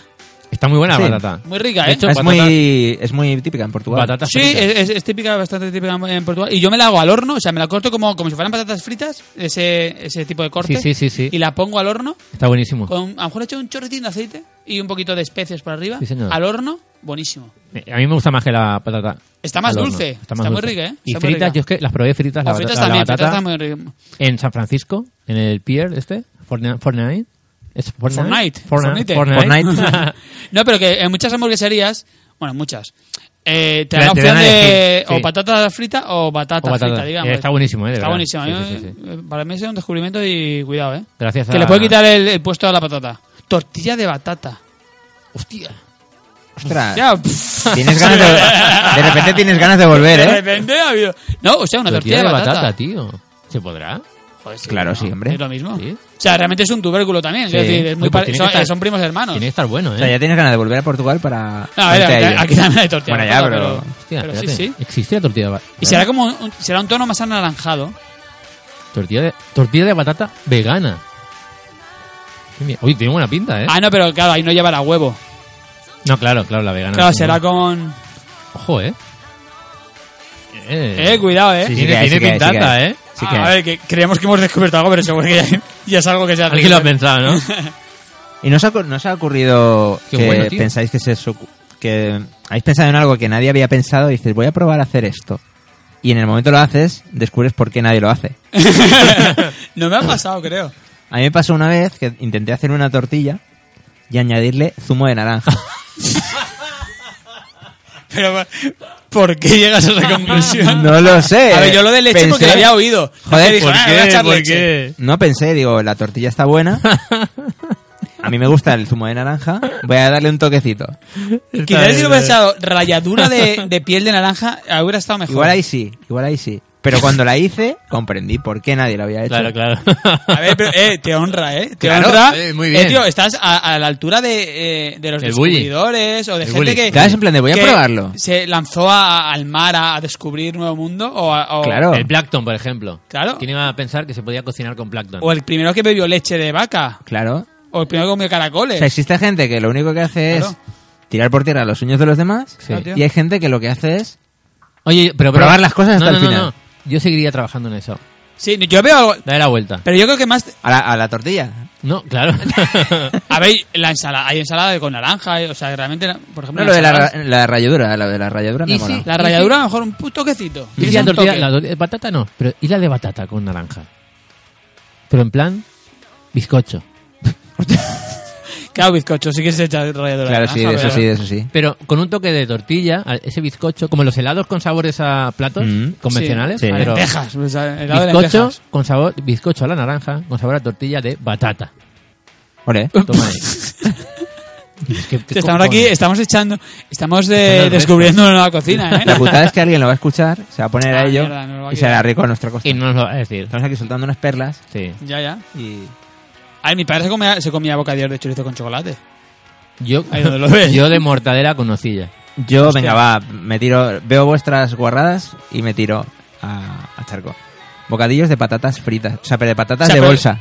Speaker 1: Está muy buena
Speaker 3: Sí.
Speaker 1: la patata.
Speaker 2: Muy rica,
Speaker 1: De
Speaker 2: ¿eh?
Speaker 1: hecho,
Speaker 3: es,
Speaker 1: patata-
Speaker 3: muy, es muy típica en Portugal.
Speaker 1: Patata
Speaker 2: Sí,
Speaker 1: frita.
Speaker 2: es, es- es típica, bastante típica en Portugal. Y yo me la hago al horno, o sea, me la corto como, como si fueran patatas fritas, ese, ese tipo de corte.
Speaker 1: Sí, sí, sí, sí.
Speaker 2: Y la pongo al horno,
Speaker 1: Está buenísimo.
Speaker 2: con, a lo mejor le echo un chorritín de aceite y un poquito de especias por arriba.
Speaker 1: Sí, señor.
Speaker 2: Al horno, buenísimo.
Speaker 1: Eh, A mí me gusta más que la patata.
Speaker 2: Está más
Speaker 1: al horno.
Speaker 2: dulce, está muy rica, ¿eh?
Speaker 1: Y
Speaker 2: Está muy
Speaker 1: fritas,
Speaker 2: rica.
Speaker 1: yo es que las probé fritas, la,
Speaker 2: Las fritas
Speaker 1: batata, la
Speaker 2: también, fritas
Speaker 1: batata,
Speaker 2: están muy ricas.
Speaker 1: en San Francisco, en el pier este, Fortnite. Fortnite. ¿Es Fortnite? Fortnite.
Speaker 2: Fortnite. Fortnite.
Speaker 3: Fortnite.
Speaker 1: [LAUGHS]
Speaker 2: No, pero que en muchas hamburgueserías, bueno, muchas, eh,
Speaker 1: Te-
Speaker 2: te dan la
Speaker 1: te
Speaker 2: opción
Speaker 1: dan a
Speaker 2: de
Speaker 1: elegir, sí.
Speaker 2: o patata frita o batata,
Speaker 1: O batata.
Speaker 2: frita, digamos.
Speaker 1: Eh, está buenísimo, eh, de
Speaker 2: Está
Speaker 1: verdad.
Speaker 2: buenísimo.
Speaker 1: Sí,
Speaker 2: Yo,
Speaker 1: sí, sí,
Speaker 2: eh, Para mí es un descubrimiento y cuidado, ¿eh?
Speaker 1: Gracias
Speaker 2: Que
Speaker 1: a-
Speaker 2: le puede quitar el, el puesto a la patata. Tortilla de batata. Hostia.
Speaker 3: Ostras,
Speaker 2: Ya, pff,
Speaker 3: tienes ganas de, de repente tienes ganas de
Speaker 2: [LAUGHS]
Speaker 3: volver,
Speaker 2: de
Speaker 3: ¿eh?
Speaker 2: repente ha habido... No, o sea, una tortilla,
Speaker 1: de batata, tío. ¿Se podrá?
Speaker 2: Joder, pues sí,
Speaker 3: Claro,
Speaker 2: no,
Speaker 3: sí, hombre.
Speaker 2: Es lo mismo.
Speaker 1: Sí.
Speaker 2: O sea, realmente es un tubérculo también. es
Speaker 3: Sí.
Speaker 2: decir, es muy
Speaker 1: Oye, pues
Speaker 2: pare-
Speaker 1: tiene que
Speaker 2: son,
Speaker 1: estar-
Speaker 2: eh, son primos hermanos.
Speaker 1: Tiene que estar bueno,
Speaker 3: O
Speaker 1: ¿eh?
Speaker 3: sea, ya tienes ganas de volver a Portugal para...
Speaker 2: No, a ver,
Speaker 3: irte
Speaker 2: aquí,
Speaker 3: ello.
Speaker 2: aquí también hay tortilla.
Speaker 3: Bueno,
Speaker 2: de
Speaker 3: ya,
Speaker 2: patata,
Speaker 3: pero-
Speaker 1: Hostia,
Speaker 2: pero sí,
Speaker 1: espérate.
Speaker 2: sí.
Speaker 1: Existe la tortilla de ba-
Speaker 2: Y será como un, será un tono más anaranjado.
Speaker 1: tortilla de, tortilla de batata vegana. Qué mier- Uy, tiene buena pinta, ¿eh?
Speaker 2: Ah, no, pero claro, ahí no llevará huevo.
Speaker 1: No, claro, claro, la vegana.
Speaker 2: claro,
Speaker 1: Sí,
Speaker 2: será
Speaker 1: no.
Speaker 2: con.
Speaker 1: Ojo, ¿eh?
Speaker 2: Eh, cuidado, eh.
Speaker 3: Sí, sí,
Speaker 1: tiene
Speaker 3: que hay,
Speaker 1: tiene
Speaker 3: sí que hay, sí que
Speaker 1: pintata,
Speaker 3: hay.
Speaker 1: ¿eh?
Speaker 3: Sí
Speaker 2: Ah,
Speaker 3: que-
Speaker 2: a ver, que creemos que hemos descubierto algo, pero seguro que ya, [LAUGHS] ya es algo que se hace.
Speaker 1: Alguien lo ha pensado, ¿no?
Speaker 3: ¿Y no os ha, no os ha ocurrido
Speaker 1: Qué
Speaker 3: que
Speaker 1: bueno, tío.
Speaker 3: pensáis que se os ocu- que habéis pensado en algo que nadie había pensado y dices, voy a probar a hacer esto? Y en el momento lo haces, descubres por qué nadie lo hace.
Speaker 2: [LAUGHS] no me ha pasado, creo.
Speaker 3: A mí me pasó una vez que intenté hacer una tortilla y añadirle zumo
Speaker 2: [LAUGHS]
Speaker 3: de naranja.
Speaker 2: Pero, ¿por qué llegas a
Speaker 3: [LAUGHS]
Speaker 2: esa conclusión?
Speaker 3: No lo sé.
Speaker 2: A ver, yo lo de leche
Speaker 3: Pensé-
Speaker 2: porque lo había oído.
Speaker 3: Joder,
Speaker 2: Que dije,
Speaker 3: ¿por
Speaker 2: "Ah, le voy a echar
Speaker 1: ¿Por
Speaker 2: leche".
Speaker 1: qué?
Speaker 3: No pensé, digo, la tortilla
Speaker 2: [LAUGHS]
Speaker 3: está buena. A mí me gusta el zumo de naranja. Voy a darle un toquecito.
Speaker 2: Quizás si lo hubiera echado ralladura de, de piel de naranja, hubiera estado mejor.
Speaker 3: Igual ahí sí, igual ahí sí. Pero cuando la hice, comprendí por qué nadie lo había hecho.
Speaker 1: Claro, claro.
Speaker 2: A ver, pero eh, te honra, ¿eh? Te
Speaker 1: Claro,
Speaker 2: honra.
Speaker 1: eh, muy bien.
Speaker 2: Eh, tío, estás a, a la altura de, eh, de los
Speaker 1: El bully.
Speaker 2: descubridores o de
Speaker 1: El
Speaker 2: gente
Speaker 1: bully.
Speaker 2: que.
Speaker 3: Claro, es en plan de, voy a
Speaker 2: que
Speaker 3: probarlo.
Speaker 2: Se lanzó a- al mar a, a descubrir nuevo mundo o, a- o-
Speaker 3: Claro.
Speaker 1: El plancton, por ejemplo.
Speaker 2: Claro.
Speaker 1: ¿Quién iba a pensar que se podía cocinar con plancton?
Speaker 2: o el primero que bebió leche de vaca.
Speaker 3: Claro.
Speaker 2: O el primero que comió
Speaker 3: O
Speaker 2: caracoles.
Speaker 3: sea, existe gente que lo único que hace
Speaker 2: Claro.
Speaker 3: es tirar por tierra los sueños de los demás
Speaker 1: Sí.
Speaker 3: y hay gente que lo que hace es...
Speaker 1: Oye, pero, pero-
Speaker 3: Probar las cosas hasta
Speaker 1: No, no,
Speaker 3: el
Speaker 1: no,
Speaker 3: final.
Speaker 1: no. Yo seguiría trabajando en eso.
Speaker 2: Sí, yo veo algo.
Speaker 1: Dale la vuelta.
Speaker 2: Pero yo creo que más.
Speaker 3: A la, a la tortilla.
Speaker 1: No,
Speaker 2: [LAUGHS]
Speaker 1: claro. [LAUGHS]
Speaker 2: A ver, la ensalada. Hay ensalada de- con naranja. eh, O sea, realmente, por ejemplo.
Speaker 3: No, lo de la,
Speaker 2: ensalada-
Speaker 3: ra- la ralladura, lo de la ralladura me
Speaker 1: Y
Speaker 3: ha molado.
Speaker 1: sí,
Speaker 2: la ralladura, a lo mejor un pu- toquecito.
Speaker 1: y
Speaker 2: Tienes
Speaker 1: la
Speaker 2: un
Speaker 1: tortilla,
Speaker 2: toque.
Speaker 1: la tortilla de patata no, pero y la de batata con naranja. Pero en plan bizcocho.
Speaker 2: Claro, bizcocho. Sí que se echa ralladura.
Speaker 3: Claro,
Speaker 2: de
Speaker 3: sí, de
Speaker 2: naranja,
Speaker 3: eso
Speaker 2: pero-
Speaker 3: sí, de eso sí.
Speaker 1: Pero con un toque de tortilla, a- ese bizcocho, como los helados con sabores a platos
Speaker 3: Mm,
Speaker 1: convencionales, ¿eh?
Speaker 3: sí. Sí.
Speaker 1: pero
Speaker 2: Lentejas. o sea, helado de
Speaker 1: bizcocho
Speaker 2: lentejas.
Speaker 1: con sabor bizcocho a la naranja, con sabor a tortilla de batata.
Speaker 3: Ole.
Speaker 1: Toma ahí. Es que- que
Speaker 2: Estamos
Speaker 1: cojones.
Speaker 2: aquí, estamos echando, estamos de-
Speaker 1: Echando el
Speaker 2: descubriendo una nueva
Speaker 3: [LAUGHS]
Speaker 2: cocina, ¿eh?
Speaker 3: La putada es que alguien lo va a escuchar, se va a poner a
Speaker 2: Ah,
Speaker 3: ello
Speaker 2: mierda, no lo va a
Speaker 3: y se
Speaker 2: quitar.
Speaker 3: hará rico a nuestra costa.
Speaker 1: Y no nos lo va a decir.
Speaker 3: Estamos aquí soltando unas perlas
Speaker 1: Sí.
Speaker 2: Ya, ya.
Speaker 3: y...
Speaker 2: Ay, mi padre se comía, se comía bocadillos de chorizo con chocolate.
Speaker 1: Yo,
Speaker 2: Ahí donde lo ves.
Speaker 1: yo de mortadela con
Speaker 2: [LAUGHS]
Speaker 1: nocilla.
Speaker 3: Yo,
Speaker 2: Hostia.
Speaker 3: venga, va, me tiro... Veo vuestras guarradas y me tiro a, a charco. Bocadillos de patatas fritas, o sea, pero de patatas
Speaker 2: O sea,
Speaker 3: de
Speaker 2: pero- [LAUGHS]
Speaker 3: bolsa.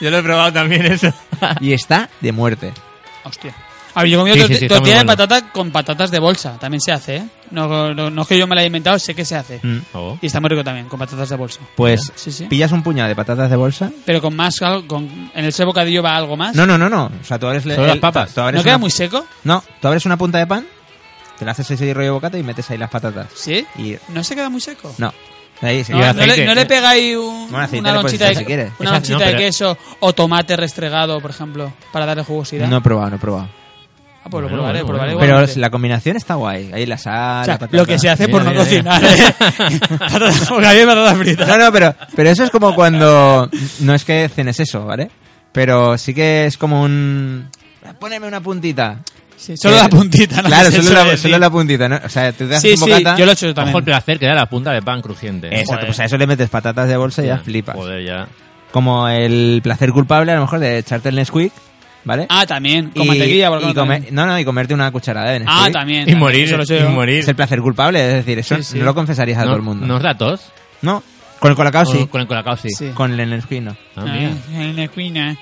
Speaker 1: yo lo he probado también eso.
Speaker 3: Y está de muerte.
Speaker 2: Hostia. A ver, yo he comido
Speaker 1: Sí,
Speaker 2: torti-
Speaker 1: sí, sí, está
Speaker 2: tortilla de
Speaker 1: muy bueno.
Speaker 2: patata con patatas de bolsa. También se hace, ¿eh? No, no, no es que yo me la haya inventado, sé que se hace.
Speaker 3: Mm.
Speaker 1: Oh.
Speaker 2: Y está muy rico también, con patatas de bolsa.
Speaker 3: Pues
Speaker 2: Sí, sí.
Speaker 3: pillas un puñado de patatas de bolsa
Speaker 2: Pero con más, algo- con, en ese bocadillo va algo más.
Speaker 3: No, no, no, no. O sea, tú abres le-
Speaker 1: Solo las papas.
Speaker 3: tú abres
Speaker 2: ¿No queda
Speaker 3: una-
Speaker 2: muy seco?
Speaker 3: No, tú abres una punta de pan, te la haces ese rollo de bocata y metes ahí las patatas.
Speaker 2: ¿Sí?
Speaker 3: Y
Speaker 2: ¿No se queda muy seco?
Speaker 3: no. Ahí sí.
Speaker 2: No,
Speaker 1: Y
Speaker 2: no
Speaker 1: aceite.
Speaker 2: le, no le pegáis un-
Speaker 3: Bueno, aceite
Speaker 2: una
Speaker 3: le puedes
Speaker 2: lonchita,
Speaker 3: echar
Speaker 2: de,
Speaker 3: si quieres.
Speaker 2: una
Speaker 1: Esa-
Speaker 2: lonchita
Speaker 1: no,
Speaker 2: de
Speaker 1: pero-
Speaker 2: queso o tomate restregado, por ejemplo, para darle jugosidad.
Speaker 3: No he probado, no he probado.
Speaker 2: Ah, pues
Speaker 1: Bueno,
Speaker 2: lo probaré,
Speaker 1: bueno,
Speaker 2: probaré
Speaker 1: bueno.
Speaker 3: Pero
Speaker 2: igualmente.
Speaker 3: la combinación está guay. Ahí la sal,
Speaker 2: O sea,
Speaker 3: la patata.
Speaker 2: lo que se hace
Speaker 1: Mira,
Speaker 2: por no
Speaker 1: mira, mira.
Speaker 3: [LAUGHS]
Speaker 2: cocinar. ¿eh? Patatas- bocadillo de patatas [LAUGHS] fritas.
Speaker 3: No, no, pero, pero eso es como cuando. No es que cenes eso, ¿vale? Pero sí que es como un. Poneme una puntita. Eh,
Speaker 2: Sí, solo la puntita, ¿no?
Speaker 3: Claro,
Speaker 2: [LAUGHS] Eso
Speaker 3: solo la,
Speaker 2: es, sí.
Speaker 3: solo la puntita, ¿no? O sea, tú te haces
Speaker 2: Sí,
Speaker 3: un
Speaker 2: sí,
Speaker 3: bocata.
Speaker 2: yo lo he hecho
Speaker 1: Ojo el
Speaker 2: también.
Speaker 1: placer que da la punta de pan crujiente.
Speaker 3: Exacto,
Speaker 2: Joder.
Speaker 3: pues a eso le metes patatas de bolsa y ya flipas.
Speaker 1: Joder, ya.
Speaker 3: Como el placer culpable, a lo mejor, de echarte el Nesquik, ¿vale?
Speaker 2: Ah, también, con mantequilla, por
Speaker 3: y
Speaker 2: qué no
Speaker 3: comer-
Speaker 2: también?
Speaker 3: no, no, y comerte una cucharada
Speaker 2: Ah,
Speaker 3: de Nesquik.
Speaker 2: también.
Speaker 1: Y
Speaker 2: también,
Speaker 1: morir,
Speaker 2: eso lo sé
Speaker 1: y
Speaker 2: yo.
Speaker 1: morir.
Speaker 3: Es el placer culpable, es decir, eso
Speaker 2: Sí, sí.
Speaker 3: no lo confesarías a
Speaker 1: ¿No-
Speaker 3: todo el mundo.
Speaker 1: ¿Nos da tos?
Speaker 3: No, con el colacao sí,
Speaker 1: Con, con el colacao sí.
Speaker 2: Sí.
Speaker 3: con el Nesquik no.
Speaker 1: Ah,
Speaker 2: Ay,
Speaker 1: mira.
Speaker 2: ay, la cuina.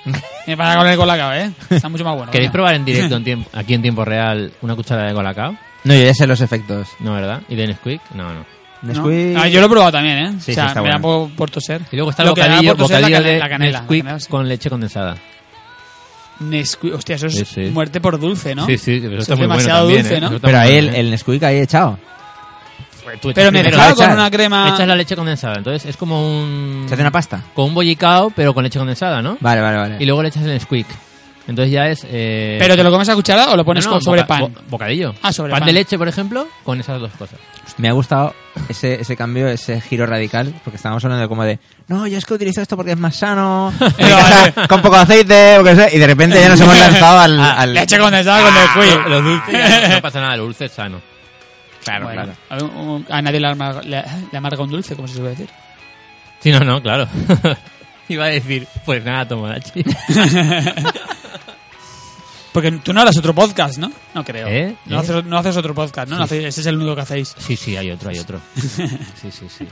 Speaker 2: Me pasa con el colacao, ¿eh? Está mucho más bueno.
Speaker 1: ¿Queréis
Speaker 2: coño.
Speaker 1: probar en
Speaker 2: [LAUGHS]
Speaker 1: directo, en tiempo, aquí en tiempo real, una cucharada de colacao?
Speaker 3: No, yo ya sé los efectos.
Speaker 1: No, ¿verdad? ¿Y de Nesquik? No, no.
Speaker 2: ¿no?
Speaker 3: Nesquik-
Speaker 2: Ah, yo lo he probado también, ¿eh?
Speaker 3: Sí,
Speaker 2: o sea,
Speaker 3: sí, está
Speaker 2: me da
Speaker 3: bueno.
Speaker 2: por, por toser.
Speaker 1: Y luego está el
Speaker 2: Lo que me da
Speaker 1: bocadillo,
Speaker 2: por toser es la
Speaker 1: bocadillo
Speaker 2: cane-
Speaker 1: de
Speaker 2: la canela, la
Speaker 1: Nesquik
Speaker 2: canela, sí.
Speaker 1: con leche condensada.
Speaker 2: Nesquik, hostia, eso es
Speaker 1: Sí, sí.
Speaker 2: muerte por dulce, ¿no?
Speaker 1: Sí, sí, pero eso está
Speaker 2: Eso es
Speaker 1: muy bueno
Speaker 2: demasiado
Speaker 1: también,
Speaker 2: dulce,
Speaker 1: ¿eh?
Speaker 2: ¿no?
Speaker 1: Eso está
Speaker 3: Pero
Speaker 1: muy
Speaker 3: ahí
Speaker 1: bueno,
Speaker 3: el,
Speaker 1: ¿eh?
Speaker 3: el Nesquik ahí echado.
Speaker 1: Tú echas
Speaker 2: Pero
Speaker 1: primero-
Speaker 2: mezclado con
Speaker 3: echas-
Speaker 2: una crema...
Speaker 1: echas la leche condensada, entonces es como un...
Speaker 3: Se hace una pasta.
Speaker 1: Con un bollicao, pero con leche condensada, ¿no?
Speaker 3: Vale, vale, vale.
Speaker 1: Y luego le echas el Nesquik. Entonces ya es... eh,
Speaker 2: ¿Pero te lo comes a cucharada o lo pones
Speaker 1: no, no,
Speaker 2: con- sobre
Speaker 1: boca-
Speaker 2: pan?
Speaker 1: bo- bocadillo.
Speaker 2: Ah, sobre
Speaker 1: pan.
Speaker 2: pan.
Speaker 1: de leche, por ejemplo, con esas dos cosas.
Speaker 3: Me ha gustado ese, ese cambio, ese giro radical, porque estábamos hablando de como de, no, yo es que utilizo esto porque es más sano, [LAUGHS] me encanta, con poco aceite, o que sé, y de repente ya nos hemos lanzado al... al-
Speaker 2: Leche condensada con el cuello.
Speaker 1: Ah, Lo dulce
Speaker 2: [LAUGHS]
Speaker 1: ya no pasa nada, lo dulce es sano.
Speaker 3: Claro,
Speaker 2: Bueno, a,
Speaker 3: claro.
Speaker 2: un- un- a nadie le amarga, le, le amarga un dulce, como se suele decir.
Speaker 1: Sí, no, no, claro. Iba a decir, pues nada, Tomodachi.
Speaker 2: Porque tú no harás otro podcast, ¿no? No creo.
Speaker 1: ¿Eh?
Speaker 2: No,
Speaker 1: ¿Eh?
Speaker 2: Haces, no haces otro podcast, ¿no? No
Speaker 1: Sí.
Speaker 2: haces- ese es el único que hacéis.
Speaker 1: Sí, sí, hay otro, hay [LAUGHS] otro. Sí, sí, sí.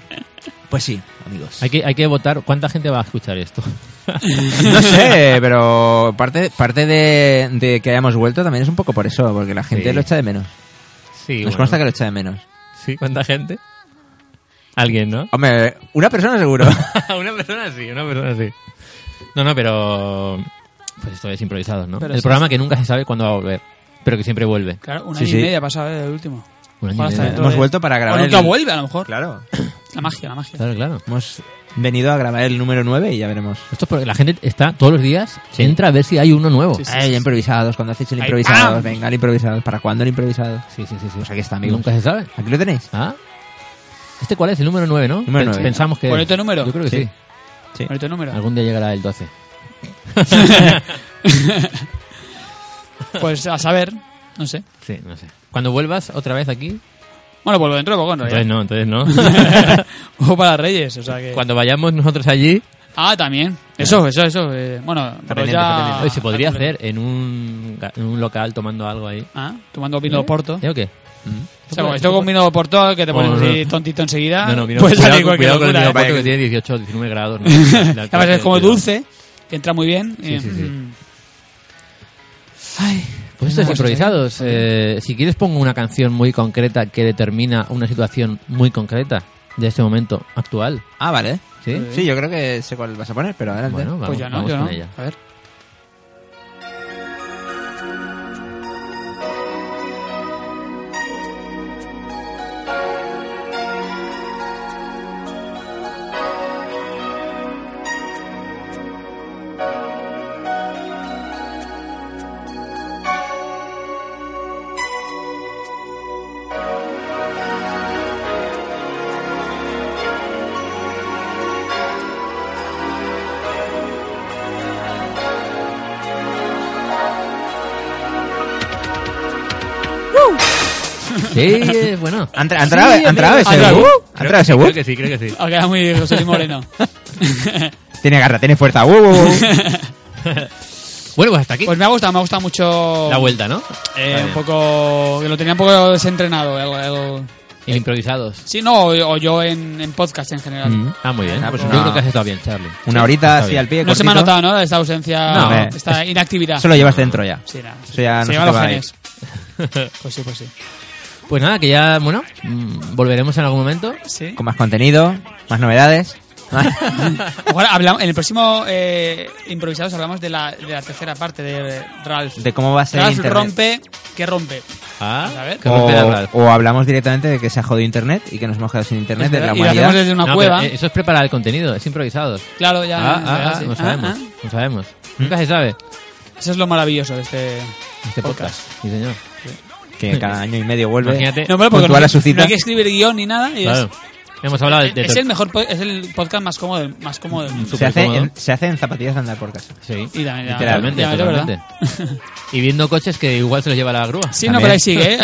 Speaker 3: Pues sí, amigos.
Speaker 1: Hay que, hay que votar. ¿Cuánta gente va a escuchar esto?
Speaker 3: [LAUGHS] No sé, pero parte, parte de, de que hayamos vuelto también es un poco por eso, porque la gente
Speaker 1: Sí.
Speaker 3: lo echa de menos.
Speaker 1: Sí,
Speaker 3: Nos
Speaker 1: bueno.
Speaker 3: consta que lo echa de menos.
Speaker 1: Sí, ¿cuánta gente? Alguien, ¿no?
Speaker 3: Hombre, una persona seguro.
Speaker 1: [LAUGHS] una persona sí, una persona sí. No, no, pero... Pues esto es improvisado, ¿no?
Speaker 2: Pero
Speaker 1: El
Speaker 2: sí,
Speaker 1: programa que nunca se sabe cuándo va a volver, pero que siempre vuelve.
Speaker 2: Claro, una
Speaker 3: Sí,
Speaker 2: año
Speaker 3: sí.
Speaker 2: y media pasaba el último.
Speaker 1: Un año y
Speaker 2: Ahora está
Speaker 1: medio.
Speaker 2: dentro
Speaker 3: [LAUGHS] hemos
Speaker 2: de-
Speaker 3: vuelto para
Speaker 2: O
Speaker 3: grabar
Speaker 2: nunca
Speaker 3: el...
Speaker 2: vuelve, a lo mejor.
Speaker 3: Claro.
Speaker 2: La magia, la magia.
Speaker 1: Claro, claro.
Speaker 3: Hemos venido a grabar el número 9 y ya veremos.
Speaker 1: Esto es porque la gente está todos los días, entra a ver si hay uno nuevo.
Speaker 2: Sí, sí.
Speaker 3: Ay, improvisados, cuando hacéis el
Speaker 2: Ahí,
Speaker 3: improvisado,
Speaker 2: ¡pam!
Speaker 3: venga, el improvisado. ¿Para cuándo el improvisado?
Speaker 1: Sí, sí, sí. sí.
Speaker 3: Pues aquí está, amigos.
Speaker 1: Nunca se sabe.
Speaker 3: Aquí lo tenéis.
Speaker 1: ¿Ah? ¿Este cuál es? El número 9, ¿no?
Speaker 3: Número
Speaker 1: Pens-
Speaker 3: nueve.
Speaker 1: Pensamos que...
Speaker 2: Bonito número.
Speaker 1: Yo creo que sí.
Speaker 3: Sí.
Speaker 2: Bonito número.
Speaker 1: Algún día llegará el 12.
Speaker 2: [LAUGHS] Pues a saber, no sé.
Speaker 1: Sí, no sé. Cuando vuelvas otra vez aquí...
Speaker 2: Bueno, vuelvo dentro de poco, en
Speaker 1: Entonces
Speaker 2: realidad.
Speaker 1: no, entonces no.
Speaker 2: [LAUGHS] O para Reyes, o sea que...
Speaker 1: Cuando vayamos nosotros allí...
Speaker 2: Ah, también. Eso, eso, eso. eh, bueno, pero
Speaker 3: pendiente, está
Speaker 2: ya... Ah,
Speaker 3: pendiente.
Speaker 1: Oye, se podría hacer en un, ga- en un local tomando algo ahí.
Speaker 2: Ah, tomando vino de Porto.
Speaker 1: ¿Eh o qué?
Speaker 2: O sea, esto con vino de Porto, que te pones
Speaker 1: Oh, no.
Speaker 2: así tontito enseguida.
Speaker 1: No, no, mira,
Speaker 2: puede
Speaker 1: cuidado,
Speaker 2: salir cualquier
Speaker 1: cuidado con el
Speaker 2: Pues
Speaker 1: vino
Speaker 2: locura, ¿eh?
Speaker 1: Porto que tiene 18, 19 grados. ¿no? La- la-
Speaker 2: Además es como
Speaker 1: cuidado.
Speaker 2: dulce, que entra muy bien.
Speaker 1: Sí,
Speaker 2: eh,
Speaker 1: sí, sí.
Speaker 2: mm.
Speaker 1: Pues esto es
Speaker 2: Pues
Speaker 1: improvisados. Eh, si quieres pongo una canción muy concreta que determina una situación muy concreta de este momento actual.
Speaker 3: Ah, vale.
Speaker 1: ¿Sí?
Speaker 3: Sí, yo creo que sé cuál vas a poner, pero adelante.
Speaker 1: Bueno, vamos,
Speaker 2: Pues yo no,
Speaker 1: vamos
Speaker 2: yo
Speaker 1: con
Speaker 2: no.
Speaker 1: ella.
Speaker 2: A ver.
Speaker 1: Sí, eh, bueno.
Speaker 3: ¿Ha entra- ha entrado- ha entrado ese
Speaker 2: entrado.
Speaker 3: Wu? ¿Ha entrado ese Wu?
Speaker 1: Creo que sí, creo que sí.
Speaker 2: Ah, queda muy José Luis Moreno.
Speaker 1: [LAUGHS]
Speaker 3: Tiene garra, tiene
Speaker 2: [LAUGHS]
Speaker 3: fuerza. Wu, Wu, Wu.
Speaker 1: Bueno, pues hasta aquí.
Speaker 2: Pues me ha gustado, me ha gustado mucho.
Speaker 1: La vuelta, ¿no?
Speaker 2: eh, un poco. que Lo tenía un poco desentrenado. el- el-
Speaker 1: El improvisados.
Speaker 2: sí, no, o, o yo en, en podcast en general.
Speaker 1: Ah, muy bien.
Speaker 3: Ah, pues
Speaker 1: Yo
Speaker 3: una-
Speaker 1: creo que has estado bien, Charlie.
Speaker 3: Una horita
Speaker 1: está
Speaker 3: así
Speaker 1: bien.
Speaker 3: al pie.
Speaker 2: No se me ha
Speaker 3: cortito.
Speaker 2: notado, ¿no? Esta ausencia,
Speaker 3: No, eh,
Speaker 2: esta inactividad.
Speaker 3: Eso lo llevas dentro ya.
Speaker 2: Sí, nada.
Speaker 3: Eso ya
Speaker 2: se
Speaker 3: no se
Speaker 2: llevan
Speaker 3: te
Speaker 2: los
Speaker 3: va a
Speaker 2: genes.
Speaker 1: [LAUGHS]
Speaker 2: Pues sí, pues sí.
Speaker 1: Pues nada, que ya, bueno, mm, volveremos en algún momento.
Speaker 2: Sí.
Speaker 3: Con más contenido,
Speaker 2: [LAUGHS]
Speaker 3: más novedades.
Speaker 2: Ojalá hablamos, en el próximo eh, Improvisados hablamos de la, de la tercera parte de Ralph.
Speaker 3: de cómo va a ser
Speaker 2: Ralph
Speaker 3: internet.
Speaker 2: rompe, ¿qué rompe?
Speaker 1: Ah,
Speaker 2: A ver.
Speaker 1: que
Speaker 3: o,
Speaker 1: rompe la radio.
Speaker 3: o hablamos directamente de que se ha jodido internet y que nos hemos quedado sin internet
Speaker 2: Es
Speaker 3: de
Speaker 2: verdad,
Speaker 3: la
Speaker 2: y lo hacemos
Speaker 3: humanidad.
Speaker 2: desde una
Speaker 1: No,
Speaker 2: cueva.
Speaker 1: pero, eh, eso es preparar el contenido, es improvisado.
Speaker 2: claro, ya.
Speaker 1: Ah,
Speaker 2: ya,
Speaker 1: ah,
Speaker 2: ya,
Speaker 1: ah,
Speaker 2: sí.
Speaker 1: no
Speaker 2: Ah,
Speaker 1: sabemos,
Speaker 2: ah.
Speaker 1: no sabemos. Nunca se sabe
Speaker 2: Eso es lo maravilloso de este,
Speaker 3: Eh,
Speaker 1: este podcast. Sí, señor.
Speaker 2: [LAUGHS]
Speaker 3: Que cada año y medio vuelve.
Speaker 1: Imagínate.
Speaker 2: No, bueno, porque
Speaker 3: Puntual
Speaker 2: no,
Speaker 3: a su cita.
Speaker 2: no hay que escribir guión ni nada. y
Speaker 1: Claro. Hemos hablado de,
Speaker 2: es,
Speaker 1: de
Speaker 2: es
Speaker 1: todo.
Speaker 2: el mejor, po- es el podcast más cómodo, del- más cómodo del mundo.
Speaker 3: Se hace,
Speaker 1: supercómodo.
Speaker 3: en, se hace en zapatillas de andar por casa.
Speaker 1: Sí.
Speaker 2: Y también, ya-
Speaker 1: Literalmente,
Speaker 2: ya, ya, ya,
Speaker 1: totalmente.
Speaker 2: ¿verdad? [LAUGHS]
Speaker 1: Y viendo coches que igual se los lleva la grúa.
Speaker 2: Sí,
Speaker 3: También.
Speaker 2: no, pero ahí sigue. ¿eh?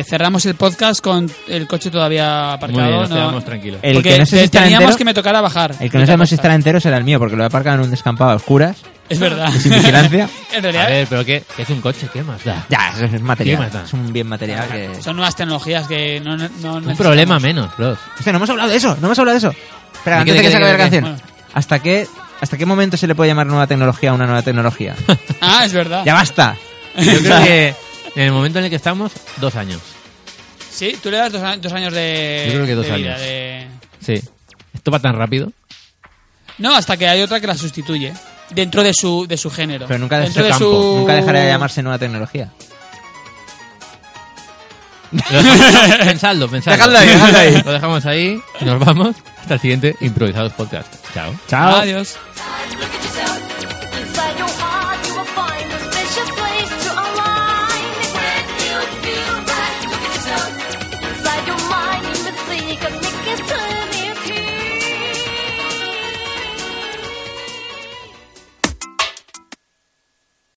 Speaker 2: Eh, cerramos el podcast con el coche todavía
Speaker 1: Muy bien,
Speaker 2: aparcado.
Speaker 1: nos quedamos
Speaker 2: no,
Speaker 1: tranquilos.
Speaker 3: El
Speaker 2: porque
Speaker 3: que no sé si estará
Speaker 2: teníamos
Speaker 3: entero-
Speaker 2: que me tocara bajar.
Speaker 3: El que no sabemos si estará entero será el mío, porque lo he aparcado en un descampado a oscuras,
Speaker 2: Es verdad.
Speaker 3: [LAUGHS] sin vigilancia.
Speaker 2: [LAUGHS] en
Speaker 1: A
Speaker 2: realidad,
Speaker 1: ver, pero ¿qué? ¿Qué es un coche? ¿Qué más da?
Speaker 3: Ya, eso es
Speaker 1: Sí,
Speaker 3: material.
Speaker 1: más da.
Speaker 3: Es un bien material que...
Speaker 2: son nuevas tecnologías que no, no- no
Speaker 1: Un
Speaker 2: necesitamos.
Speaker 1: problema menos, bros.
Speaker 3: Hostia, no hemos hablado de eso, no hemos hablado de eso. Espera,
Speaker 1: ¿De qué, de
Speaker 3: antes de que
Speaker 1: qué,
Speaker 3: se acabe
Speaker 1: de
Speaker 3: la
Speaker 1: qué?
Speaker 3: canción. Hasta que ¿Hasta qué momento se le puede llamar nueva tecnología a una nueva tecnología?
Speaker 2: Ah, es verdad.
Speaker 3: ¡Ya basta! [LAUGHS]
Speaker 1: Yo creo que en el momento en el que estamos, dos años.
Speaker 2: Sí, tú le das dos, a- dos años de.
Speaker 1: Yo creo que dos
Speaker 2: de vida,
Speaker 1: años.
Speaker 2: de-
Speaker 1: Sí. Esto va tan
Speaker 3: [LAUGHS]
Speaker 1: rápido.
Speaker 2: No, hasta que hay otra que la sustituye. Dentro de su, de su género.
Speaker 3: Pero nunca de
Speaker 2: dentro
Speaker 3: su campo. Nunca dejará de llamarse nueva tecnología.
Speaker 1: pensadlo, pensadlo.
Speaker 3: Dejadlo ahí, dejadlo ahí.
Speaker 2: Ah,
Speaker 1: Lo dejamos ahí. Nos vamos. Hasta el siguiente Improvisados Podcast. Chao.
Speaker 3: Chao.
Speaker 2: Adiós.
Speaker 4: Solo